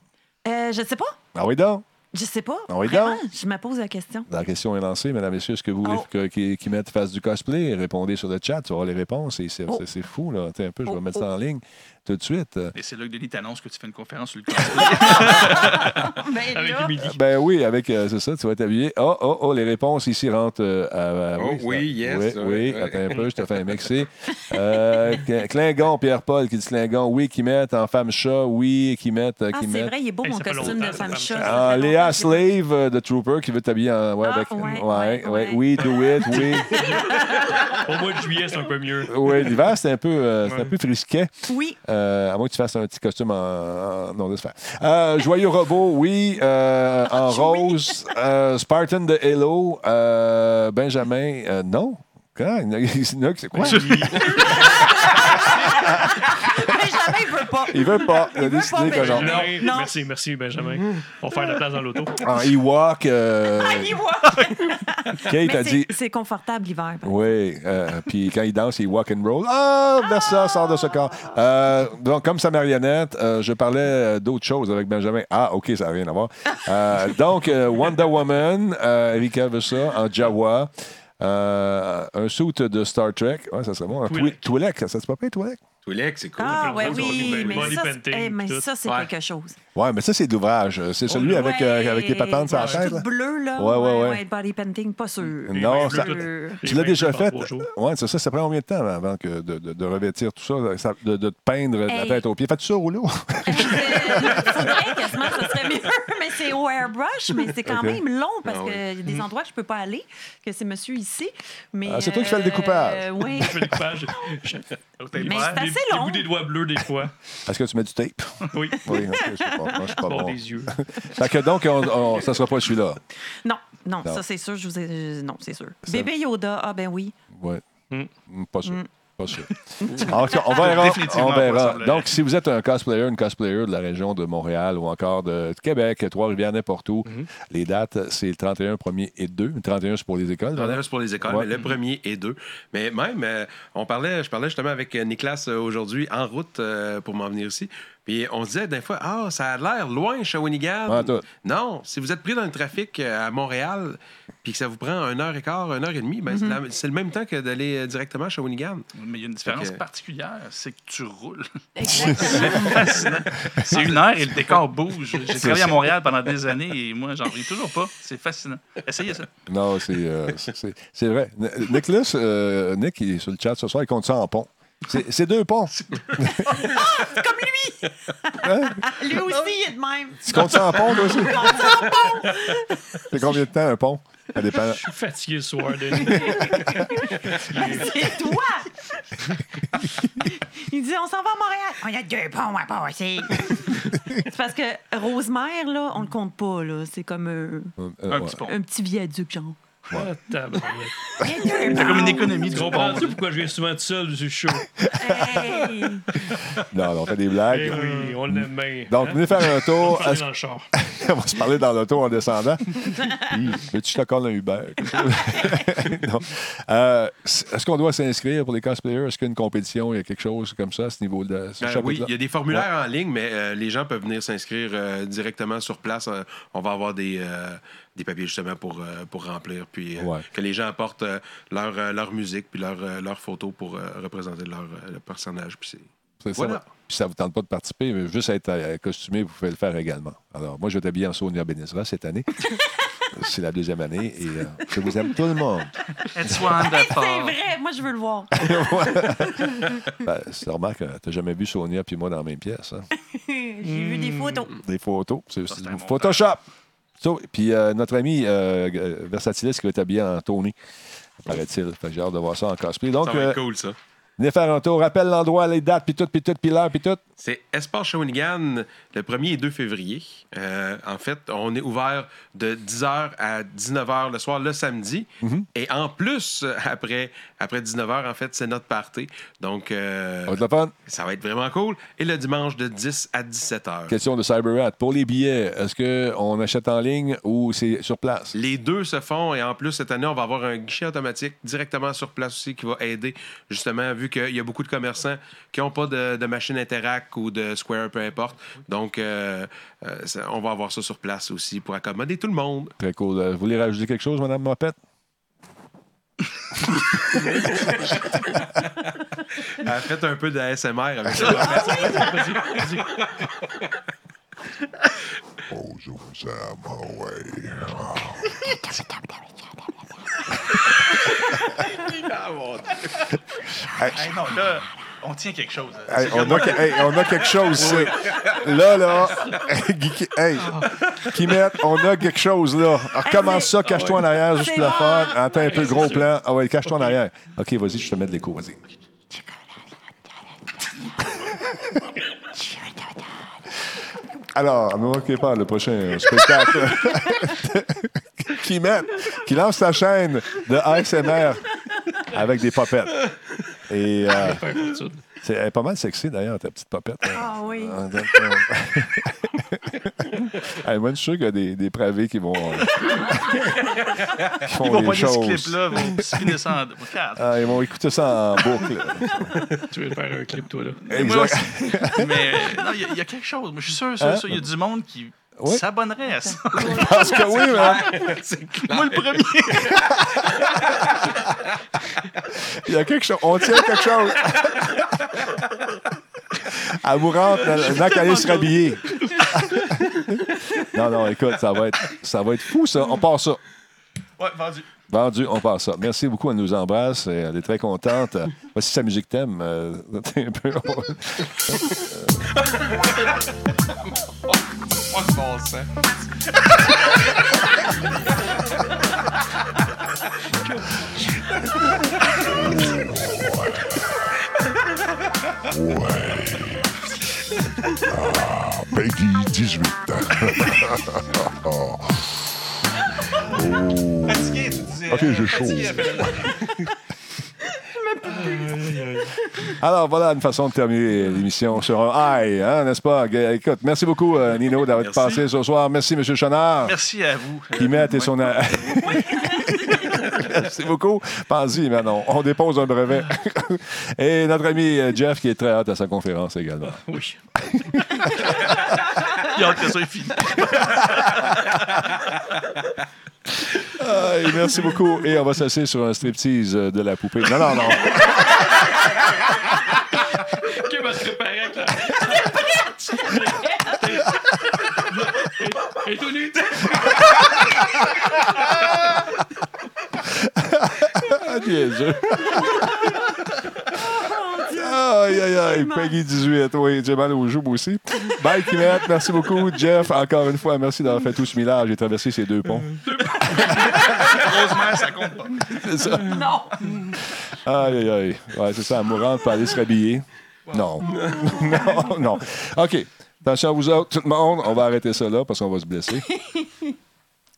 Speaker 7: Euh, je sais pas.
Speaker 1: Ah oui, donc.
Speaker 7: Je sais pas.
Speaker 1: Ah oui,
Speaker 7: Vraiment,
Speaker 1: donc.
Speaker 7: Je me pose la question.
Speaker 1: La question est lancée, mesdames, messieurs. Est-ce que vous voulez
Speaker 7: Oh.
Speaker 1: que- qui, qui mettent face du cosplay? Répondez sur le chat, tu vas avoir les réponses. et C'est
Speaker 7: Oh.
Speaker 1: c'est- c'est fou, là. Attends un peu, je vais
Speaker 7: Oh,
Speaker 1: mettre ça en ligne tout de suite. Euh,
Speaker 6: Et c'est là que Denis t'annonce que tu fais une conférence sur le cosplay.
Speaker 7: Ben,
Speaker 3: Avec
Speaker 7: là,
Speaker 3: Emily.
Speaker 1: Ben oui, avec euh, c'est ça, tu vas t'habiller. Oh, oh, oh, les réponses ici rentrent euh, à, à-
Speaker 4: Oh, oui,
Speaker 1: ça-
Speaker 4: yes,
Speaker 1: Oui,
Speaker 4: ça,
Speaker 1: oui,
Speaker 4: ouais.
Speaker 1: attends un peu, je te fais un mixé. Euh, Cl- Clingon, Pierre-Paul qui dit Clingon, oui, qui mettent en femme chat, oui, qui mettent. euh,
Speaker 7: ah,
Speaker 1: qui
Speaker 7: c'est
Speaker 1: mettent.
Speaker 7: vrai, il est beau
Speaker 3: Hey,
Speaker 7: mon
Speaker 3: ça fait
Speaker 7: costume
Speaker 3: longtemps,
Speaker 7: de femme
Speaker 3: ça fait
Speaker 7: chat.
Speaker 3: longtemps.
Speaker 1: Ah,
Speaker 7: Ça fait
Speaker 1: Léa
Speaker 7: longtemps.
Speaker 1: Slave euh, de Trooper qui veut t'habiller en. Ouais,
Speaker 7: Ah,
Speaker 1: avec.
Speaker 7: ouais,
Speaker 1: ouais,
Speaker 7: ouais,
Speaker 1: ouais,
Speaker 7: ouais.
Speaker 1: Oui, do it, oui.
Speaker 3: Au mois de juillet, c'est un peu mieux.
Speaker 1: oui, l'hiver, c'est un peu, euh, c'est un peu frisquet.
Speaker 7: Oui,
Speaker 1: Euh, à moins que tu fasses un petit costume en. en- non, laisse faire. Euh, Joyeux robot, oui. euh,
Speaker 7: Ah,
Speaker 1: en rose. euh, Spartan de Hello. euh, Benjamin, euh, non. Quand? Il y en a- il y en a qui- c'est quoi?
Speaker 7: mais jamais il veut pas.
Speaker 1: Il veut pas. Il a
Speaker 7: Il veut
Speaker 1: décidé
Speaker 7: pas,
Speaker 1: que non.
Speaker 7: Benjamin.
Speaker 3: Benjamin,
Speaker 7: Non.
Speaker 3: Merci, merci, Benjamin. On va faire de la place dans l'auto.
Speaker 1: En Ewok, euh,
Speaker 7: Ah, Il voit.
Speaker 1: Kate a
Speaker 7: Mais
Speaker 1: dit.
Speaker 7: c'est- c'est confortable l'hiver. par
Speaker 1: Oui, euh, puis quand il danse, il walk and roll. Ah, Versa sort de ce corps. Euh, donc, comme sa marionnette, euh, je parlais euh, d'autre chose avec Benjamin. Ah, OK, ça n'a rien à voir. Euh, donc, euh, Wonder Woman, euh, Erika veut ça, en Jawa. Euh, un suit de Star Trek. Ouais, ça serait bon. Un
Speaker 3: Twi'lek.
Speaker 1: Twi- Twi'lek, ça se passe pas, Twi'lek?
Speaker 4: Twi'lek, c'est cool.
Speaker 7: Ah, ouais,
Speaker 3: Ils ont
Speaker 7: oui,
Speaker 3: du
Speaker 7: mais
Speaker 3: body
Speaker 7: ça,
Speaker 3: painting,
Speaker 7: c'est- eh, mais
Speaker 3: tout.
Speaker 7: ça, c'est
Speaker 4: Ouais.
Speaker 7: quelque chose.
Speaker 1: Ouais, mais ça, c'est d'ouvrage. C'est celui
Speaker 6: ouais.
Speaker 1: avec, euh, avec les patentes sur la tête.
Speaker 7: Tout
Speaker 1: là.
Speaker 7: bleu, là.
Speaker 1: Ouais, ouais, ouais.
Speaker 7: Body painting, pas sûr.
Speaker 1: Non,
Speaker 7: Pas
Speaker 1: ça-
Speaker 7: sûr.
Speaker 1: Tu l'as déjà fait?
Speaker 3: Moi,
Speaker 1: Oui, c'est ça. Ça prend combien de temps avant que de, de- de revêtir tout ça, ça- de, de te peindre de la
Speaker 7: Hey.
Speaker 1: tête aux pieds? Fais-tu ça au rouleau?
Speaker 7: Euh, faudrait quasiment, ça serait mieux, mais c'est au airbrush, mais c'est quand
Speaker 1: OK. Mhm.
Speaker 7: même long parce
Speaker 4: Ah oui.
Speaker 7: qu'il y a des endroits que je peux pas aller, que c'est monsieur ici. Mais
Speaker 1: Ah, c'est toi qui fais le découpage.
Speaker 7: euh, oui.
Speaker 3: je fais le coupage. Je-
Speaker 6: Mais
Speaker 7: c'est assez
Speaker 3: J'ai- J'ai
Speaker 7: long.
Speaker 3: le goût des doigts bleus des fois.
Speaker 1: Est-ce que tu mets du tape?
Speaker 3: Oui.
Speaker 1: Oui, ok, je sais pas. Moi, je suis pas
Speaker 3: Bord
Speaker 1: bon.
Speaker 3: des yeux.
Speaker 1: Fait que donc, on, on- ça sera pas celui-là.
Speaker 7: Non, non,
Speaker 1: Non.
Speaker 7: ça c'est sûr, je vous ai... je- Non, c'est sûr. Bébé Yoda, ah ben oui.
Speaker 1: Oui.
Speaker 3: Mm.
Speaker 1: Hmm, Pas sûr. Pas sûr. En tout cas, on verra.
Speaker 6: Définitivement
Speaker 1: On
Speaker 6: pas,
Speaker 1: verra.
Speaker 6: semble-t-il.
Speaker 1: Donc, si vous êtes un cosplayer, une cosplayer de la région de Montréal ou encore de Québec, Trois-Rivières, n'importe où, les dates, c'est le 31, 1er et 2. Le 31, c'est pour les écoles.
Speaker 4: J'en ai
Speaker 1: voilà.
Speaker 4: un, c'est pour les écoles,
Speaker 1: Ouais.
Speaker 4: mais le premier et deux. Mais même, euh, on parlait, je parlais justement avec euh, Nicolas euh, aujourd'hui en route euh, pour m'en venir ici. Puis on se disait des fois, ah, ça a l'air loin, Shawinigan.
Speaker 1: Pas en tout.
Speaker 4: Non, si vous êtes pris dans le trafic euh, à Montréal, puis que ça vous prend un heure et quart, une heure et demie, ben,
Speaker 1: Mm-hmm.
Speaker 4: c'est la- c'est le même temps que d'aller euh, directement à Shawinigan.
Speaker 6: Mais il y a une différence
Speaker 4: Fait que-
Speaker 6: particulière, c'est que tu roules.
Speaker 7: Exactement.
Speaker 6: C'est une heure et le décor bouge. J'ai travaillé
Speaker 1: ça.
Speaker 6: à Montréal pendant des années et moi, j'en reviens toujours pas. C'est fascinant. Essayez ça.
Speaker 1: Non, c'est euh, c'est- c'est vrai. N- Nicolas, euh, Nick, il est sur le chat ce soir, il compte ça en pont. C'est c'est deux ponts.
Speaker 7: Comme lui! lui aussi, il est de même.
Speaker 1: Tu comptes ça en pont, toi aussi? C'est combien de temps un pont? Ça dépend.
Speaker 3: Je suis fatigué ce soir, Denis.
Speaker 7: Ben, C'est toi! Il dit, on s'en va à Montréal. On y a deux ponts à passer. c'est parce que Rosemère, là, on le compte pas, là. C'est comme euh,
Speaker 1: Euh,
Speaker 6: Un
Speaker 4: Ah,
Speaker 1: ouais.
Speaker 6: petit pont.
Speaker 7: un petit viaduc, genre.
Speaker 3: Ah, tabarnak.
Speaker 6: C'est comme une économie
Speaker 3: Tu
Speaker 6: du pont.
Speaker 3: comprends-tu pourquoi je viens souvent tout seul du show?
Speaker 7: Hey!
Speaker 1: Non, non, on fait des
Speaker 3: Eh
Speaker 1: blagues.
Speaker 3: oui, on l'aime bien.
Speaker 1: Donc, venez faire un tour.
Speaker 3: on est dans le char.
Speaker 1: On va se parler dans l'auto en descendant. Hum, Veux-tu que je te colle un Uber? Non. Euh, Est-ce qu'on doit s'inscrire pour les cosplayers? Est-ce qu'il y a une compétition? Il y a quelque chose comme ça à ce niveau de ce
Speaker 4: Euh, oui,
Speaker 1: chapitre-là?
Speaker 4: il y a des formulaires en ligne, mais euh, les gens peuvent venir s'inscrire euh, directement sur place. Euh, on va avoir des, euh, des papiers justement pour, euh, pour remplir, puis euh,
Speaker 1: Ouais.
Speaker 4: que les gens apportent euh, leur, euh, leur musique puis leur, euh, leur photo pour euh, représenter leur, euh, leur personnage. Puis c'est-
Speaker 1: C'est ça.
Speaker 4: Voilà.
Speaker 1: Puis ça ne vous tente pas de participer, mais juste être euh, costumé, vous pouvez le faire également. Alors, moi, je vais t'habiller en Sonia Benezra cette année. C'est la deuxième année et euh, je vous aime tout le monde.
Speaker 6: It's
Speaker 7: C'est
Speaker 6: wonderful.
Speaker 7: vrai, moi, je veux le voir.
Speaker 1: Ben, c'est remarque, euh, t'as jamais vu Sonia puis moi dans la même pièce. hein.
Speaker 7: J'ai vu des photos.
Speaker 1: Des photos. C'est c'est
Speaker 6: c'est un
Speaker 1: du
Speaker 6: montage.
Speaker 1: Photoshop. So, puis euh, notre ami euh, euh, Versatilis qui va être habillé en Tony, paraît-il. Fait que J'ai hâte de voir ça en cosplay. Donc,
Speaker 4: Ça va
Speaker 1: euh,
Speaker 4: être cool, ça.
Speaker 1: venez faire un tour. Rappelle l'endroit, les dates, puis tout, puis tout, puis l'heure, puis tout.
Speaker 4: C'est Espace Shawinigan le 1er et 2 février. Euh, en fait, on est ouvert de 10h à 19h le soir, le samedi.
Speaker 1: Mm-hmm.
Speaker 4: Et en plus, euh, après, après 19h, en fait, c'est notre party. Donc,
Speaker 1: Ça
Speaker 4: euh,
Speaker 1: va être le fun.
Speaker 4: ça va être vraiment cool. Et le dimanche de 10 à 17h.
Speaker 1: Question de CyberRat. Pour les billets, est-ce qu'on achète en ligne ou c'est sur place?
Speaker 4: Les deux se font et en plus, cette année, on va avoir un guichet automatique directement sur place aussi qui va aider, justement, vu qu'il y a beaucoup de commerçants qui n'ont pas de, de machine Interact ou de Square, peu importe. Donc, euh, euh, ça- on va avoir ça sur place aussi pour accommoder tout le monde.
Speaker 1: Très cool. Euh, Vous voulez rajouter quelque chose, Madame Mopette?
Speaker 4: Euh, faites un peu de ASMR avec ça.
Speaker 6: Hey, non, là, on tient quelque chose.
Speaker 1: Hey, on, a, que- hey, on a quelque chose. ici. Là, là. Guy- hey, Kimette, on a quelque chose, là. Recommence ça, cache-toi en arrière, juste
Speaker 7: Ah C'est
Speaker 1: pour le
Speaker 7: bon.
Speaker 1: fun. Attends un peu, gros plan. Ah ouais, cache-toi en arrière. OK, vas-y, je te mets de l'écho, vas-y. Alors, ne manquez pas le prochain euh, spectacle. qui met, qui lance sa chaîne de ASMR avec des popettes. Et euh, c'est elle est pas mal sexy d'ailleurs, ta petite popette.
Speaker 7: Ah oui.
Speaker 1: Ah, d'accord. Hey, moi, je suis sûr qu'il y a des, des pravés qui vont. euh, qui font
Speaker 6: Ils vont
Speaker 1: des
Speaker 6: pas ce
Speaker 1: choses.
Speaker 6: clip-là, ils vont se finir ça en deux. Regarde.
Speaker 1: Ah, ils vont écouter ça en boucle.
Speaker 3: Tu veux faire un clip, toi, là?
Speaker 6: Moi
Speaker 1: Exact.
Speaker 6: aussi. Mais euh, non, il y, a- il y a quelque chose. Moi, je suis sûr,
Speaker 1: Hein?
Speaker 6: sûr, sûr, il y a du monde qui
Speaker 1: Oui.
Speaker 6: s'abonnerait à ça.
Speaker 1: Parce que oui, man,
Speaker 6: Moi, le premier.
Speaker 1: il y a quelque chose. On tient quelque chose. Elle vous rentre, Nac allait se rhabiller. Non, non, écoute, ça va être, ça va être fou, ça. On part ça.
Speaker 6: Ouais, vendu.
Speaker 1: Vendu, on part ça. Merci beaucoup, elle nous embrasse. et Elle est très contente. Euh, Voici sa musique thème. euh, un peu-
Speaker 4: Pas de bon sens.
Speaker 8: Peggy 18.
Speaker 6: Fatigué, tu disais.
Speaker 8: Ok, j'ai chaud.
Speaker 6: Fatigué, appelle-moi.
Speaker 1: Alors, voilà une façon de terminer l'émission sur un high, hein, n'est-ce pas? G- Écoute, merci beaucoup, euh, Nino, d'avoir
Speaker 6: Merci.
Speaker 1: passé ce soir. Merci, M. Chenard.
Speaker 6: Merci à vous. Euh,
Speaker 1: Qui met
Speaker 6: Ouais.
Speaker 1: et son. Merci beaucoup. Pense-y, Manon. On dépose un brevet.
Speaker 6: Ah.
Speaker 1: Et notre ami euh, Jeff, qui est très hâte à sa conférence également.
Speaker 6: Oui. Il y a hâte que ça est fini.
Speaker 1: Aïe, merci beaucoup. Et on va s'asseoir sur un striptease euh, de la poupée. Non, non, non.
Speaker 3: Que va se préparer avec la. Et tout nu.
Speaker 1: Ah, niaiseux. Aïe, aïe, aïe.
Speaker 7: Tellement.
Speaker 1: Peggy 18. Oui, j'ai mal aux joues, moi aussi. Bye, Kimette. Merci beaucoup. Jeff, encore une fois, merci d'avoir fait tout ce millage et traversé ces deux ponts.
Speaker 6: Heureusement, ça compte pas.
Speaker 1: C'est ça.
Speaker 7: Non!
Speaker 1: Aïe, aïe, aïe. Ouais, c'est ça, la mourante peut aller se rhabiller. Non. non, non. OK. Attention à vous autres, tout le monde. On va arrêter ça là parce qu'on va se blesser.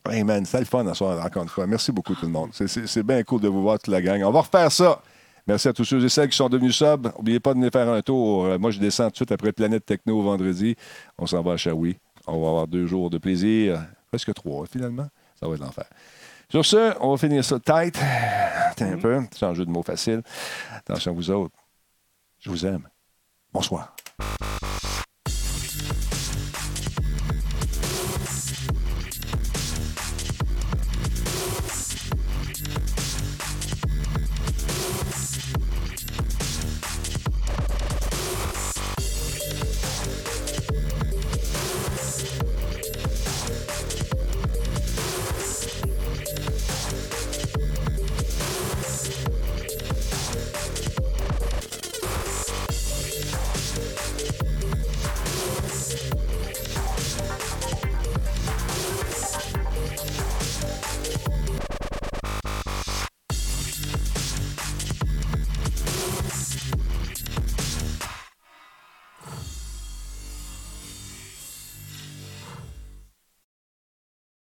Speaker 1: Hey man, c'était le fun à soir, encore une fois. Merci beaucoup, tout le monde. C'est- C'est c'est bien cool de vous voir, toute la gang. On va refaire ça. Merci à tous ceux et celles qui sont devenus subs. N'oubliez pas de venir faire un tour. Euh, Moi, je descends tout de suite après Planète Techno vendredi. On s'en va à Shawi. On va avoir deux jours de plaisir. Presque trois, finalement. Ça va être l'enfer. Sur ce, on va finir ça tight. Attends un peu. C'est un jeu de mots facile. Attention, vous autres. Je vous aime. Bonsoir.